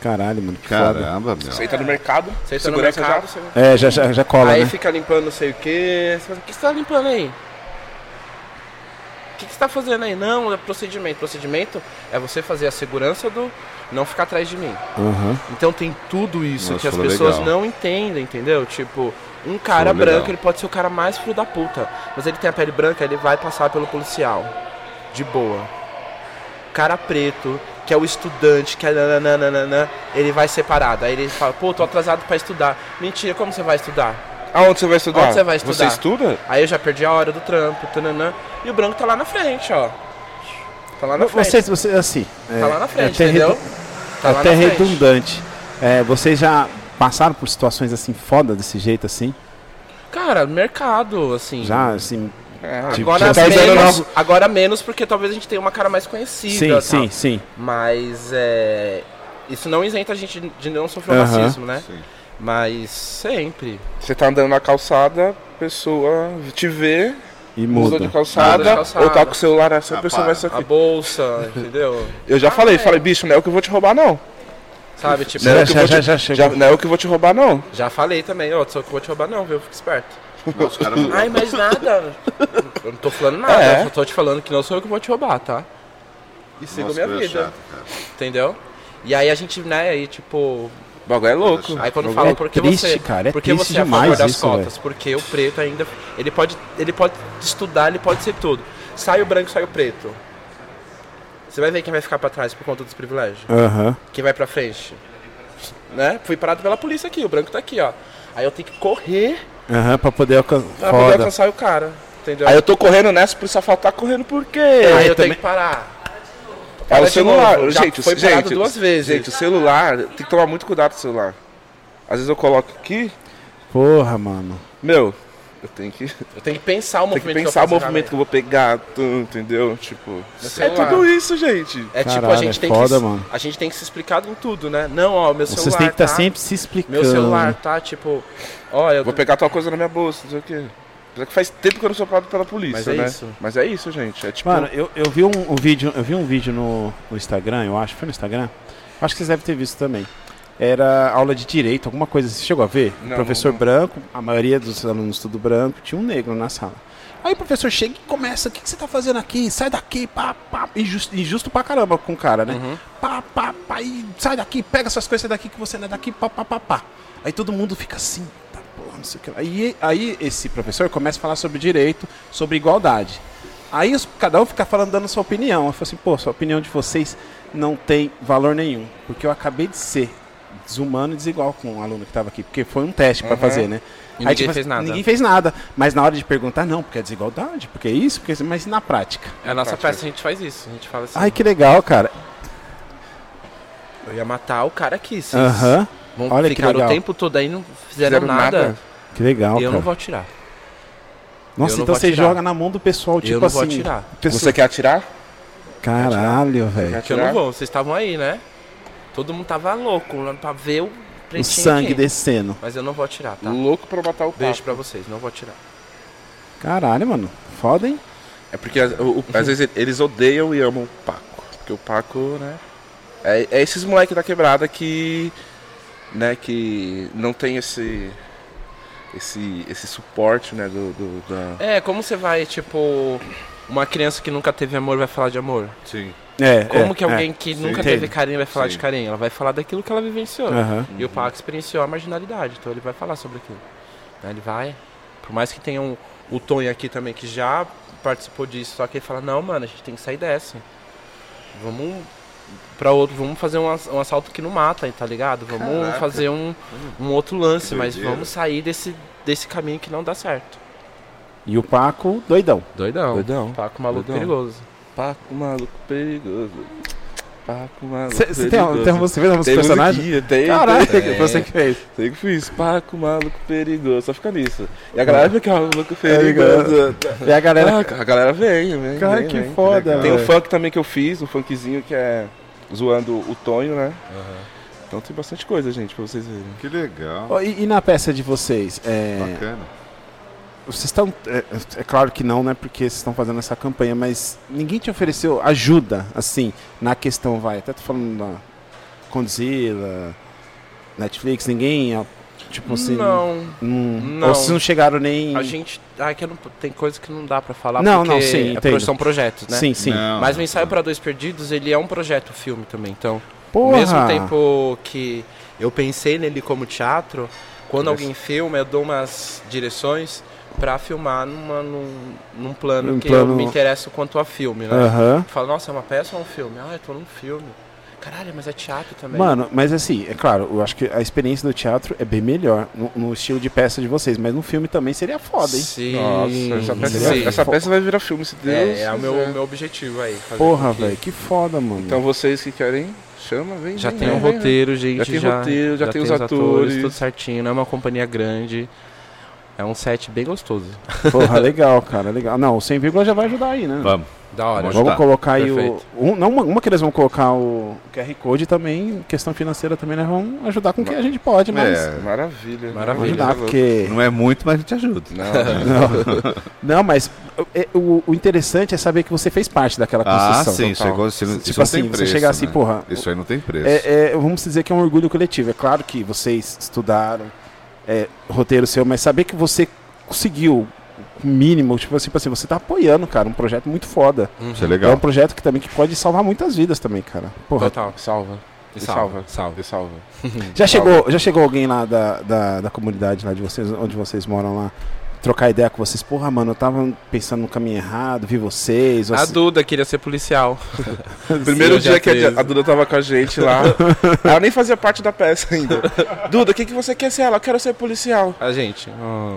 [SPEAKER 1] Caralho, mano, que foda.
[SPEAKER 2] caramba, meu.
[SPEAKER 4] Você entra no mercado,
[SPEAKER 5] Você entra no
[SPEAKER 4] segura a
[SPEAKER 5] mercado,
[SPEAKER 4] cara.
[SPEAKER 5] você...
[SPEAKER 1] É, já, já, já cola,
[SPEAKER 5] aí
[SPEAKER 1] né?
[SPEAKER 5] fica limpando não sei o quê. Você fala, o que você tá limpando aí? O que, que você tá fazendo aí? Não, é procedimento. Procedimento é você fazer a segurança do não ficar atrás de mim.
[SPEAKER 1] Aham.
[SPEAKER 5] Então tem tudo isso
[SPEAKER 2] Nossa,
[SPEAKER 5] que as
[SPEAKER 2] falou
[SPEAKER 5] pessoas
[SPEAKER 2] legal.
[SPEAKER 5] não entendem, entendeu? Tipo, um cara
[SPEAKER 2] Falou
[SPEAKER 5] branco,
[SPEAKER 2] legal.
[SPEAKER 5] ele pode ser o cara mais filho da puta, mas ele tem a pele branca, ele vai passar pelo policial. De boa. Cara preto, que é o estudante, que é nananana, ele vai separado. Aí ele fala, pô, tô atrasado pra estudar. Mentira, como você vai estudar?
[SPEAKER 4] Aonde você vai estudar?
[SPEAKER 5] Aonde você vai estudar?
[SPEAKER 4] estuda?
[SPEAKER 5] Aí eu já perdi a hora do trampo, tananã. E o branco tá lá na frente, ó. Tá lá na frente.
[SPEAKER 1] Vocês, vocês, assim. é,
[SPEAKER 5] Tá lá na frente,
[SPEAKER 1] até
[SPEAKER 5] entendeu?
[SPEAKER 1] redu-
[SPEAKER 5] Tá lá
[SPEAKER 1] até
[SPEAKER 5] na frente.
[SPEAKER 1] redundante. É, vocês já passaram por situações assim foda desse jeito assim?
[SPEAKER 5] Cara, mercado, assim.
[SPEAKER 1] Já, assim. tipo,
[SPEAKER 5] Agora
[SPEAKER 1] você tá usando
[SPEAKER 5] menos,
[SPEAKER 1] novo-
[SPEAKER 5] agora menos, porque talvez a gente tenha uma cara mais
[SPEAKER 1] Sim,
[SPEAKER 5] conhecida.
[SPEAKER 1] sim,
[SPEAKER 5] tal.
[SPEAKER 1] sim.
[SPEAKER 5] Mas é, Isso não isenta a gente de não sofrer
[SPEAKER 1] Aham.
[SPEAKER 5] racismo, né?
[SPEAKER 2] Sim.
[SPEAKER 5] Mas sempre.
[SPEAKER 4] Você tá andando na calçada, a pessoa te vê,
[SPEAKER 1] E
[SPEAKER 4] mudou
[SPEAKER 1] muda.
[SPEAKER 4] de calçada,
[SPEAKER 5] Muda de calçada.
[SPEAKER 4] ou tá com o celular assim, a
[SPEAKER 2] Ah,
[SPEAKER 4] pessoa
[SPEAKER 2] para.
[SPEAKER 4] vai ser
[SPEAKER 5] A bolsa, entendeu?
[SPEAKER 4] Eu já
[SPEAKER 5] Ah,
[SPEAKER 4] falei, falei, bicho, não é o que eu vou te roubar, não.
[SPEAKER 5] Sabe, tipo,
[SPEAKER 4] Não é o que eu
[SPEAKER 1] Já,
[SPEAKER 4] vou
[SPEAKER 1] já,
[SPEAKER 4] te-
[SPEAKER 1] já chegou.
[SPEAKER 4] já- não é o que eu vou te roubar, não.
[SPEAKER 5] já falei também, ó, só que eu vou te roubar não, viu? Fica esperto.
[SPEAKER 2] Os caras não-
[SPEAKER 5] Ai, mas nada. Eu não tô falando nada,
[SPEAKER 4] É.
[SPEAKER 5] eu só tô te falando que não sou eu que vou te roubar, tá? E sigo a
[SPEAKER 2] Nossa,
[SPEAKER 5] minha
[SPEAKER 2] coisa
[SPEAKER 5] vida,
[SPEAKER 2] chata, cara.
[SPEAKER 5] entendeu? E aí a gente, né, aí tipo,
[SPEAKER 4] O bagulho é louco.
[SPEAKER 5] Aí quando
[SPEAKER 1] Bagulho
[SPEAKER 5] falam
[SPEAKER 1] é
[SPEAKER 5] porque
[SPEAKER 1] triste,
[SPEAKER 5] você,
[SPEAKER 1] cara, é
[SPEAKER 5] porque
[SPEAKER 1] triste
[SPEAKER 5] você é a
[SPEAKER 1] demais
[SPEAKER 5] favor das
[SPEAKER 1] isso,
[SPEAKER 5] cotas, porque o preto ainda ele pode ele pode estudar, ele pode ser tudo. Sai o branco, sai o preto. Você vai ver quem vai ficar pra trás por conta dos privilégios.
[SPEAKER 1] Aham.
[SPEAKER 5] Quem vai pra frente, né? Fui parado pela polícia aqui, o branco tá aqui, ó. Aí eu tenho que correr
[SPEAKER 1] Aham, pra poder alcançar.
[SPEAKER 5] pra poder
[SPEAKER 1] Foda.
[SPEAKER 5] alcançar o cara, entendeu?
[SPEAKER 4] Aí eu tô correndo nessa, por isso faltar "Tá correndo por quê?
[SPEAKER 5] Aí eu
[SPEAKER 1] também-
[SPEAKER 5] tenho que parar.
[SPEAKER 4] É
[SPEAKER 5] Para
[SPEAKER 4] o
[SPEAKER 5] de
[SPEAKER 4] celular.
[SPEAKER 5] novo, já
[SPEAKER 4] gente,
[SPEAKER 5] foi
[SPEAKER 4] gente,
[SPEAKER 5] parado duas vezes.
[SPEAKER 4] Gente, o celular, tem que tomar muito cuidado com o celular. Às vezes eu coloco aqui,
[SPEAKER 1] Porra, mano.
[SPEAKER 4] meu, eu tenho que, tenho
[SPEAKER 5] Eu tenho que pensar o
[SPEAKER 4] que
[SPEAKER 5] movimento
[SPEAKER 4] pensar o
[SPEAKER 5] que eu faço
[SPEAKER 4] movimento que eu vou pegar, tu, entendeu? Tipo, é
[SPEAKER 5] celular.
[SPEAKER 4] tudo isso, gente.
[SPEAKER 5] É tipo a
[SPEAKER 1] Caralho,
[SPEAKER 5] gente
[SPEAKER 1] é
[SPEAKER 5] tem
[SPEAKER 1] foda,
[SPEAKER 5] que
[SPEAKER 1] mano.
[SPEAKER 5] a gente tem que se explicar em tudo, né? Não, ó, meu celular
[SPEAKER 1] Vocês têm que estar
[SPEAKER 5] tá-
[SPEAKER 1] sempre né? se explicando.
[SPEAKER 5] Meu celular tá tipo. Ó, eu.
[SPEAKER 4] Vou pegar tua coisa na minha bolsa, não sei o quê. Apesar que faz tempo que eu não sou parado pela polícia,
[SPEAKER 5] Mas é
[SPEAKER 4] né?
[SPEAKER 5] isso.
[SPEAKER 4] Mas é isso, gente. É tipo,
[SPEAKER 1] Mano, eu, eu vi um, um vídeo, eu vi um vídeo no, no Instagram, eu acho, foi no Instagram. Acho que vocês devem ter visto também. Era aula de direito, alguma coisa. Você chegou a ver?
[SPEAKER 4] Não,
[SPEAKER 1] professor
[SPEAKER 4] não, não.
[SPEAKER 1] branco, a maioria dos alunos tudo branco, tinha um negro na sala. Aí o professor chega e começa, o que, que você tá fazendo aqui? Sai daqui, pá, pá. Injusto, injusto pra caramba com o cara, né?
[SPEAKER 4] Uhum.
[SPEAKER 1] Pá, pá, pá, e sai daqui, pega suas coisas sai daqui que você não é daqui, pá, pá, pá, pá. Aí todo mundo fica assim, tá porra, não sei o que. lá. Aí, aí esse professor começa a falar sobre direito, sobre igualdade. Aí os- cada um fica falando, dando sua opinião. Eu falo assim, pô, sua opinião de vocês não tem valor nenhum, porque eu acabei de ser desumano e desigual com o aluno que tava aqui, porque foi um teste pra fazer, né?
[SPEAKER 5] Uhum. E ninguém fez nada.
[SPEAKER 1] Ninguém fez nada. Mas na hora de perguntar, não, porque é desigualdade, porque é isso, porque é isso, mas e na prática.
[SPEAKER 5] É a nossa peça, a gente faz isso. A gente fala assim.
[SPEAKER 1] Ai, que legal, cara.
[SPEAKER 5] Eu ia matar o cara aqui. Vocês
[SPEAKER 1] Aham,
[SPEAKER 5] vão
[SPEAKER 1] olha que
[SPEAKER 5] ficar o
[SPEAKER 1] legal.
[SPEAKER 5] tempo todo aí não fizeram,
[SPEAKER 4] Fizeram
[SPEAKER 5] nada.
[SPEAKER 4] nada.
[SPEAKER 1] que legal,
[SPEAKER 5] eu
[SPEAKER 1] cara.
[SPEAKER 5] não vou atirar.
[SPEAKER 1] Tipo Nossa,
[SPEAKER 5] eu não
[SPEAKER 1] então
[SPEAKER 5] vou
[SPEAKER 1] você
[SPEAKER 5] atirar.
[SPEAKER 1] joga na mão do pessoal, tipo
[SPEAKER 5] eu não
[SPEAKER 1] assim.
[SPEAKER 5] vou atirar.
[SPEAKER 1] pessoa-
[SPEAKER 4] você quer atirar?
[SPEAKER 1] Caralho, velho.
[SPEAKER 5] Porque eu não vou. Vocês estavam aí, né? Todo mundo tava louco lá pra ver o
[SPEAKER 1] O
[SPEAKER 5] pretinho.
[SPEAKER 1] sangue Hum.
[SPEAKER 5] aqui.
[SPEAKER 1] descendo.
[SPEAKER 5] Mas eu não vou atirar, tá?
[SPEAKER 4] Louco pra matar o
[SPEAKER 5] Beijo
[SPEAKER 4] papo.
[SPEAKER 5] pra vocês, não vou atirar.
[SPEAKER 1] Caralho, mano. Foda, hein?
[SPEAKER 4] É porque as- o- o-
[SPEAKER 5] Uhum.
[SPEAKER 4] às vezes eles odeiam e amam o Paco. Porque o Paco, né? É, é esses moleque da quebrada que. né, que não tem esse. esse, esse suporte, né, do. do- da...
[SPEAKER 5] É, como você vai, tipo. Uma criança que nunca teve amor vai falar de amor?
[SPEAKER 2] Sim.
[SPEAKER 1] É.
[SPEAKER 5] Como
[SPEAKER 1] é,
[SPEAKER 5] que alguém que nunca
[SPEAKER 1] Entendo.
[SPEAKER 5] teve carinho vai falar de
[SPEAKER 2] Sim.
[SPEAKER 5] carinho? Ela vai falar daquilo que ela vivenciou.
[SPEAKER 1] É. Aham.
[SPEAKER 5] E o Paco experienciou a marginalidade, então ele vai falar sobre aquilo. Né, Ele vai, por mais que tenha um, o Tonho aqui também que já participou disso, só que ele fala, não, mano, a gente tem que sair dessa. Vamos para outro, vamos fazer um, ass- um assalto que não mata, tá ligado? Vamos
[SPEAKER 2] Caraca.
[SPEAKER 5] fazer um, um outro lance,
[SPEAKER 2] Que
[SPEAKER 5] mas
[SPEAKER 2] doideira.
[SPEAKER 5] vamos sair desse, desse caminho que não dá certo.
[SPEAKER 1] E o Paco, doidão.
[SPEAKER 5] Doidão.
[SPEAKER 4] Doidão.
[SPEAKER 5] Paco maluco
[SPEAKER 4] Doidão.
[SPEAKER 5] perigoso.
[SPEAKER 4] Paco maluco perigoso. Paco maluco
[SPEAKER 1] Você tem, um- tem uma- você fez a música
[SPEAKER 4] tem
[SPEAKER 1] do personagem?
[SPEAKER 4] musiquinha, Tem,
[SPEAKER 1] Caralho,
[SPEAKER 4] tem.
[SPEAKER 1] que você que fez.
[SPEAKER 4] Sei que fiz. Paco maluco perigoso. Só fica nisso. E a galera fica um maluco
[SPEAKER 1] É,
[SPEAKER 4] perigoso.
[SPEAKER 1] E É a galera.
[SPEAKER 4] Ah, a galera vem, vem.
[SPEAKER 1] Cara,
[SPEAKER 4] vem,
[SPEAKER 1] que
[SPEAKER 4] vem.
[SPEAKER 1] foda,
[SPEAKER 4] Tem o
[SPEAKER 1] velho.
[SPEAKER 4] funk também que eu fiz, um funkzinho que é zoando o Tonho, né? Então tem bastante coisa, gente, pra vocês verem.
[SPEAKER 2] Que legal.
[SPEAKER 1] Ó, E, e na peça de vocês? É,
[SPEAKER 2] Bacana.
[SPEAKER 1] vocês estão. É, é claro que não, né? Porque vocês estão fazendo essa campanha, mas ninguém te ofereceu ajuda, assim, na questão, vai. Até tô falando da Condzilla, Netflix, ninguém. ó, Tipo assim.
[SPEAKER 5] Não,
[SPEAKER 1] Hum,
[SPEAKER 5] Não.
[SPEAKER 1] Ou vocês não chegaram nem.
[SPEAKER 5] a gente. Ah, que eu não, tem coisa que não dá pra falar
[SPEAKER 1] Não,
[SPEAKER 5] porque
[SPEAKER 1] não, sim,
[SPEAKER 5] é,
[SPEAKER 1] entendo.
[SPEAKER 5] pro- são projetos, né?
[SPEAKER 1] Sim, sim.
[SPEAKER 2] Não,
[SPEAKER 5] Mas o
[SPEAKER 2] não,
[SPEAKER 5] ensaio é
[SPEAKER 2] não.
[SPEAKER 5] para dois perdidos, ele é um projeto filme também. Então, ao
[SPEAKER 1] Porra!
[SPEAKER 5] mesmo tempo que eu pensei nele como teatro, quando alguém filma, eu dou umas direções para filmar numa, num, num plano
[SPEAKER 1] Num
[SPEAKER 5] que
[SPEAKER 1] plano-
[SPEAKER 5] eu me interesso quanto a filme, né?
[SPEAKER 1] Aham.
[SPEAKER 5] Falo, nossa, é uma peça ou é um filme? Ah, eu tô num filme. Caralho, mas é teatro também.
[SPEAKER 1] Mano, mas assim, é claro, eu acho que a experiência do teatro é bem melhor no, no estilo de peça de vocês, mas no filme também seria foda, hein?
[SPEAKER 5] Sim.
[SPEAKER 4] Nossa, essa peça,
[SPEAKER 5] sim.
[SPEAKER 4] essa peça vai virar filme, se Deus.
[SPEAKER 5] É, é o
[SPEAKER 4] quiser.
[SPEAKER 5] meu, meu objetivo aí. fazer
[SPEAKER 1] Porra,
[SPEAKER 5] com que-
[SPEAKER 1] velho, que foda, mano.
[SPEAKER 4] Então vocês que querem, chama, vem.
[SPEAKER 5] Já
[SPEAKER 4] vem,
[SPEAKER 5] tem
[SPEAKER 4] vem,
[SPEAKER 5] um
[SPEAKER 4] vem.
[SPEAKER 5] roteiro, gente.
[SPEAKER 4] É. Já tem roteiro, já tem os atores.
[SPEAKER 5] Tudo certinho, não é uma companhia grande. É um set bem gostoso.
[SPEAKER 1] Porra, legal, cara, legal. Não, o 100 vírgula já vai ajudar aí, né?
[SPEAKER 2] Vamos.
[SPEAKER 5] Da hora.
[SPEAKER 2] Vamos
[SPEAKER 1] Vamos
[SPEAKER 2] ajudar.
[SPEAKER 1] colocar aí o.
[SPEAKER 5] Perfeito.
[SPEAKER 1] um- não, uma, uma que eles vão colocar o QR Code também, questão financeira também, nós vamos ajudar com o que a gente pode, mas.
[SPEAKER 2] É,
[SPEAKER 4] Maravilha.
[SPEAKER 1] vamos
[SPEAKER 5] Maravilha.
[SPEAKER 1] ajudar, porque.
[SPEAKER 2] não é muito, mas a gente ajuda.
[SPEAKER 1] é Não, mas é, o, o interessante é saber que você fez parte daquela
[SPEAKER 2] Ah,
[SPEAKER 1] construção.
[SPEAKER 2] sim, isso, é
[SPEAKER 1] total.
[SPEAKER 2] igual- isso não-
[SPEAKER 1] Tipo
[SPEAKER 2] isso não
[SPEAKER 1] assim,
[SPEAKER 2] tem
[SPEAKER 1] você
[SPEAKER 2] preço.
[SPEAKER 1] chegar assim,
[SPEAKER 2] né?
[SPEAKER 1] porra,
[SPEAKER 2] Isso aí não tem preço.
[SPEAKER 1] É, é, vamos dizer que é um orgulho coletivo. É claro que vocês estudaram é, roteiro seu, mas saber que você conseguiu o mínimo, tipo assim, tipo assim, você tá apoiando, cara, um projeto muito foda.
[SPEAKER 2] Isso é
[SPEAKER 1] É um
[SPEAKER 2] legal.
[SPEAKER 1] projeto que também que pode salvar muitas vidas também, cara. Porra,
[SPEAKER 5] Total.
[SPEAKER 4] Salva.
[SPEAKER 5] E
[SPEAKER 4] E
[SPEAKER 5] salva.
[SPEAKER 4] salva.
[SPEAKER 5] Salva.
[SPEAKER 4] E salva.
[SPEAKER 1] já chegou, já chegou alguém lá da, da, da comunidade lá de vocês, onde vocês moram lá, trocar ideia com vocês. Porra, mano, eu tava pensando no caminho errado, vi vocês. assim.
[SPEAKER 5] A
[SPEAKER 1] vocês...
[SPEAKER 5] Duda queria ser policial.
[SPEAKER 4] Primeiro
[SPEAKER 5] Sim, eu já
[SPEAKER 4] dia que
[SPEAKER 5] fiz.
[SPEAKER 4] a, a Duda tava com a gente lá, ela nem fazia parte da peça ainda. Duda, o que, que você quer ser? Ela, eu quero ser policial.
[SPEAKER 5] A gente. ah,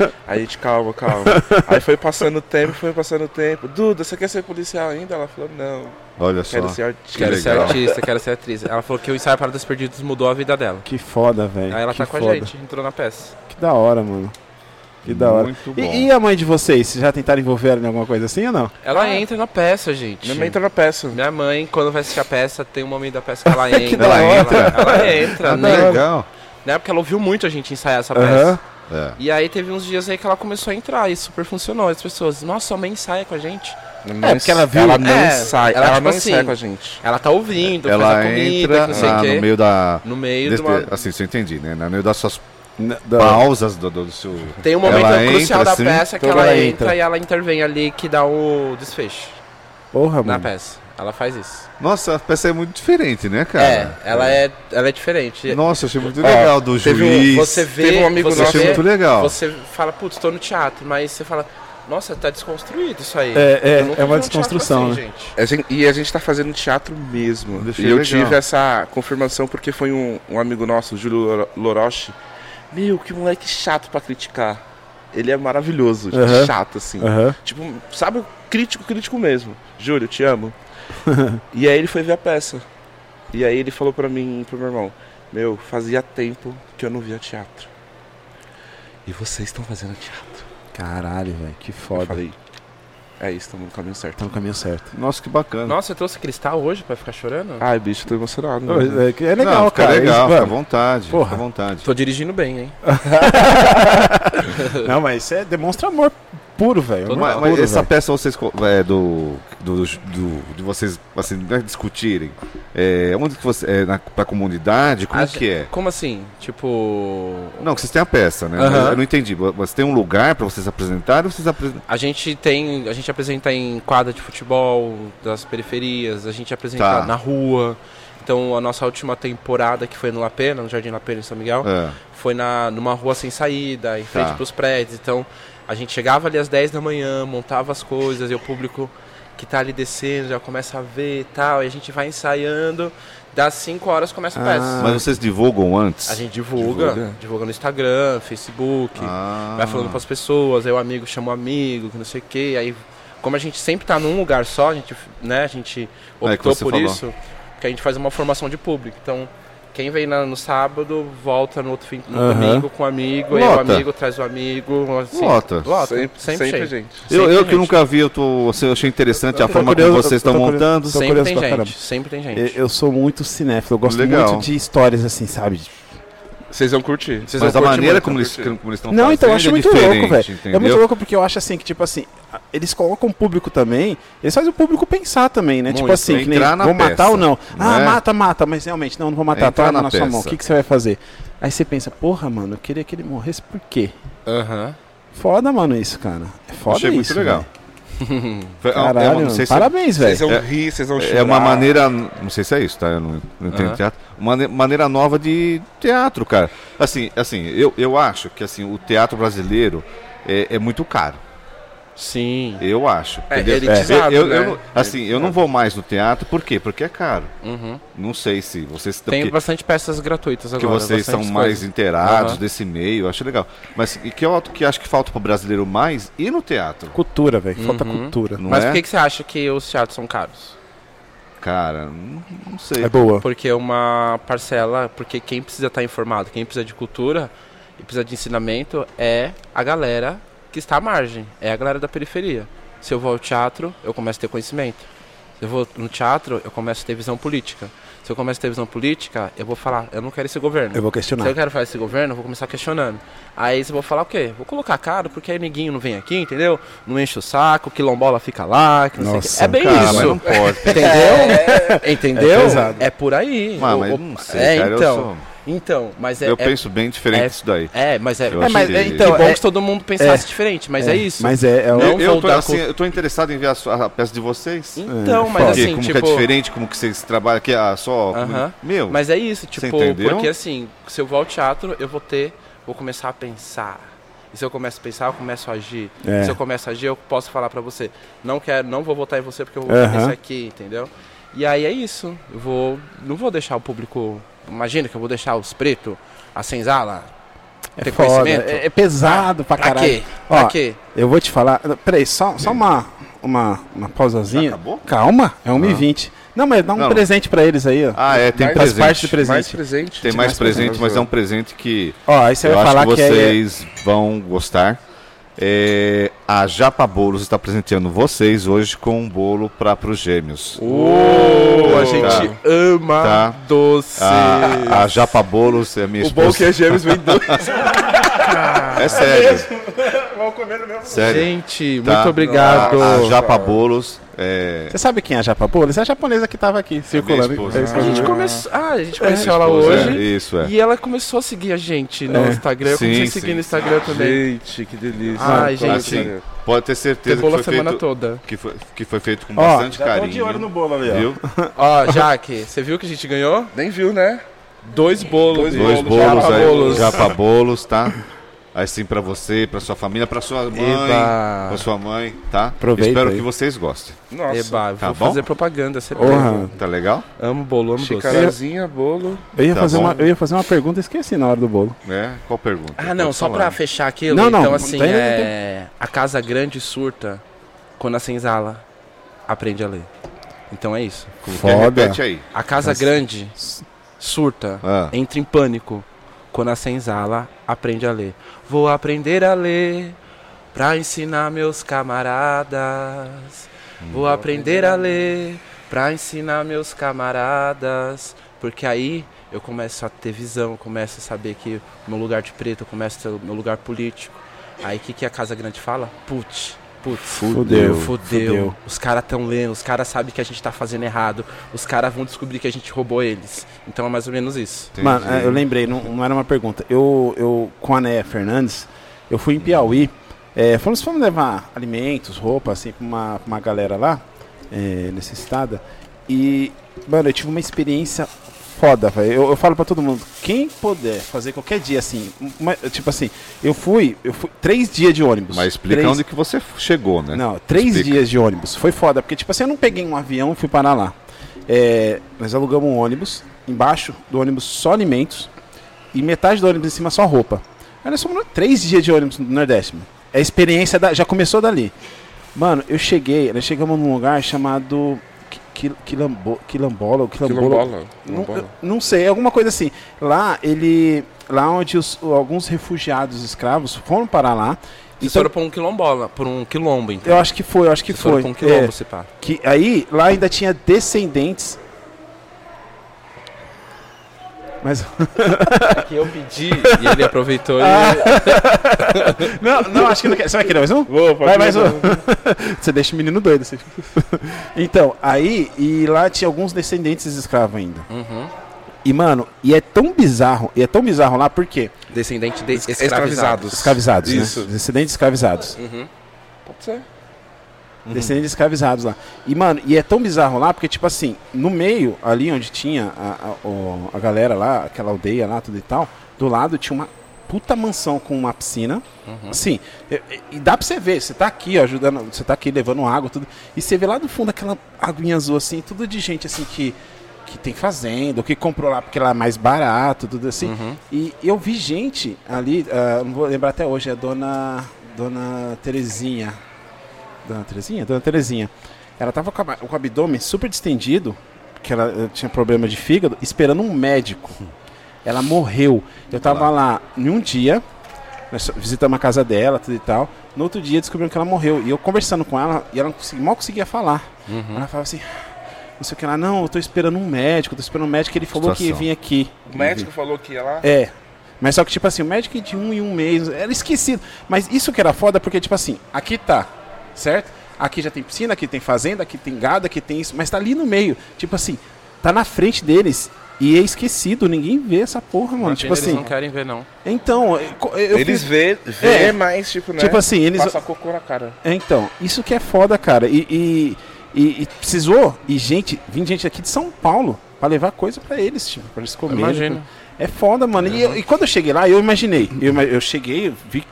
[SPEAKER 1] É,
[SPEAKER 4] Aí a gente, calma, calma. Aí foi passando o tempo, foi passando o tempo. Duda, você quer ser policial ainda? Ela falou, não,
[SPEAKER 2] Olha só.
[SPEAKER 4] quero ser artista.
[SPEAKER 5] quero ser
[SPEAKER 2] legal.
[SPEAKER 5] artista, quero ser atriz. Ela falou que o ensaio Paradas Perdidos mudou a vida dela.
[SPEAKER 1] Que foda, velho.
[SPEAKER 5] Aí ela
[SPEAKER 1] que
[SPEAKER 5] tá com
[SPEAKER 1] foda.
[SPEAKER 5] a gente, entrou na peça.
[SPEAKER 1] Que da hora, mano. Que da hora.
[SPEAKER 2] Muito bom.
[SPEAKER 1] E, e a mãe de vocês? Vocês já tentaram envolver ela em alguma coisa assim ou não?
[SPEAKER 5] Ela entra na peça, gente.
[SPEAKER 4] Minha mãe tá- entra na peça.
[SPEAKER 5] Minha mãe, quando vai assistir a peça, tem um momento da peça que ela entra.
[SPEAKER 1] da
[SPEAKER 5] ela,
[SPEAKER 1] hora.
[SPEAKER 5] entra ela entra,
[SPEAKER 2] Ah,
[SPEAKER 5] né?
[SPEAKER 2] legal.
[SPEAKER 5] né? Porque ela ouviu muito a gente ensaiar essa peça.
[SPEAKER 1] Aham.
[SPEAKER 2] É.
[SPEAKER 5] E aí teve uns dias aí que ela começou a entrar e super funcionou. As pessoas, nossa, sua mãe ensaia com a gente.
[SPEAKER 1] É, porque ela viu-
[SPEAKER 4] Ela não
[SPEAKER 5] É,
[SPEAKER 4] sai,
[SPEAKER 5] ela,
[SPEAKER 4] ela,
[SPEAKER 5] tipo
[SPEAKER 4] não
[SPEAKER 5] assim,
[SPEAKER 4] sai com a gente.
[SPEAKER 5] Ela tá ouvindo, faz a
[SPEAKER 2] Ela
[SPEAKER 5] comida,
[SPEAKER 2] entra
[SPEAKER 5] que não sei o
[SPEAKER 2] na-
[SPEAKER 5] quê.
[SPEAKER 2] no meio da.
[SPEAKER 5] No meio
[SPEAKER 2] desse-
[SPEAKER 5] de uma...
[SPEAKER 2] Assim, isso eu entendi, né? No meio das suas
[SPEAKER 1] Na- da-
[SPEAKER 2] pausas do, do- do seu.
[SPEAKER 5] Tem um momento
[SPEAKER 2] Ela
[SPEAKER 5] crucial
[SPEAKER 2] entra,
[SPEAKER 5] da
[SPEAKER 2] assim,
[SPEAKER 5] peça que
[SPEAKER 1] então
[SPEAKER 5] ela
[SPEAKER 1] ela
[SPEAKER 5] entra,
[SPEAKER 1] entra.
[SPEAKER 5] e ela intervém ali que dá o desfecho
[SPEAKER 1] Porra,
[SPEAKER 5] na
[SPEAKER 1] mano.
[SPEAKER 5] peça. Ela faz isso.
[SPEAKER 2] Nossa, a peça é muito diferente, né, cara?
[SPEAKER 5] é, ela é, ela é diferente.
[SPEAKER 2] Nossa, eu achei muito legal do
[SPEAKER 5] Teve um-
[SPEAKER 2] juiz.
[SPEAKER 5] você vê,
[SPEAKER 4] Teve um amigo
[SPEAKER 5] você
[SPEAKER 2] Eu achei
[SPEAKER 5] vê,
[SPEAKER 2] muito legal.
[SPEAKER 5] Você fala, putz, tô no teatro, mas você fala, nossa, tá desconstruído isso aí.
[SPEAKER 1] É, é,
[SPEAKER 5] Eu nunca
[SPEAKER 1] é uma
[SPEAKER 5] vi um
[SPEAKER 1] desconstrução,
[SPEAKER 5] teatro assim, gente.
[SPEAKER 4] A gente- e a gente tá fazendo teatro mesmo.
[SPEAKER 2] Deixa
[SPEAKER 4] E eu
[SPEAKER 2] legal.
[SPEAKER 4] tive essa confirmação porque foi um, um amigo nosso, o Júlio Loro- Loroche. Meu, que moleque chato pra criticar. Ele é maravilhoso, gente,
[SPEAKER 1] Aham.
[SPEAKER 4] chato assim.
[SPEAKER 1] Aham.
[SPEAKER 4] Tipo, sabe, o crítico, crítico mesmo. Júlio, te amo. e aí ele foi ver a peça. E aí ele falou pra mim, e pro meu irmão, meu, fazia tempo que eu não via teatro. E vocês estão fazendo teatro.
[SPEAKER 1] Caralho, velho. Que
[SPEAKER 4] Eu
[SPEAKER 1] foda.
[SPEAKER 4] falei, é isso, estamos no caminho certo.
[SPEAKER 1] Tá no caminho certo.
[SPEAKER 2] Nossa, que bacana.
[SPEAKER 5] Nossa, eu trouxe cristal hoje pra ficar chorando?
[SPEAKER 2] Ah.
[SPEAKER 4] Ai, bicho, tô emocionado. né?
[SPEAKER 1] É, que é legal,
[SPEAKER 2] Não, fica
[SPEAKER 1] cara.
[SPEAKER 2] legal,
[SPEAKER 1] Isso,
[SPEAKER 2] fica à
[SPEAKER 1] mano.
[SPEAKER 2] vontade. Fica
[SPEAKER 1] Porra.
[SPEAKER 2] à vontade.
[SPEAKER 5] Tô dirigindo bem, hein?
[SPEAKER 1] Não, mas isso é, demonstra amor puro, velho. Amor
[SPEAKER 2] Mas, mas
[SPEAKER 1] puro,
[SPEAKER 2] essa
[SPEAKER 1] velho.
[SPEAKER 2] peça vocês co- é, do, do, do- de vocês assim, né, discutirem é, onde que você é na pra comunidade como
[SPEAKER 5] A
[SPEAKER 2] que é?
[SPEAKER 5] Como assim? Tipo.
[SPEAKER 2] Não, que vocês têm a peça, né?
[SPEAKER 5] Aham.
[SPEAKER 2] Eu não entendi. Vo- Você tem um lugar pra vocês apresentarem? ou Vocês apresentam?
[SPEAKER 5] A gente tem. A gente apresenta em quadra de futebol, das periferias, a gente apresenta
[SPEAKER 2] Tá.
[SPEAKER 5] na rua. Então a nossa última temporada que foi no La Pena, no Jardim La Pena em São Miguel,
[SPEAKER 2] É.
[SPEAKER 5] foi na, numa rua sem saída, em frente
[SPEAKER 2] Tá.
[SPEAKER 5] pros prédios. Então a gente chegava ali às 10 da manhã, montava as coisas e o público que tá ali descendo já começa a ver e tal. E a gente vai ensaiando, das 5 horas começa o
[SPEAKER 1] Ah.
[SPEAKER 5] peça.
[SPEAKER 2] Mas vocês divulgam antes?
[SPEAKER 5] A gente divulga, divulga,
[SPEAKER 4] Divulga.
[SPEAKER 5] no Instagram, Facebook,
[SPEAKER 2] Ah.
[SPEAKER 5] vai falando pras pessoas, aí o amigo chama o amigo, que não sei o que, aí como a gente sempre tá num lugar só, a gente, né, a gente
[SPEAKER 2] É, que
[SPEAKER 5] optou
[SPEAKER 2] você
[SPEAKER 5] por
[SPEAKER 2] falou.
[SPEAKER 5] isso, porque a gente faz uma formação de público, então quem vem na- no sábado volta no outro fim, no
[SPEAKER 1] Aham.
[SPEAKER 5] domingo com o amigo, aí o
[SPEAKER 2] Lota.
[SPEAKER 5] amigo traz o amigo, assim,
[SPEAKER 2] Lota.
[SPEAKER 5] lota sempre,
[SPEAKER 4] Sempre, sempre,
[SPEAKER 5] cheio.
[SPEAKER 4] gente.
[SPEAKER 2] Eu,
[SPEAKER 5] Sempre
[SPEAKER 2] eu
[SPEAKER 5] tem
[SPEAKER 2] que
[SPEAKER 5] gente.
[SPEAKER 2] nunca vi, eu tô, assim, eu achei interessante a
[SPEAKER 1] tô
[SPEAKER 2] forma
[SPEAKER 1] curioso,
[SPEAKER 2] como vocês
[SPEAKER 1] eu tô
[SPEAKER 2] estão
[SPEAKER 1] curioso.
[SPEAKER 2] montando.
[SPEAKER 1] Tô
[SPEAKER 5] Sempre
[SPEAKER 1] curioso
[SPEAKER 5] tem
[SPEAKER 1] pra
[SPEAKER 5] gente,
[SPEAKER 1] caramba.
[SPEAKER 5] sempre tem
[SPEAKER 1] Eu,
[SPEAKER 5] gente.
[SPEAKER 1] eu sou muito cinéfilo. Eu gosto
[SPEAKER 2] Legal.
[SPEAKER 1] muito de histórias assim, sabe?
[SPEAKER 4] Vocês vão curtir.
[SPEAKER 5] Vocês
[SPEAKER 2] Mas a
[SPEAKER 5] vão curtir
[SPEAKER 2] maneira
[SPEAKER 5] muito,
[SPEAKER 2] como
[SPEAKER 5] vão
[SPEAKER 2] eles,
[SPEAKER 5] curtir.
[SPEAKER 2] como eles estão
[SPEAKER 1] Não, então eu acho
[SPEAKER 2] fazendo é
[SPEAKER 1] muito louco, velho.
[SPEAKER 2] diferente,
[SPEAKER 1] É muito
[SPEAKER 2] entendeu?
[SPEAKER 1] louco porque eu acho assim que, tipo assim, a- eles colocam o público também, eles fazem o público pensar também, né? tipo
[SPEAKER 2] Muito.
[SPEAKER 1] assim, que nem,
[SPEAKER 2] Entrar na
[SPEAKER 1] vou matar
[SPEAKER 2] peça,
[SPEAKER 1] ou não.
[SPEAKER 2] não
[SPEAKER 1] ah,
[SPEAKER 2] é?
[SPEAKER 1] mata, mata, mas realmente, não, não vou matar,
[SPEAKER 2] Entrar
[SPEAKER 1] toma
[SPEAKER 2] na
[SPEAKER 1] na sua mão, o
[SPEAKER 2] peça.
[SPEAKER 1] que, que você vai fazer? Aí você pensa, porra, mano, eu queria que ele morresse por quê?
[SPEAKER 5] Aham.
[SPEAKER 1] Foda, mano, isso, cara. É foda
[SPEAKER 2] Achei muito
[SPEAKER 1] isso.
[SPEAKER 2] legal.
[SPEAKER 1] velho.
[SPEAKER 2] Foi- é uma-
[SPEAKER 1] Caralho,
[SPEAKER 2] é uma- não
[SPEAKER 1] mano,
[SPEAKER 2] sei se-
[SPEAKER 1] parabéns,
[SPEAKER 4] Vocês
[SPEAKER 1] velho.
[SPEAKER 4] vão
[SPEAKER 2] É-
[SPEAKER 4] rir, vocês vão chorar.
[SPEAKER 2] É uma maneira, não sei se é isso, tá? Eu não, não entendo
[SPEAKER 5] Aham.
[SPEAKER 2] teatro. Uma ne- maneira nova de teatro, cara. Assim, assim, eu, eu acho que assim o teatro brasileiro é, é muito caro.
[SPEAKER 5] Sim.
[SPEAKER 2] Eu acho.
[SPEAKER 5] É,
[SPEAKER 2] entendeu?
[SPEAKER 5] elitizado,
[SPEAKER 2] eu, eu
[SPEAKER 5] né?
[SPEAKER 2] não- assim, eu não vou mais no teatro, por quê? Porque é caro.
[SPEAKER 5] Uhum.
[SPEAKER 2] Não sei se vocês
[SPEAKER 5] Tem
[SPEAKER 2] porque-
[SPEAKER 5] bastante peças gratuitas
[SPEAKER 2] que vocês
[SPEAKER 5] agora. bastante
[SPEAKER 2] são
[SPEAKER 5] coisas.
[SPEAKER 2] mais inteirados
[SPEAKER 5] Aham.
[SPEAKER 2] desse meio, eu acho legal. Mas e que eu que acho que falta pro brasileiro mais e no teatro.
[SPEAKER 1] Cultura, velho. Falta
[SPEAKER 5] Uhum.
[SPEAKER 1] cultura.
[SPEAKER 2] Não
[SPEAKER 5] Mas
[SPEAKER 2] é?
[SPEAKER 5] por que, que você acha que os teatros são caros?
[SPEAKER 2] Cara, não, não sei.
[SPEAKER 1] É boa.
[SPEAKER 5] Porque uma parcela, porque quem precisa estar informado, quem precisa de cultura e precisa de ensinamento é a galera que está à margem, é a galera da periferia. Se eu vou ao teatro, eu começo a ter conhecimento. Se eu vou no teatro, eu começo a ter visão política. Se eu começo a ter visão política, eu vou falar, eu não quero esse governo.
[SPEAKER 1] Eu vou
[SPEAKER 5] Se eu
[SPEAKER 1] questionar.
[SPEAKER 5] quero fazer esse governo, eu vou começar questionando. Aí você vai falar o quê? Vou colocar caro, porque aí ninguém não vem aqui, entendeu? Não enche o saco, quilombola fica lá, que não sei o
[SPEAKER 1] Nossa,
[SPEAKER 5] quê. É bem
[SPEAKER 2] Cara,
[SPEAKER 5] isso.
[SPEAKER 2] mas não pode.
[SPEAKER 5] Entendeu? Entendeu?
[SPEAKER 1] É pesado.
[SPEAKER 5] É, por aí.
[SPEAKER 2] Ah,
[SPEAKER 5] O-
[SPEAKER 2] mas
[SPEAKER 5] o-
[SPEAKER 2] não sei,
[SPEAKER 5] é,
[SPEAKER 2] cara, eu
[SPEAKER 5] então.
[SPEAKER 2] sou-
[SPEAKER 5] Então, mas é.
[SPEAKER 2] eu
[SPEAKER 5] é-
[SPEAKER 2] penso bem diferente
[SPEAKER 5] é-
[SPEAKER 2] disso daí.
[SPEAKER 5] É, mas é.
[SPEAKER 2] Eu
[SPEAKER 5] é
[SPEAKER 2] acho
[SPEAKER 5] mas,
[SPEAKER 2] que-
[SPEAKER 5] é, então,
[SPEAKER 1] que
[SPEAKER 5] é
[SPEAKER 1] bom
[SPEAKER 5] bom que todo mundo pensasse diferente, mas é, isso.
[SPEAKER 1] Mas é, é o-
[SPEAKER 5] Não
[SPEAKER 2] Eu, eu,
[SPEAKER 5] vou
[SPEAKER 2] tô,
[SPEAKER 5] dar
[SPEAKER 2] assim,
[SPEAKER 5] conta.
[SPEAKER 2] eu tô interessado em ver a, sua- a peça de vocês.
[SPEAKER 5] Então, mas
[SPEAKER 1] foda.
[SPEAKER 2] Porque
[SPEAKER 5] assim,
[SPEAKER 2] como que
[SPEAKER 5] tipo.
[SPEAKER 2] é diferente, como que vocês trabalham aqui, ah, só...
[SPEAKER 5] Aham.
[SPEAKER 2] Meu,
[SPEAKER 5] Mas é isso,
[SPEAKER 2] Você
[SPEAKER 5] tipo,
[SPEAKER 2] entendeu?
[SPEAKER 5] porque assim, se eu vou ao teatro, eu vou ter, vou começar a pensar. E se eu começo a pensar, eu começo a agir.
[SPEAKER 1] É.
[SPEAKER 5] Se eu começo a agir, eu posso falar pra você, não quero, não vou votar em você porque eu vou
[SPEAKER 1] Aham.
[SPEAKER 5] fazer isso aqui, entendeu? E aí é isso. Eu vou, não vou deixar o público, imagina que eu vou deixar os pretos, a senzala,
[SPEAKER 1] é
[SPEAKER 5] ter
[SPEAKER 1] foda.
[SPEAKER 5] conhecimento.
[SPEAKER 1] É, é pesado pra
[SPEAKER 5] pra
[SPEAKER 1] caralho.
[SPEAKER 5] quê? Pra
[SPEAKER 1] Ó,
[SPEAKER 5] quê?
[SPEAKER 1] Eu vou te falar. Peraí, só, só uma, uma, uma pausazinha.
[SPEAKER 2] Já acabou? Ah.
[SPEAKER 1] Calma, é 1h20. Não, mas dá um
[SPEAKER 2] Não.
[SPEAKER 1] presente pra eles aí, ó.
[SPEAKER 2] Ah, é, tem
[SPEAKER 1] Faz
[SPEAKER 2] presente.
[SPEAKER 1] parte do presente.
[SPEAKER 4] Mais presente?
[SPEAKER 2] Tem mais presente, mas é um presente que
[SPEAKER 1] Ó, aí você
[SPEAKER 2] eu
[SPEAKER 1] vai
[SPEAKER 2] acho
[SPEAKER 1] falar
[SPEAKER 2] que
[SPEAKER 1] que, é.
[SPEAKER 2] vocês vão gostar. É, a Japa Bolos está presenteando vocês hoje com um bolo para os gêmeos.
[SPEAKER 5] Pô, a
[SPEAKER 2] tá.
[SPEAKER 5] gente ama
[SPEAKER 2] Tá. Ah,
[SPEAKER 5] doce.
[SPEAKER 2] A, a Japa Bolos é minha esposa.
[SPEAKER 5] gêmeos vem doce.
[SPEAKER 2] É sério. Sério.
[SPEAKER 5] Gente,
[SPEAKER 2] tá?
[SPEAKER 5] muito obrigado.
[SPEAKER 2] A, a Japa Bolos é,
[SPEAKER 1] Você sabe quem é a Japa Bolas? É a japonesa que tava aqui circulando.
[SPEAKER 2] esposa.
[SPEAKER 1] É
[SPEAKER 5] A
[SPEAKER 1] esposa.
[SPEAKER 5] gente começou. Ah, a gente conheceu
[SPEAKER 2] minha
[SPEAKER 5] ela
[SPEAKER 2] esposa,
[SPEAKER 5] hoje.
[SPEAKER 2] é, isso, é.
[SPEAKER 5] E ela começou a seguir a gente no
[SPEAKER 1] É.
[SPEAKER 5] Instagram. Eu
[SPEAKER 2] Sim,
[SPEAKER 5] comecei a
[SPEAKER 2] sim.
[SPEAKER 5] seguir no Instagram também.
[SPEAKER 4] Gente, que delícia.
[SPEAKER 5] Ai, gente.
[SPEAKER 2] assim, pode ter certeza que
[SPEAKER 5] Cebola
[SPEAKER 2] foi,
[SPEAKER 5] a semana
[SPEAKER 2] feito,
[SPEAKER 5] toda.
[SPEAKER 2] que, foi, que foi feito com
[SPEAKER 1] Ó,
[SPEAKER 2] bastante carinho.
[SPEAKER 1] bolo ali,
[SPEAKER 2] viu?
[SPEAKER 5] Ó, Ah, Jaque, você viu que a gente ganhou?
[SPEAKER 4] Nem viu, né?
[SPEAKER 5] Dois bolos.
[SPEAKER 2] Dois
[SPEAKER 4] Bolo,
[SPEAKER 2] bolos
[SPEAKER 5] japa
[SPEAKER 2] aí,
[SPEAKER 5] bolos.
[SPEAKER 2] japa bolos, tá? Assim pra você, pra sua família, pra sua mãe,
[SPEAKER 5] Eba.
[SPEAKER 2] pra sua mãe, tá?
[SPEAKER 1] Aproveita
[SPEAKER 2] Espero
[SPEAKER 1] aí.
[SPEAKER 2] que vocês gostem.
[SPEAKER 4] Nossa.
[SPEAKER 5] Eba,
[SPEAKER 2] Tá
[SPEAKER 5] vou fazer
[SPEAKER 2] bom?
[SPEAKER 5] propaganda, você
[SPEAKER 1] Porra,
[SPEAKER 2] Tá legal?
[SPEAKER 5] Amo bolo, amo doce.
[SPEAKER 4] Chicarazinha, bolo.
[SPEAKER 1] eu ia,
[SPEAKER 2] Tá
[SPEAKER 1] fazer
[SPEAKER 2] bom.
[SPEAKER 1] uma, eu ia fazer uma pergunta e esqueci na hora do bolo.
[SPEAKER 2] É? Qual pergunta?
[SPEAKER 5] Ah, não,
[SPEAKER 2] Pode
[SPEAKER 5] só
[SPEAKER 2] falar.
[SPEAKER 5] pra fechar aquilo.
[SPEAKER 1] Não, não,
[SPEAKER 5] então, assim,
[SPEAKER 1] tem-
[SPEAKER 5] é... a casa grande surta quando a senzala aprende a ler. Então é isso.
[SPEAKER 2] Como que é?
[SPEAKER 1] Foda.
[SPEAKER 2] Repete aí.
[SPEAKER 5] A casa grande surta,
[SPEAKER 2] Ah.
[SPEAKER 5] entra em pânico quando a senzala aprende a ler. Vou aprender a ler pra ensinar meus camaradas. Vou aprender a ler pra ensinar meus camaradas. Porque aí eu começo a ter visão, eu começo a saber que o meu lugar de preto, eu começo a ter o meu lugar político. Aí o que, que a Casa Grande fala? Putz, putz,
[SPEAKER 1] Fudeu,
[SPEAKER 5] fudeu.
[SPEAKER 1] fudeu.
[SPEAKER 5] Os caras estão lendo, os caras sabem que a gente tá fazendo errado, os caras vão descobrir que a gente roubou eles. Então é mais ou menos isso.
[SPEAKER 2] Entendi.
[SPEAKER 1] Mano, é, eu lembrei, não, não era uma pergunta. Eu, eu com a Néia Fernandes, eu fui em Piauí. É, fomos, fomos levar alimentos, roupa, assim, pra uma, pra uma galera lá, é, necessitada. E, mano, eu tive uma experiência foda, velho. Eu, eu falo pra todo mundo, quem puder fazer qualquer dia, assim, uma- tipo assim, eu fui, eu fui três dias de ônibus.
[SPEAKER 2] Mas explica
[SPEAKER 1] Três-
[SPEAKER 2] onde que você chegou, né?
[SPEAKER 1] não, três
[SPEAKER 2] Explica.
[SPEAKER 1] dias de ônibus. Foi foda, porque, tipo assim, eu não peguei um avião e fui parar lá. É, nós alugamos um ônibus, embaixo do ônibus só alimentos, e metade do ônibus em cima só roupa. Aí nós fomos no- três dias de ônibus no Nordeste, mano. É a experiência da- já começou dali. Mano, eu cheguei, nós chegamos num lugar chamado Qui- Qui- Quilambo, Quilambola, ou Quilambola.
[SPEAKER 4] Quilombola.
[SPEAKER 1] Não,
[SPEAKER 4] Quilombola.
[SPEAKER 1] eu- não sei, alguma coisa assim. Lá ele. Lá onde os- alguns refugiados escravos foram parar lá.
[SPEAKER 5] Vocês
[SPEAKER 1] Então,
[SPEAKER 5] foram por um quilombola, por um quilombo, então.
[SPEAKER 1] eu acho que foi, eu acho que
[SPEAKER 5] Vocês
[SPEAKER 1] foi.
[SPEAKER 5] foram por um quilombo,
[SPEAKER 1] É.
[SPEAKER 5] se pá.
[SPEAKER 1] Que aí lá ainda tinha descendentes. Mas
[SPEAKER 5] Que eu pedi e ele aproveitou
[SPEAKER 1] Ah.
[SPEAKER 5] e...
[SPEAKER 1] não, não, acho que não quer. Você vai querer mais um?
[SPEAKER 4] Vou,
[SPEAKER 1] Vai mais um. Você deixa o menino doido. você- Então, aí e lá tinha alguns descendentes escravos ainda.
[SPEAKER 5] Uhum.
[SPEAKER 1] E mano, e é tão bizarro, e é tão bizarro lá por quê?
[SPEAKER 5] Descendente de
[SPEAKER 4] Escravizados.
[SPEAKER 5] escravizados.
[SPEAKER 1] Escravizados,
[SPEAKER 4] Isso.
[SPEAKER 1] né? Descendentes escravizados.
[SPEAKER 4] Pode ser.
[SPEAKER 1] Uhum. Descendentes escravizados lá. E, mano, e é tão bizarro lá, porque, tipo assim, no meio, ali onde tinha a, a, o- a galera lá, aquela aldeia lá, tudo e tal, do lado tinha uma puta mansão com uma piscina. Assim, e, e- e dá pra você ver, você tá aqui, ó, ajudando, você tá aqui levando água, tudo. E você vê lá do fundo aquela aguinha azul, assim, tudo de gente, assim, que, que tem fazenda, ou que comprou lá porque lá é mais barato, tudo assim. E eu vi gente ali, ah, não vou lembrar até hoje, é a dona, dona Terezinha. Dona Terezinha? Dona Terezinha. Ela tava com, a- com o abdômen super distendido, porque ela eh, tinha problema de fígado, esperando um médico. Ela morreu. Eu tava lá em um dia, nós visitamos a casa dela, tudo e tal. No outro dia descobriram que ela morreu. E eu conversando com ela, e ela não consegui- mal conseguia falar.
[SPEAKER 4] Uhum.
[SPEAKER 1] Ela falava assim, não sei o que lá, não, eu tô esperando um médico, tô esperando um médico, ele falou que ia
[SPEAKER 2] Situação.
[SPEAKER 1] vir aqui.
[SPEAKER 4] O médico falou que ia lá.
[SPEAKER 1] É. Mas só que, tipo assim, o médico de um em um mês, era esquecido. Mas isso que era foda, porque, tipo assim, aqui tá, certo? Aqui já tem piscina, aqui tem fazenda, aqui tem gado, aqui tem isso, mas tá ali no meio. Tipo assim, tá na frente deles e é esquecido, ninguém vê essa porra, mano. Tipo
[SPEAKER 5] eles
[SPEAKER 1] assim,
[SPEAKER 5] não querem ver, não.
[SPEAKER 1] então, eu- eu
[SPEAKER 4] Eles
[SPEAKER 1] fiz-
[SPEAKER 4] vê, vê
[SPEAKER 1] É.
[SPEAKER 4] mas tipo, né?
[SPEAKER 1] Tipo assim, eles-
[SPEAKER 4] Passa cocô na cara.
[SPEAKER 1] Então, isso que é foda, cara. E, e, e- e precisou, e gente, vim gente aqui de São Paulo pra levar coisa pra eles, tipo, pra eles comerem.
[SPEAKER 5] Imagino.
[SPEAKER 1] É foda, mano. E, eu- e quando eu cheguei lá, eu imaginei. Eu, ima- eu cheguei, eu vi.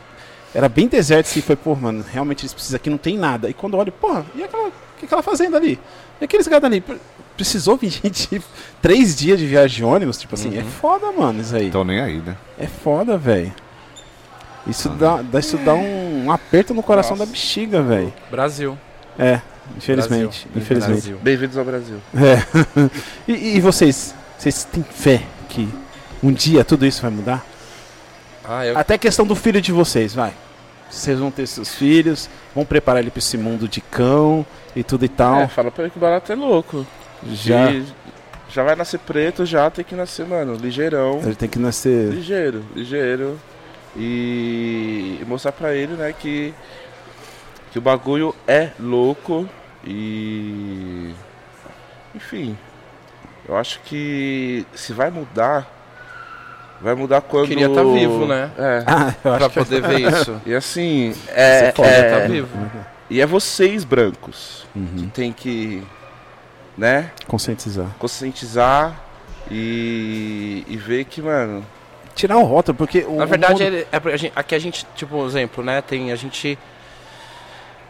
[SPEAKER 1] Era bem deserto assim, foi, pô, mano, realmente eles precisam aqui, não tem nada. E quando eu olho, porra, e aquela, que aquela fazenda ali? E aqueles gado ali? Pre- Precisou vir gente três dias de viagem de ônibus, tipo assim, é foda, mano, isso aí.
[SPEAKER 2] Então nem aí, né?
[SPEAKER 1] É foda, velho. Isso, dá, dá- isso dá um, um aperto no coração da bexiga, velho.
[SPEAKER 5] Brasil.
[SPEAKER 1] É, infelizmente.
[SPEAKER 5] Brasil.
[SPEAKER 1] Infelizmente.
[SPEAKER 5] Brasil.
[SPEAKER 4] Bem-vindos ao Brasil.
[SPEAKER 1] É. e, e vocês? Vocês têm fé que um dia tudo isso vai mudar?
[SPEAKER 5] Ah, eu
[SPEAKER 1] Até a questão do filho de vocês, vai. Vocês vão ter seus filhos, vão preparar ele pra esse mundo de cão e tudo e tal.
[SPEAKER 4] É, fala pra ele que o barato é louco.
[SPEAKER 1] Já.
[SPEAKER 4] E já vai nascer preto, já tem que nascer, mano, ligeirão.
[SPEAKER 1] Ele tem que
[SPEAKER 5] É.
[SPEAKER 1] nascer.
[SPEAKER 4] Ligeiro, ligeiro. E e mostrar pra ele, né, que, que o bagulho é louco. E. Enfim. Eu acho que se vai mudar, vai mudar quando.
[SPEAKER 5] queria estar vivo, né?
[SPEAKER 4] É.
[SPEAKER 1] Ah, eu acho
[SPEAKER 5] Pra
[SPEAKER 1] que
[SPEAKER 5] poder ver isso.
[SPEAKER 4] E assim, é,
[SPEAKER 5] Você podia
[SPEAKER 4] é-
[SPEAKER 1] Tá
[SPEAKER 5] estar vivo. Uhum.
[SPEAKER 4] e é vocês brancos que tem que, né,
[SPEAKER 1] conscientizar.
[SPEAKER 4] conscientizar e, e ver que, mano,
[SPEAKER 1] Tirar o rótulo, porque o.
[SPEAKER 5] Na verdade,
[SPEAKER 1] o mundo-
[SPEAKER 5] ele- é pra gente- aqui a gente, tipo, um exemplo, né? Tem a gente.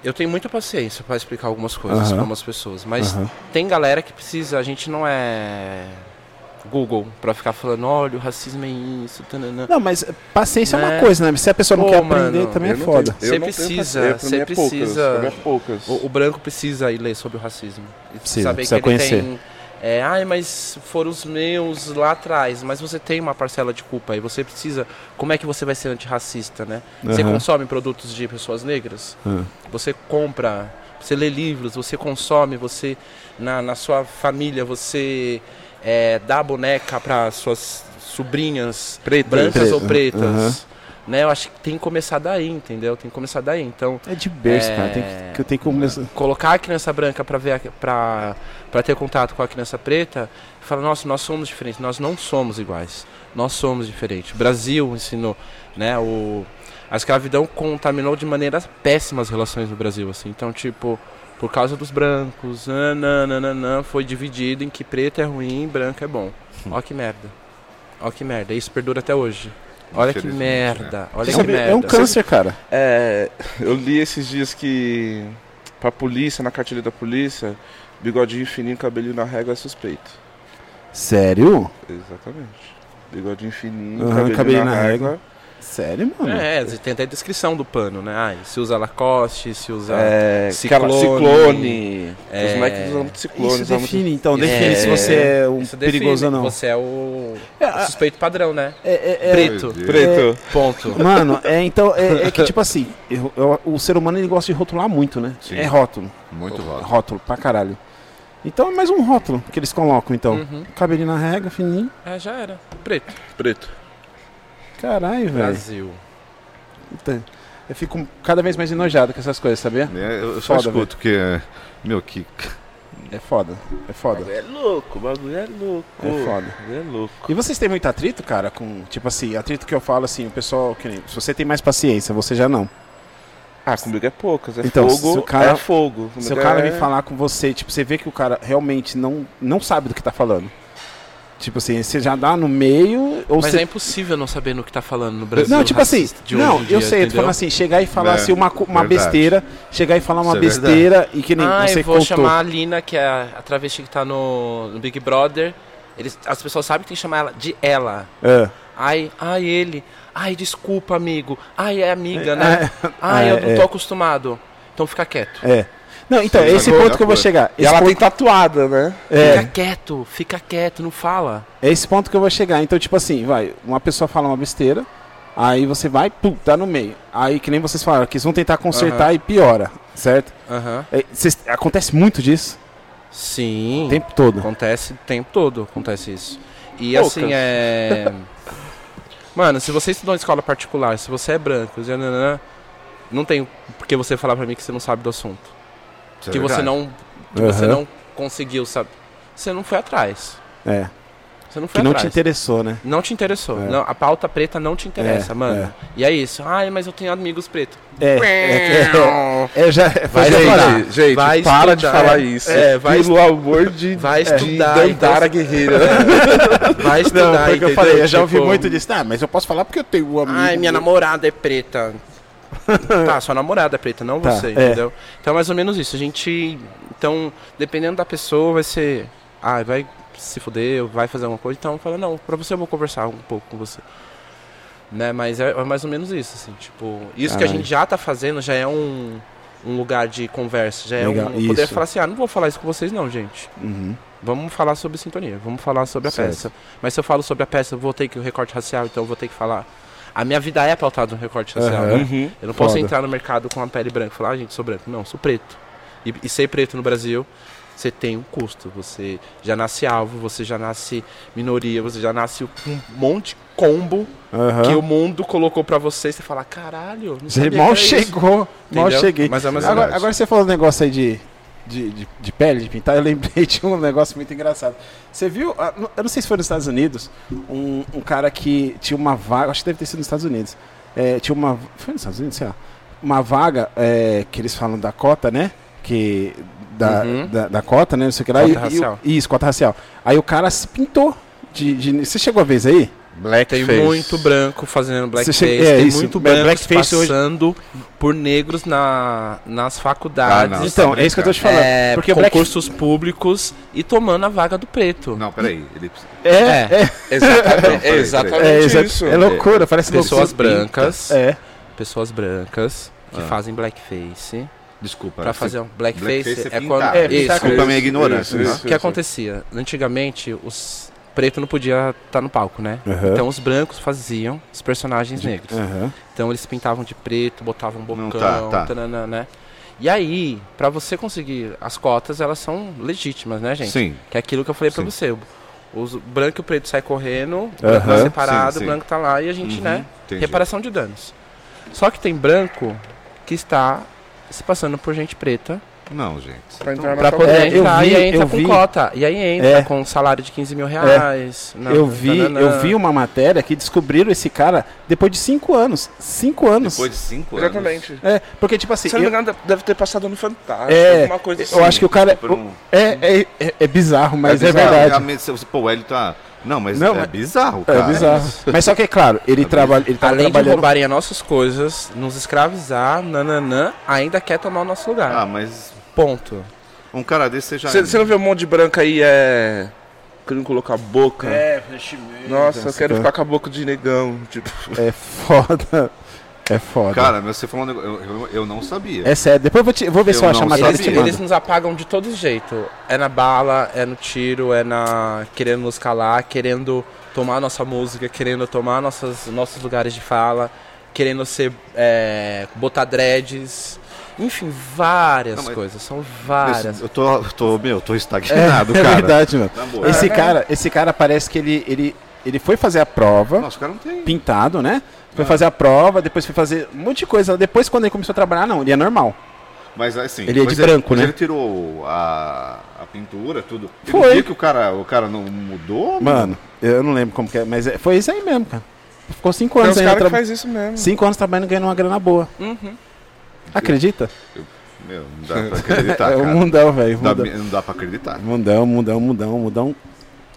[SPEAKER 5] Eu tenho muita paciência pra explicar algumas coisas
[SPEAKER 1] Aham.
[SPEAKER 5] pra umas pessoas, mas
[SPEAKER 1] Aham.
[SPEAKER 5] tem galera que precisa, a gente não é Google pra ficar falando, olha, o racismo é isso, tananã.
[SPEAKER 1] Não, mas paciência é uma
[SPEAKER 5] Né?
[SPEAKER 1] coisa, né? Se a pessoa não
[SPEAKER 5] Pô,
[SPEAKER 1] quer aprender,
[SPEAKER 5] mano,
[SPEAKER 1] também
[SPEAKER 4] eu
[SPEAKER 1] é
[SPEAKER 4] não
[SPEAKER 1] foda.
[SPEAKER 4] tenho- eu
[SPEAKER 5] Você
[SPEAKER 4] não tenho
[SPEAKER 5] precisa,
[SPEAKER 4] paciência, pra
[SPEAKER 5] você
[SPEAKER 4] mim é poucas,
[SPEAKER 5] precisa.
[SPEAKER 4] pra mim é poucas.
[SPEAKER 5] O, o branco precisa ir ler sobre o racismo. E
[SPEAKER 1] Precisa, precisa
[SPEAKER 5] tem. É, ai, mas foram os meus lá atrás. Mas você tem uma parcela de culpa e você precisa. Como é que você vai ser antirracista, né? Você
[SPEAKER 1] Aham.
[SPEAKER 5] consome produtos de pessoas negras?
[SPEAKER 1] Aham.
[SPEAKER 5] Você compra, você lê livros, você consome, você. Na, na sua família, você é, dá boneca para suas sobrinhas
[SPEAKER 4] Pretas.
[SPEAKER 5] brancas ou
[SPEAKER 1] Pretas,
[SPEAKER 5] pretas. Né, eu acho que tem que começar daí, entendeu? Tem que começar daí. Então,
[SPEAKER 1] É de berço,
[SPEAKER 5] É.
[SPEAKER 1] cara. Tem que, que eu tenho que começar.
[SPEAKER 5] colocar a criança branca para ver para para ter contato com a criança preta e falar nossa nós somos diferentes nós não somos iguais nós somos diferentes o Brasil ensinou né o a escravidão contaminou de maneiras péssimas as relações no Brasil assim então tipo por causa dos brancos nananana, foi dividido em que preto é ruim branco é bom ó que merda ó que merda isso perdura até hoje olha que
[SPEAKER 2] Infelizmente,
[SPEAKER 5] merda olha que
[SPEAKER 1] Sabe,
[SPEAKER 5] merda
[SPEAKER 1] é um câncer, cara.
[SPEAKER 4] É, eu li esses dias que pra polícia, na cartilha da polícia, bigodinho fininho, cabelinho na régua é suspeito.
[SPEAKER 1] Sério?
[SPEAKER 4] Exatamente. Bigodinho fininho,
[SPEAKER 1] Aham,
[SPEAKER 4] cabelinho,
[SPEAKER 1] cabelinho
[SPEAKER 4] na,
[SPEAKER 1] na
[SPEAKER 4] régua.
[SPEAKER 1] Sério, mano?
[SPEAKER 5] É, você tem até descrição do pano, né? Ah, se usa Lacoste, se usa.
[SPEAKER 4] É,
[SPEAKER 5] Ciclone.
[SPEAKER 4] aquela ciclone. Os
[SPEAKER 5] É.
[SPEAKER 4] moleques usam muito ciclone.
[SPEAKER 1] Isso
[SPEAKER 4] usam muito-
[SPEAKER 1] define, então,
[SPEAKER 5] Isso
[SPEAKER 1] define se
[SPEAKER 5] define.
[SPEAKER 1] você é um
[SPEAKER 5] Isso define
[SPEAKER 1] perigoso ou
[SPEAKER 5] que
[SPEAKER 1] não.
[SPEAKER 5] Você é o
[SPEAKER 1] É, a-
[SPEAKER 5] suspeito padrão, né?
[SPEAKER 1] é, é, é-
[SPEAKER 5] Preto.
[SPEAKER 2] Doideira.
[SPEAKER 4] Preto.
[SPEAKER 5] Ponto.
[SPEAKER 1] Mano, é, então, é, é que tipo assim, eu- eu- o ser humano ele gosta de rotular muito, né?
[SPEAKER 2] Sim.
[SPEAKER 1] É rótulo,
[SPEAKER 2] Muito rosa.
[SPEAKER 1] rótulo pra caralho. Então é mais um rótulo que eles colocam, então.
[SPEAKER 5] Hum.
[SPEAKER 1] Cabelinho na régua, fininho.
[SPEAKER 5] Uhum. É, já era. Preto.
[SPEAKER 1] É.
[SPEAKER 4] Preto.
[SPEAKER 1] Caralho, velho.
[SPEAKER 5] Brasil.
[SPEAKER 1] Puta, Eu fico cada vez mais enojado com essas coisas, sabia?
[SPEAKER 2] É, eu só
[SPEAKER 1] Foda,
[SPEAKER 2] escuto que é. Meu, que.
[SPEAKER 1] É foda, é foda.
[SPEAKER 4] É louco, o bagulho é louco.
[SPEAKER 1] É foda.
[SPEAKER 4] O bagulho é louco.
[SPEAKER 1] E vocês têm muito atrito, cara, com, tipo assim, atrito que eu falo assim, o pessoal, que nem, se você tem mais paciência, você já não.
[SPEAKER 4] Ah, comigo é poucas. É
[SPEAKER 1] Então, se
[SPEAKER 4] fogo,
[SPEAKER 1] o cara-
[SPEAKER 4] é fogo. Comigo
[SPEAKER 1] Se o cara
[SPEAKER 4] é...
[SPEAKER 1] vem falar com você, tipo, você vê que o cara realmente não, não sabe do que tá falando. Tipo assim, você já dá no meio, ou
[SPEAKER 5] Mas
[SPEAKER 1] você.
[SPEAKER 5] é impossível não saber no que tá falando no Brasil.
[SPEAKER 1] não, tipo assim,
[SPEAKER 5] racista de hoje
[SPEAKER 1] não,
[SPEAKER 5] em
[SPEAKER 1] eu
[SPEAKER 5] dia,
[SPEAKER 1] sei, eu tô
[SPEAKER 5] entendeu?
[SPEAKER 1] falando assim, chegar e falar
[SPEAKER 2] É,
[SPEAKER 1] assim uma, co- uma
[SPEAKER 2] verdade.
[SPEAKER 1] besteira, chegar e falar uma
[SPEAKER 2] Isso é
[SPEAKER 1] besteira e que nem
[SPEAKER 5] ah,
[SPEAKER 1] você
[SPEAKER 5] eu vou
[SPEAKER 1] contou.
[SPEAKER 5] chamar a Lina, que é a a travesti que tá no, no Big Brother. Eles, as pessoas sabem que tem que chamar ela de ela.
[SPEAKER 1] É.
[SPEAKER 5] Ai, ai, ele. Ai, desculpa, amigo. Ai, é amiga, né? Ai, eu
[SPEAKER 1] é,
[SPEAKER 5] não
[SPEAKER 1] é.
[SPEAKER 5] tô acostumado. Então fica quieto.
[SPEAKER 1] É. Não, então, é
[SPEAKER 2] Sim,
[SPEAKER 1] esse
[SPEAKER 2] agora,
[SPEAKER 1] ponto que eu vou
[SPEAKER 2] agora.
[SPEAKER 1] chegar.
[SPEAKER 4] E
[SPEAKER 1] Esse
[SPEAKER 4] ela
[SPEAKER 1] ponto,
[SPEAKER 4] tem tatuada, né?
[SPEAKER 1] é,
[SPEAKER 5] Fica quieto, fica quieto, não fala.
[SPEAKER 1] é esse ponto que eu vou chegar. Então, tipo assim, vai, uma pessoa fala uma besteira, Aí você vai, pum, tá no meio. Aí que nem vocês falaram, que eles vão tentar consertar e piora, certo?
[SPEAKER 5] Aham.
[SPEAKER 1] É, cês- acontece muito disso
[SPEAKER 5] Sim.
[SPEAKER 1] o tempo todo.
[SPEAKER 5] Acontece o tempo todo, acontece isso. E
[SPEAKER 4] Poucas.
[SPEAKER 5] assim, é. Mano, se você estudou em escola particular, se você é branco, zananã, não tem por que você falar pra mim que você não sabe do assunto. que você não. Que você
[SPEAKER 1] É Aham.
[SPEAKER 5] não conseguiu saber. Você não foi atrás.
[SPEAKER 1] É.
[SPEAKER 5] Você não foi
[SPEAKER 1] Que não te
[SPEAKER 5] atrás.
[SPEAKER 1] interessou, né?
[SPEAKER 5] não te interessou.
[SPEAKER 1] É.
[SPEAKER 5] Não, a pauta preta não te interessa,
[SPEAKER 1] É,
[SPEAKER 5] mano.
[SPEAKER 1] é.
[SPEAKER 5] E é isso. Ai, mas eu tenho amigos pretos.
[SPEAKER 1] É, é, é, é, já,
[SPEAKER 5] Vai
[SPEAKER 1] já
[SPEAKER 5] estudar.
[SPEAKER 1] falei.
[SPEAKER 4] Gente, gente,
[SPEAKER 5] Vai
[SPEAKER 4] para de
[SPEAKER 5] estudar.
[SPEAKER 4] falar isso.
[SPEAKER 5] É, vai
[SPEAKER 4] Pelo amor de
[SPEAKER 5] Vai
[SPEAKER 1] é,
[SPEAKER 4] de
[SPEAKER 5] estudar.
[SPEAKER 4] Dandara Guerreira.
[SPEAKER 5] Vai estudar,
[SPEAKER 1] Não, foi o que eu
[SPEAKER 5] entendeu?
[SPEAKER 1] falei, eu já ouvi
[SPEAKER 5] Tipo,
[SPEAKER 1] muito disso. Ah, mas eu posso falar porque eu tenho um amigo.
[SPEAKER 5] Ai, minha namorada é preta. tá, sua namorada é preta, não
[SPEAKER 1] Tá,
[SPEAKER 5] você,
[SPEAKER 1] é.
[SPEAKER 5] entendeu? Então é mais ou menos isso. A gente. Então, dependendo da pessoa, vai ser. Ai, vai se fuder, vai fazer alguma coisa. Então fala, não, pra você eu vou conversar um pouco com você. Né, mas é, é mais ou menos isso, assim, tipo. Isso que a
[SPEAKER 1] Caralho.
[SPEAKER 5] gente já tá fazendo já é um, um lugar de conversa. Já é
[SPEAKER 1] Legal,
[SPEAKER 5] um. Poder
[SPEAKER 1] isso.
[SPEAKER 5] falar assim, ah, não vou falar isso com vocês, não, gente.
[SPEAKER 1] Uhum.
[SPEAKER 5] Vamos falar sobre sintonia, vamos falar sobre a
[SPEAKER 1] Certo.
[SPEAKER 5] peça. Mas se eu falo sobre a peça, eu vou ter que o recorte racial, então eu vou ter que falar. A minha vida é pautada no recorte racial.
[SPEAKER 1] Aham. Uhum.
[SPEAKER 5] né? Eu não posso
[SPEAKER 1] Foda.
[SPEAKER 5] entrar no mercado com a pele branca e falar, ah, gente, sou branco. Não, sou preto. E, e ser preto no Brasil, você tem um custo. Você já nasce alvo, você já nasce minoria, você já nasce um monte de combo
[SPEAKER 1] Aham.
[SPEAKER 5] que o mundo colocou pra você. E você fala, caralho, não
[SPEAKER 1] Você
[SPEAKER 5] sabia
[SPEAKER 1] mal
[SPEAKER 5] que era isso."
[SPEAKER 1] chegou, mal
[SPEAKER 5] Entendeu?
[SPEAKER 1] cheguei.
[SPEAKER 5] Mas é mais ou
[SPEAKER 1] agora,
[SPEAKER 5] menos.
[SPEAKER 1] agora você falou um negócio aí de, de, de, de pele, de pintar, eu lembrei de um negócio muito engraçado. Você viu, ah, não- eu não sei se foi nos Estados Unidos, um, um cara que tinha uma vaga, acho que deve ter sido nos Estados Unidos, é, tinha uma, foi nos Estados Unidos, sei lá, uma vaga é, que eles falam da cota, né, que... Da,
[SPEAKER 5] Uhum.
[SPEAKER 1] da, da cota, né? Não sei o que lá.
[SPEAKER 5] Cota
[SPEAKER 1] e- e o-
[SPEAKER 5] racial.
[SPEAKER 1] isso, cota racial. Aí o cara se pintou. De, de- você chegou a vez aí?
[SPEAKER 5] Tem
[SPEAKER 3] Blackface.
[SPEAKER 5] muito branco fazendo blackface,
[SPEAKER 1] Você chega- é,
[SPEAKER 5] tem
[SPEAKER 1] isso,
[SPEAKER 5] muito
[SPEAKER 1] bla-
[SPEAKER 5] branco
[SPEAKER 1] blackface hoje-
[SPEAKER 5] passando por negros na, nas faculdades,
[SPEAKER 2] Ah, não.
[SPEAKER 1] então, é isso que eu tô te falando.
[SPEAKER 5] é,
[SPEAKER 1] porque o black-
[SPEAKER 5] concursos públicos e tomando a vaga do preto.
[SPEAKER 2] Não, peraí. Ele...
[SPEAKER 5] É,
[SPEAKER 2] Não,
[SPEAKER 4] Exatamente,
[SPEAKER 2] peraí,
[SPEAKER 4] exatamente
[SPEAKER 1] É, exa-
[SPEAKER 4] isso.
[SPEAKER 1] é loucura, parece
[SPEAKER 5] pessoas
[SPEAKER 1] loucura.
[SPEAKER 5] brancas,
[SPEAKER 1] É.
[SPEAKER 5] pessoas brancas que
[SPEAKER 2] Ah.
[SPEAKER 5] fazem blackface
[SPEAKER 2] Desculpa.
[SPEAKER 5] Pra
[SPEAKER 2] você-
[SPEAKER 5] fazer um blackface,
[SPEAKER 2] Blackface é
[SPEAKER 5] é quando
[SPEAKER 2] pintar. É,
[SPEAKER 1] pintar
[SPEAKER 5] isso.
[SPEAKER 1] com-
[SPEAKER 2] Desculpa a minha ignorância.
[SPEAKER 4] Isso,
[SPEAKER 2] tá?
[SPEAKER 4] isso.
[SPEAKER 5] O que acontecia? Antigamente os pretos não podia estar no palco, né?
[SPEAKER 1] Aham.
[SPEAKER 5] Então os brancos faziam os personagens negros.
[SPEAKER 1] Aham.
[SPEAKER 5] Então eles pintavam de preto, botavam um bocão,
[SPEAKER 2] Não, tá, tá.
[SPEAKER 5] tananã, né? E aí, pra você conseguir as cotas, elas são legítimas, né, gente?
[SPEAKER 2] Sim.
[SPEAKER 5] Que é aquilo que eu falei pra
[SPEAKER 2] Sim.
[SPEAKER 5] você. O- Os o branco e o preto sai correndo, o branco tá
[SPEAKER 1] Aham, Uhum.
[SPEAKER 5] separado,
[SPEAKER 2] sim, sim.
[SPEAKER 5] o branco tá lá e a gente, né?
[SPEAKER 2] Entendi.
[SPEAKER 5] Reparação de danos. Só que tem branco que está se passando por gente preta
[SPEAKER 2] Não, gente.
[SPEAKER 4] Pra entrar na
[SPEAKER 5] pra
[SPEAKER 4] tua-
[SPEAKER 5] poder
[SPEAKER 1] É, eu
[SPEAKER 5] entrar
[SPEAKER 1] vi,
[SPEAKER 5] e aí entra
[SPEAKER 1] eu
[SPEAKER 5] com
[SPEAKER 1] vi.
[SPEAKER 5] cota. E aí entra
[SPEAKER 1] É.
[SPEAKER 5] com um salário de 15 mil reais. na-
[SPEAKER 1] Eu vi,
[SPEAKER 5] tananã.
[SPEAKER 1] eu vi uma matéria que descobriram esse cara depois de cinco anos. Cinco anos.
[SPEAKER 2] Depois de cinco anos.
[SPEAKER 4] Exatamente.
[SPEAKER 1] É, porque tipo assim,
[SPEAKER 4] Se eu não me
[SPEAKER 1] eu,
[SPEAKER 4] engano, deve ter passado no Fantástico,
[SPEAKER 1] É,
[SPEAKER 4] alguma coisa assim.
[SPEAKER 1] eu acho que o cara
[SPEAKER 2] Por um-
[SPEAKER 1] é, é, é, é bizarro, mas é,
[SPEAKER 2] bizarro,
[SPEAKER 1] verdade.
[SPEAKER 2] realmente, se você- Pô, o Hélio tá. Não, mas
[SPEAKER 1] Não,
[SPEAKER 2] é
[SPEAKER 1] mas-
[SPEAKER 2] bizarro,
[SPEAKER 1] É
[SPEAKER 2] cara.
[SPEAKER 1] bizarro. Mas só que é claro, ele trabalha, ele tava
[SPEAKER 5] Além de um
[SPEAKER 1] trabalhando.
[SPEAKER 5] roubarem as nossas coisas, nos escravizar, nananã, ainda quer tomar o nosso lugar.
[SPEAKER 2] Ah, mas
[SPEAKER 5] Ponto.
[SPEAKER 2] um cara desse você já.
[SPEAKER 4] Você você não vê um monte de branco aí, é... Querendo colocar a boca?
[SPEAKER 1] É,
[SPEAKER 4] Nossa, eu quero
[SPEAKER 1] tá.
[SPEAKER 4] ficar com a boca de negão. Tipo,
[SPEAKER 1] é foda. É foda.
[SPEAKER 2] Cara, mas você falou um negócio. Eu, eu- eu não sabia.
[SPEAKER 1] é sério. Depois eu vou, te- vou ver
[SPEAKER 2] Eu
[SPEAKER 1] se eu acho a
[SPEAKER 2] não
[SPEAKER 1] matéria
[SPEAKER 5] Eles,
[SPEAKER 1] e te
[SPEAKER 2] sabia.
[SPEAKER 1] mando.
[SPEAKER 5] eles nos apagam de todo jeito. É na bala, é no tiro, é na. querendo nos calar, querendo tomar nossa música, querendo tomar nossas, nossos lugares de fala, querendo ser. é, botar dreads. Enfim, várias
[SPEAKER 2] Não, mas-
[SPEAKER 5] coisas. São
[SPEAKER 2] Mas
[SPEAKER 5] várias.
[SPEAKER 2] Eu tô, eu tô, meu, eu tô
[SPEAKER 1] É,
[SPEAKER 2] estagnado,
[SPEAKER 1] é
[SPEAKER 2] cara.
[SPEAKER 1] verdade, mano.
[SPEAKER 2] Na boa.
[SPEAKER 1] Esse cara, esse cara parece que ele, ele, ele foi fazer a prova.
[SPEAKER 2] Nossa, o cara É. não tem.
[SPEAKER 1] pintado, né? Foi fazer a prova, depois foi fazer um monte de coisa. Depois, quando ele começou a trabalhar, não, ele é normal.
[SPEAKER 2] Mas assim.
[SPEAKER 1] Ele é
[SPEAKER 2] mas
[SPEAKER 1] de branco,
[SPEAKER 2] mas
[SPEAKER 1] né?
[SPEAKER 2] Ele tirou a, a pintura, tudo. E no
[SPEAKER 1] Foi.
[SPEAKER 2] dia que o cara, o cara não mudou.
[SPEAKER 1] Mano, eu não lembro como que é, mas é- foi isso aí mesmo, cara. Ficou cinco
[SPEAKER 4] tem
[SPEAKER 1] anos
[SPEAKER 4] uns
[SPEAKER 1] ainda
[SPEAKER 4] caras que
[SPEAKER 1] tra-
[SPEAKER 4] fazem isso mesmo.
[SPEAKER 1] Cinco anos trabalhando e ganhando uma grana boa. Acredita?
[SPEAKER 2] Meu, não dá pra acreditar.
[SPEAKER 4] Tá,
[SPEAKER 1] é
[SPEAKER 2] cara.
[SPEAKER 1] o mundão, velho.
[SPEAKER 2] Dá-
[SPEAKER 1] Mundão.
[SPEAKER 2] não dá pra acreditar.
[SPEAKER 1] mundão, mundão, mundão, mundão.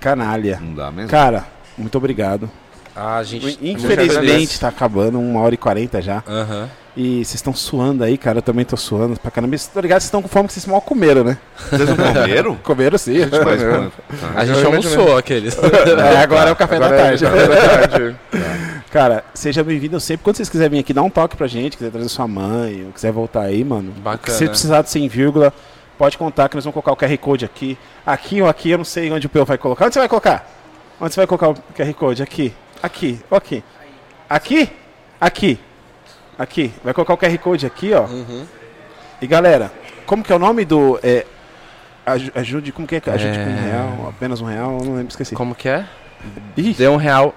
[SPEAKER 1] Canalha.
[SPEAKER 2] Não dá mesmo.
[SPEAKER 1] Cara, muito obrigado.
[SPEAKER 5] Ah, gente.
[SPEAKER 1] Infelizmente tá acabando, uma hora e quarenta já.
[SPEAKER 5] Aham.
[SPEAKER 1] E vocês estão suando aí, cara. Eu também tô suando pra caramba. Tô ligado, vocês estão com fome que vocês mal comeram, né?
[SPEAKER 2] Vocês não comeram?
[SPEAKER 1] Comeram sim.
[SPEAKER 2] Mas, mano, tá.
[SPEAKER 5] A gente almoçou aqueles.
[SPEAKER 1] É, agora é o café da
[SPEAKER 4] Agora é-
[SPEAKER 1] tarde.
[SPEAKER 4] agora é tarde.
[SPEAKER 1] Cara, seja bem-vindo sempre. Quando vocês quiserem vir aqui, dá um toque pra gente, quiser trazer sua mãe, ou quiser voltar aí, mano.
[SPEAKER 5] Bacana.
[SPEAKER 1] Se você precisar de 100 vírgula, pode contar que nós vamos colocar o QR Code aqui. Aqui ou aqui, eu não sei onde o Peu vai colocar. Onde você vai colocar? Onde você vai colocar o QR Code? Aqui. Aqui. Ou aqui. Aqui? Aqui. Aqui. Vai colocar o QR Code aqui, ó. E galera, como que é o nome do. É, aju- ajude, como que é? Ajude com um real, apenas um real, não lembro, esqueci.
[SPEAKER 5] Como que é?
[SPEAKER 1] Ih,
[SPEAKER 5] Deu um real.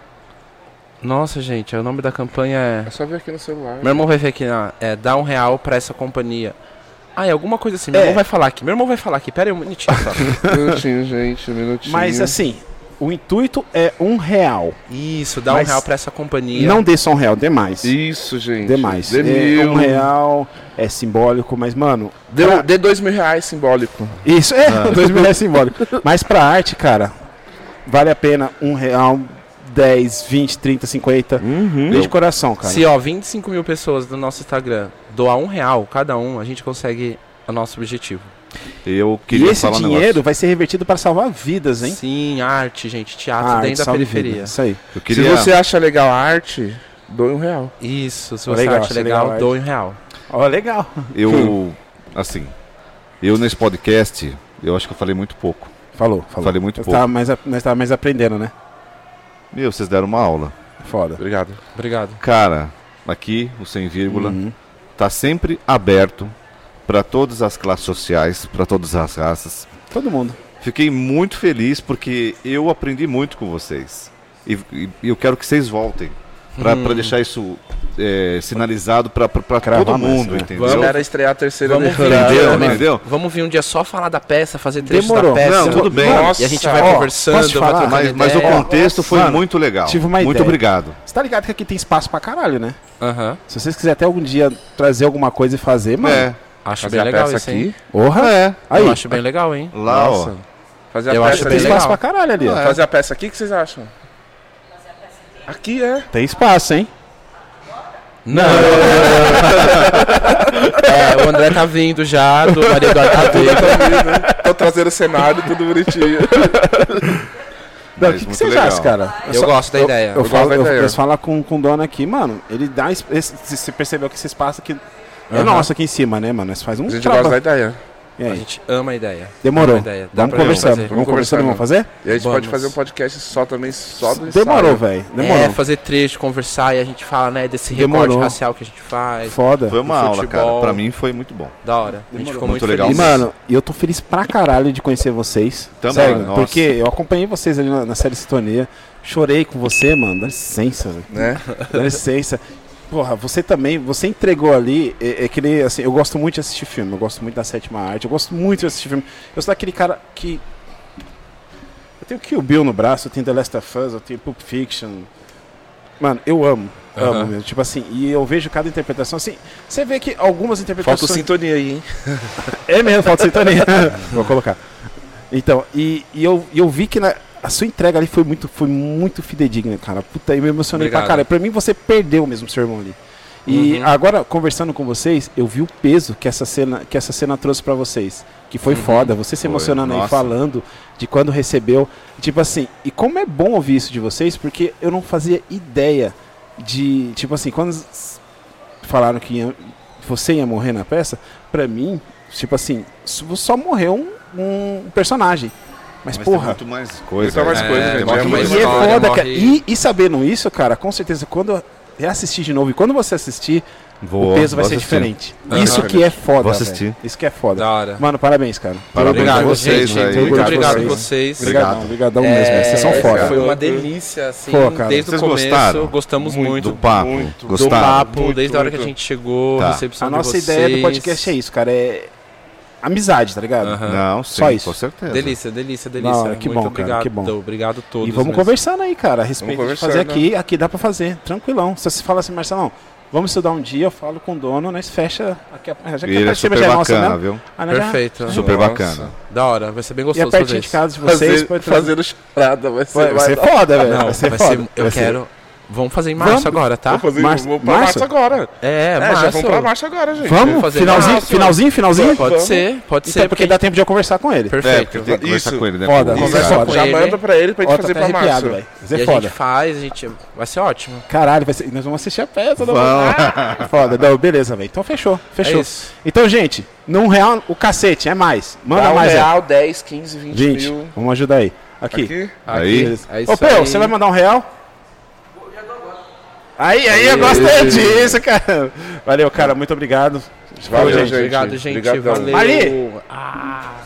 [SPEAKER 5] Nossa, gente, o nome da campanha é.
[SPEAKER 4] É só ver aqui no celular.
[SPEAKER 5] Meu irmão vai ver aqui, na, é, dá um real pra essa companhia. Ah, é alguma coisa assim. Meu
[SPEAKER 1] É.
[SPEAKER 5] irmão vai falar aqui. Meu irmão vai falar aqui. Pera aí um minutinho só.
[SPEAKER 4] Um minutinho, gente, um minutinho.
[SPEAKER 1] mas assim, o intuito é um real.
[SPEAKER 5] Isso, dá
[SPEAKER 1] Mas
[SPEAKER 5] um real pra essa companhia.
[SPEAKER 1] Não dê só um real, dê mais.
[SPEAKER 4] Isso, gente.
[SPEAKER 1] Dê mais.
[SPEAKER 4] Dê
[SPEAKER 1] É,
[SPEAKER 4] mil.
[SPEAKER 1] um real é simbólico, mas, mano,
[SPEAKER 4] Dê, um- dê dois mil reais simbólico.
[SPEAKER 5] um-
[SPEAKER 1] Isso, é,
[SPEAKER 5] Ah.
[SPEAKER 1] dois mil reais simbólico. Mas pra arte, cara, vale a pena um real, 10, 20, 30, 50. Vem de coração, cara.
[SPEAKER 5] Se, ó, 25 mil pessoas do nosso Instagram doar um real cada um, a gente consegue o nosso objetivo.
[SPEAKER 2] Eu
[SPEAKER 1] e
[SPEAKER 2] queria
[SPEAKER 1] esse
[SPEAKER 2] falar um
[SPEAKER 1] dinheiro
[SPEAKER 2] negócio.
[SPEAKER 1] vai ser revertido para salvar vidas, hein?
[SPEAKER 5] Sim, arte, gente. Teatro
[SPEAKER 1] Arte,
[SPEAKER 5] Ah, dentro da
[SPEAKER 1] salve
[SPEAKER 5] periferia.
[SPEAKER 1] vida, Isso aí.
[SPEAKER 2] Eu queria...
[SPEAKER 4] Se você acha legal a arte, doe um real.
[SPEAKER 5] Isso, se você
[SPEAKER 1] Legal,
[SPEAKER 5] acha
[SPEAKER 1] achei
[SPEAKER 5] legal,
[SPEAKER 1] legal a
[SPEAKER 5] doe um real.
[SPEAKER 1] Ó, legal. Hum.
[SPEAKER 2] Eu, assim, eu nesse podcast, eu acho que eu falei muito pouco.
[SPEAKER 1] Falou, falou.
[SPEAKER 2] Falei muito
[SPEAKER 1] Nós
[SPEAKER 2] pouco.
[SPEAKER 1] tava mais, a- nós tava mais aprendendo, né?
[SPEAKER 2] Meu, vocês deram uma aula.
[SPEAKER 1] Foda.
[SPEAKER 4] Obrigado.
[SPEAKER 5] Obrigado.
[SPEAKER 2] Cara, aqui, o Sem Vírgula,
[SPEAKER 1] Uhum.
[SPEAKER 2] tá sempre aberto para todas as classes sociais, para todas as raças.
[SPEAKER 1] Todo mundo.
[SPEAKER 2] Fiquei muito feliz porque eu aprendi muito com vocês. E, e- e eu quero que vocês voltem. Para deixar isso é, sinalizado para
[SPEAKER 1] Cravar
[SPEAKER 2] todo
[SPEAKER 1] mais,
[SPEAKER 2] mundo,
[SPEAKER 1] né?
[SPEAKER 2] entendeu?
[SPEAKER 4] Vamos era estrear a terceira
[SPEAKER 5] Vamos ver,
[SPEAKER 4] temporada.
[SPEAKER 2] Entendeu?
[SPEAKER 5] né?
[SPEAKER 2] Entendeu?
[SPEAKER 5] Vamos vir um dia só falar da peça, fazer trecho
[SPEAKER 1] Demorou.
[SPEAKER 5] da peça.
[SPEAKER 2] Não, tudo bem.
[SPEAKER 5] E a gente
[SPEAKER 1] Ó,
[SPEAKER 5] vai
[SPEAKER 1] posso te
[SPEAKER 5] conversando, vai
[SPEAKER 1] falar?
[SPEAKER 5] trocando
[SPEAKER 2] Mas, mas o
[SPEAKER 5] ideia.
[SPEAKER 2] contexto foi
[SPEAKER 1] Mano,
[SPEAKER 2] muito legal.
[SPEAKER 1] tive uma
[SPEAKER 2] muito
[SPEAKER 1] ideia.
[SPEAKER 2] obrigado.
[SPEAKER 1] Você tá ligado que aqui tem espaço pra caralho, né?
[SPEAKER 5] Aham.
[SPEAKER 1] Se vocês quiserem até algum dia trazer alguma coisa e fazer, mano.
[SPEAKER 2] É.
[SPEAKER 5] Acho
[SPEAKER 4] Fazer
[SPEAKER 5] bem
[SPEAKER 4] a
[SPEAKER 5] legal
[SPEAKER 4] peça
[SPEAKER 5] isso, hein?
[SPEAKER 4] aqui.
[SPEAKER 1] Orra. É. Aí,
[SPEAKER 5] Eu acho bem legal, hein?
[SPEAKER 2] Lá,
[SPEAKER 4] Nossa. Fazer a
[SPEAKER 5] Eu acho
[SPEAKER 1] tem
[SPEAKER 4] peça
[SPEAKER 5] bem
[SPEAKER 4] aqui.
[SPEAKER 1] espaço
[SPEAKER 5] legal.
[SPEAKER 1] pra caralho ali, ó.
[SPEAKER 4] Fazer a peça aqui, o que vocês acham? Aqui é.
[SPEAKER 1] Tem espaço, hein?
[SPEAKER 5] Não! é, o André tá vindo já, do Maria Eduardo tá vindo.
[SPEAKER 4] Tô trazendo o cenário, tudo bonitinho.
[SPEAKER 1] Não, o que,
[SPEAKER 2] Mas
[SPEAKER 1] que
[SPEAKER 2] muito
[SPEAKER 1] vocês
[SPEAKER 2] legal.
[SPEAKER 1] acham, cara?
[SPEAKER 5] Eu gosto da ideia.
[SPEAKER 1] Eu,
[SPEAKER 4] gosto
[SPEAKER 1] falo,
[SPEAKER 4] da
[SPEAKER 1] eu,
[SPEAKER 4] ideia.
[SPEAKER 1] eu falo com, com o dono aqui, mano, ele dá. es- esse- se Você percebeu que esse espaço aqui. É nosso aqui em cima, né, mano? Nós faz um
[SPEAKER 4] A gente gosta da
[SPEAKER 1] trabalho.
[SPEAKER 4] ideia.
[SPEAKER 1] E aí?
[SPEAKER 5] A gente ama a ideia.
[SPEAKER 1] Demorou.
[SPEAKER 5] Uma ideia. Dá
[SPEAKER 1] Vamos
[SPEAKER 5] pra gente
[SPEAKER 1] conversando.
[SPEAKER 5] fazer.
[SPEAKER 1] Vamos
[SPEAKER 4] Vamos
[SPEAKER 1] conversando, vamos fazer?
[SPEAKER 4] E a gente
[SPEAKER 5] Vamos.
[SPEAKER 4] pode fazer um podcast só também, só do
[SPEAKER 1] Demorou,
[SPEAKER 4] ensaio.
[SPEAKER 1] velho. Demorou.
[SPEAKER 5] É, fazer trecho, conversar e a gente fala, né, desse
[SPEAKER 1] Demorou.
[SPEAKER 5] recorte racial que a gente faz.
[SPEAKER 1] Foda.
[SPEAKER 2] Foi uma
[SPEAKER 5] do
[SPEAKER 2] aula,
[SPEAKER 5] futebol.
[SPEAKER 2] cara. Pra mim foi muito bom.
[SPEAKER 5] Da hora. A gente ficou
[SPEAKER 2] Muito
[SPEAKER 5] muito,
[SPEAKER 2] legal.
[SPEAKER 1] E,
[SPEAKER 5] feliz.
[SPEAKER 1] mano, e eu tô feliz pra caralho de conhecer vocês.
[SPEAKER 2] Também,
[SPEAKER 1] sério,
[SPEAKER 2] nossa.
[SPEAKER 1] porque eu acompanhei vocês ali na, na série Sintonia. Chorei com você, mano. Dá licença, velho.
[SPEAKER 4] Né?
[SPEAKER 1] Dá licença. Porra, você também, você entregou ali, é, é que nem, assim, eu gosto muito de assistir filme, eu gosto muito da sétima arte, eu gosto muito de assistir filme. Eu sou daquele cara que. Eu tenho Kill Bill no braço, eu tenho The Last of Us, eu tenho Pulp Fiction. Mano, eu amo, amo
[SPEAKER 5] Aham.
[SPEAKER 1] mesmo. Tipo assim, e eu vejo cada interpretação assim. Você vê que algumas
[SPEAKER 4] Falta
[SPEAKER 1] interpretações.
[SPEAKER 4] sintonia aí, hein?
[SPEAKER 1] É mesmo, falta sintonia. Vou colocar. Então, e, e eu, e eu vi que na- a sua entrega ali foi muito, foi muito fidedigna, cara. Puta, eu me emocionei pra
[SPEAKER 5] Obrigado.
[SPEAKER 1] caralho. Pra mim, você perdeu mesmo seu irmão ali.
[SPEAKER 2] Uhum.
[SPEAKER 1] E agora, conversando com vocês, eu vi o peso que essa cena, que essa cena trouxe pra vocês. Que foi foda, você se
[SPEAKER 2] Uhum. Foi,
[SPEAKER 1] emocionando aí,
[SPEAKER 2] nossa.
[SPEAKER 1] falando de quando recebeu. Tipo assim, e como é bom ouvir isso de vocês, porque eu não fazia ideia de. Tipo assim, quando s- falaram que ia- você ia morrer na peça, pra mim, tipo assim, só só morreu um, um personagem. Mas,
[SPEAKER 2] Mas tem
[SPEAKER 1] porra.
[SPEAKER 2] muito mais coisa.
[SPEAKER 4] Tem mais
[SPEAKER 2] né?
[SPEAKER 4] coisa,
[SPEAKER 2] Tem
[SPEAKER 4] gente.
[SPEAKER 2] muito
[SPEAKER 4] É
[SPEAKER 2] mais
[SPEAKER 4] muito
[SPEAKER 1] E é
[SPEAKER 2] coisa.
[SPEAKER 5] Morre,
[SPEAKER 1] foda, cara.
[SPEAKER 5] morre.
[SPEAKER 1] E, e sabendo isso, cara, com certeza, quando eu reassistir de novo e quando você assistir,
[SPEAKER 2] Vou-
[SPEAKER 1] o peso vai
[SPEAKER 2] vou
[SPEAKER 1] ser
[SPEAKER 2] assistir.
[SPEAKER 1] diferente.
[SPEAKER 5] Aham.
[SPEAKER 1] Isso que é foda.
[SPEAKER 2] Vou
[SPEAKER 1] velho.
[SPEAKER 2] assistir.
[SPEAKER 1] Isso que é foda.
[SPEAKER 5] Da hora.
[SPEAKER 1] Mano, parabéns, cara.
[SPEAKER 2] Parabéns
[SPEAKER 5] Obrigado,
[SPEAKER 2] a vocês
[SPEAKER 5] gente.
[SPEAKER 2] aí.
[SPEAKER 5] Muito
[SPEAKER 2] Obrigado a
[SPEAKER 5] obrigado a
[SPEAKER 1] vocês.
[SPEAKER 5] vocês.
[SPEAKER 1] Obrigado,
[SPEAKER 2] Obrigado.
[SPEAKER 1] obrigadão mesmo.
[SPEAKER 5] É,
[SPEAKER 1] velho. Vocês são
[SPEAKER 5] Foi
[SPEAKER 1] foda.
[SPEAKER 5] uma delícia, assim,
[SPEAKER 1] Pô, cara.
[SPEAKER 5] desde
[SPEAKER 2] Vocês
[SPEAKER 5] o começo.
[SPEAKER 2] gostaram?
[SPEAKER 5] Gostamos muito.
[SPEAKER 2] Do papo.
[SPEAKER 4] Muito.
[SPEAKER 5] Do
[SPEAKER 2] Gostaram?
[SPEAKER 5] papo, desde a hora que a gente chegou,
[SPEAKER 2] Tá.
[SPEAKER 5] recepção
[SPEAKER 1] A
[SPEAKER 5] de
[SPEAKER 1] nossa
[SPEAKER 5] vocês.
[SPEAKER 1] ideia do podcast é isso, cara. É amizade, tá ligado?
[SPEAKER 5] Aham.
[SPEAKER 2] Não, sim,
[SPEAKER 1] Só isso.
[SPEAKER 2] com certeza.
[SPEAKER 5] Delícia, delícia, delícia.
[SPEAKER 1] hora, é que
[SPEAKER 5] muito
[SPEAKER 1] bom, cara,
[SPEAKER 5] obrigado.
[SPEAKER 1] que bom.
[SPEAKER 5] Obrigado a todos. né?
[SPEAKER 1] E vamos
[SPEAKER 5] mesmo.
[SPEAKER 1] conversando aí, cara, a respeito de fazer
[SPEAKER 4] conversando,
[SPEAKER 1] aqui. Aqui dá pra fazer, tranquilão. Se você fala assim, Marcelão, vamos estudar um dia, eu falo com o dono, nós fecha aqui a já
[SPEAKER 2] E ele é super bacana, viu?
[SPEAKER 1] Ah, nós já-
[SPEAKER 5] Perfeito.
[SPEAKER 2] Super
[SPEAKER 4] Nossa.
[SPEAKER 2] bacana.
[SPEAKER 5] Da hora, vai ser bem
[SPEAKER 1] E é
[SPEAKER 5] gostoso
[SPEAKER 1] pertinho
[SPEAKER 5] fazer
[SPEAKER 1] de
[SPEAKER 5] isso.
[SPEAKER 1] casa de vocês.
[SPEAKER 4] Fazer, Ah,
[SPEAKER 1] pode
[SPEAKER 4] fazendo charada, vai ser.
[SPEAKER 1] Vai, vai ser
[SPEAKER 4] dar-
[SPEAKER 1] foda, velho.
[SPEAKER 5] Não,
[SPEAKER 1] vai ser
[SPEAKER 5] vai
[SPEAKER 1] foda.
[SPEAKER 5] ser, eu quero. Vamos fazer em março
[SPEAKER 1] Vamos.
[SPEAKER 5] agora, tá?
[SPEAKER 4] Vou fazer,
[SPEAKER 1] Março-
[SPEAKER 4] vou pra
[SPEAKER 1] março?
[SPEAKER 4] março agora.
[SPEAKER 5] É,
[SPEAKER 4] É,
[SPEAKER 5] março.
[SPEAKER 4] já vamos pra março agora, gente.
[SPEAKER 1] Vamos?
[SPEAKER 5] Vamos fazer
[SPEAKER 1] finalzinho,
[SPEAKER 5] massa.
[SPEAKER 1] finalzinho, finalzinho?
[SPEAKER 5] Pode
[SPEAKER 4] Vamos.
[SPEAKER 5] ser, pode
[SPEAKER 1] Então,
[SPEAKER 5] ser.
[SPEAKER 1] porque dá tempo de eu conversar com ele.
[SPEAKER 2] É,
[SPEAKER 5] Perfeito.
[SPEAKER 2] porque tem que conversar
[SPEAKER 4] Isso.
[SPEAKER 2] com ele, né?
[SPEAKER 1] Foda,
[SPEAKER 2] Pô,
[SPEAKER 1] conversa
[SPEAKER 2] cara.
[SPEAKER 1] foda.
[SPEAKER 4] Já
[SPEAKER 5] ele.
[SPEAKER 4] manda pra ele pra gente
[SPEAKER 1] Ó, tô
[SPEAKER 4] fazer
[SPEAKER 1] até
[SPEAKER 4] pra março.
[SPEAKER 1] arrepiado, velho. Vai
[SPEAKER 5] E
[SPEAKER 1] ser
[SPEAKER 5] a
[SPEAKER 1] foda.
[SPEAKER 5] gente faz, a gente. Vai ser ótimo.
[SPEAKER 1] Caralho, vai ser... nós vamos assistir a peça. Não...
[SPEAKER 2] Vamos.
[SPEAKER 1] Ah, foda, não, beleza, velho. Então fechou, fechou.
[SPEAKER 5] É isso.
[SPEAKER 1] então, gente, num real, o cacete, é mais. Manda
[SPEAKER 4] Dá um
[SPEAKER 1] mais,
[SPEAKER 4] real, 10, 15, 20,
[SPEAKER 1] Gente,
[SPEAKER 4] mil.
[SPEAKER 1] vamos ajudar aí. Aqui.
[SPEAKER 4] Aqui.
[SPEAKER 2] Aí,
[SPEAKER 1] Beleza.
[SPEAKER 5] É isso
[SPEAKER 1] Ô, Pel,
[SPEAKER 5] aí.
[SPEAKER 1] você vai mandar um real? Aí, aí, eu gostei disso, cara. Valeu, cara, muito obrigado.
[SPEAKER 4] Valeu,
[SPEAKER 1] gente.
[SPEAKER 4] gente.
[SPEAKER 5] Obrigado, gente.
[SPEAKER 4] Obrigadão.
[SPEAKER 5] Valeu.
[SPEAKER 1] Ali!
[SPEAKER 5] Ah.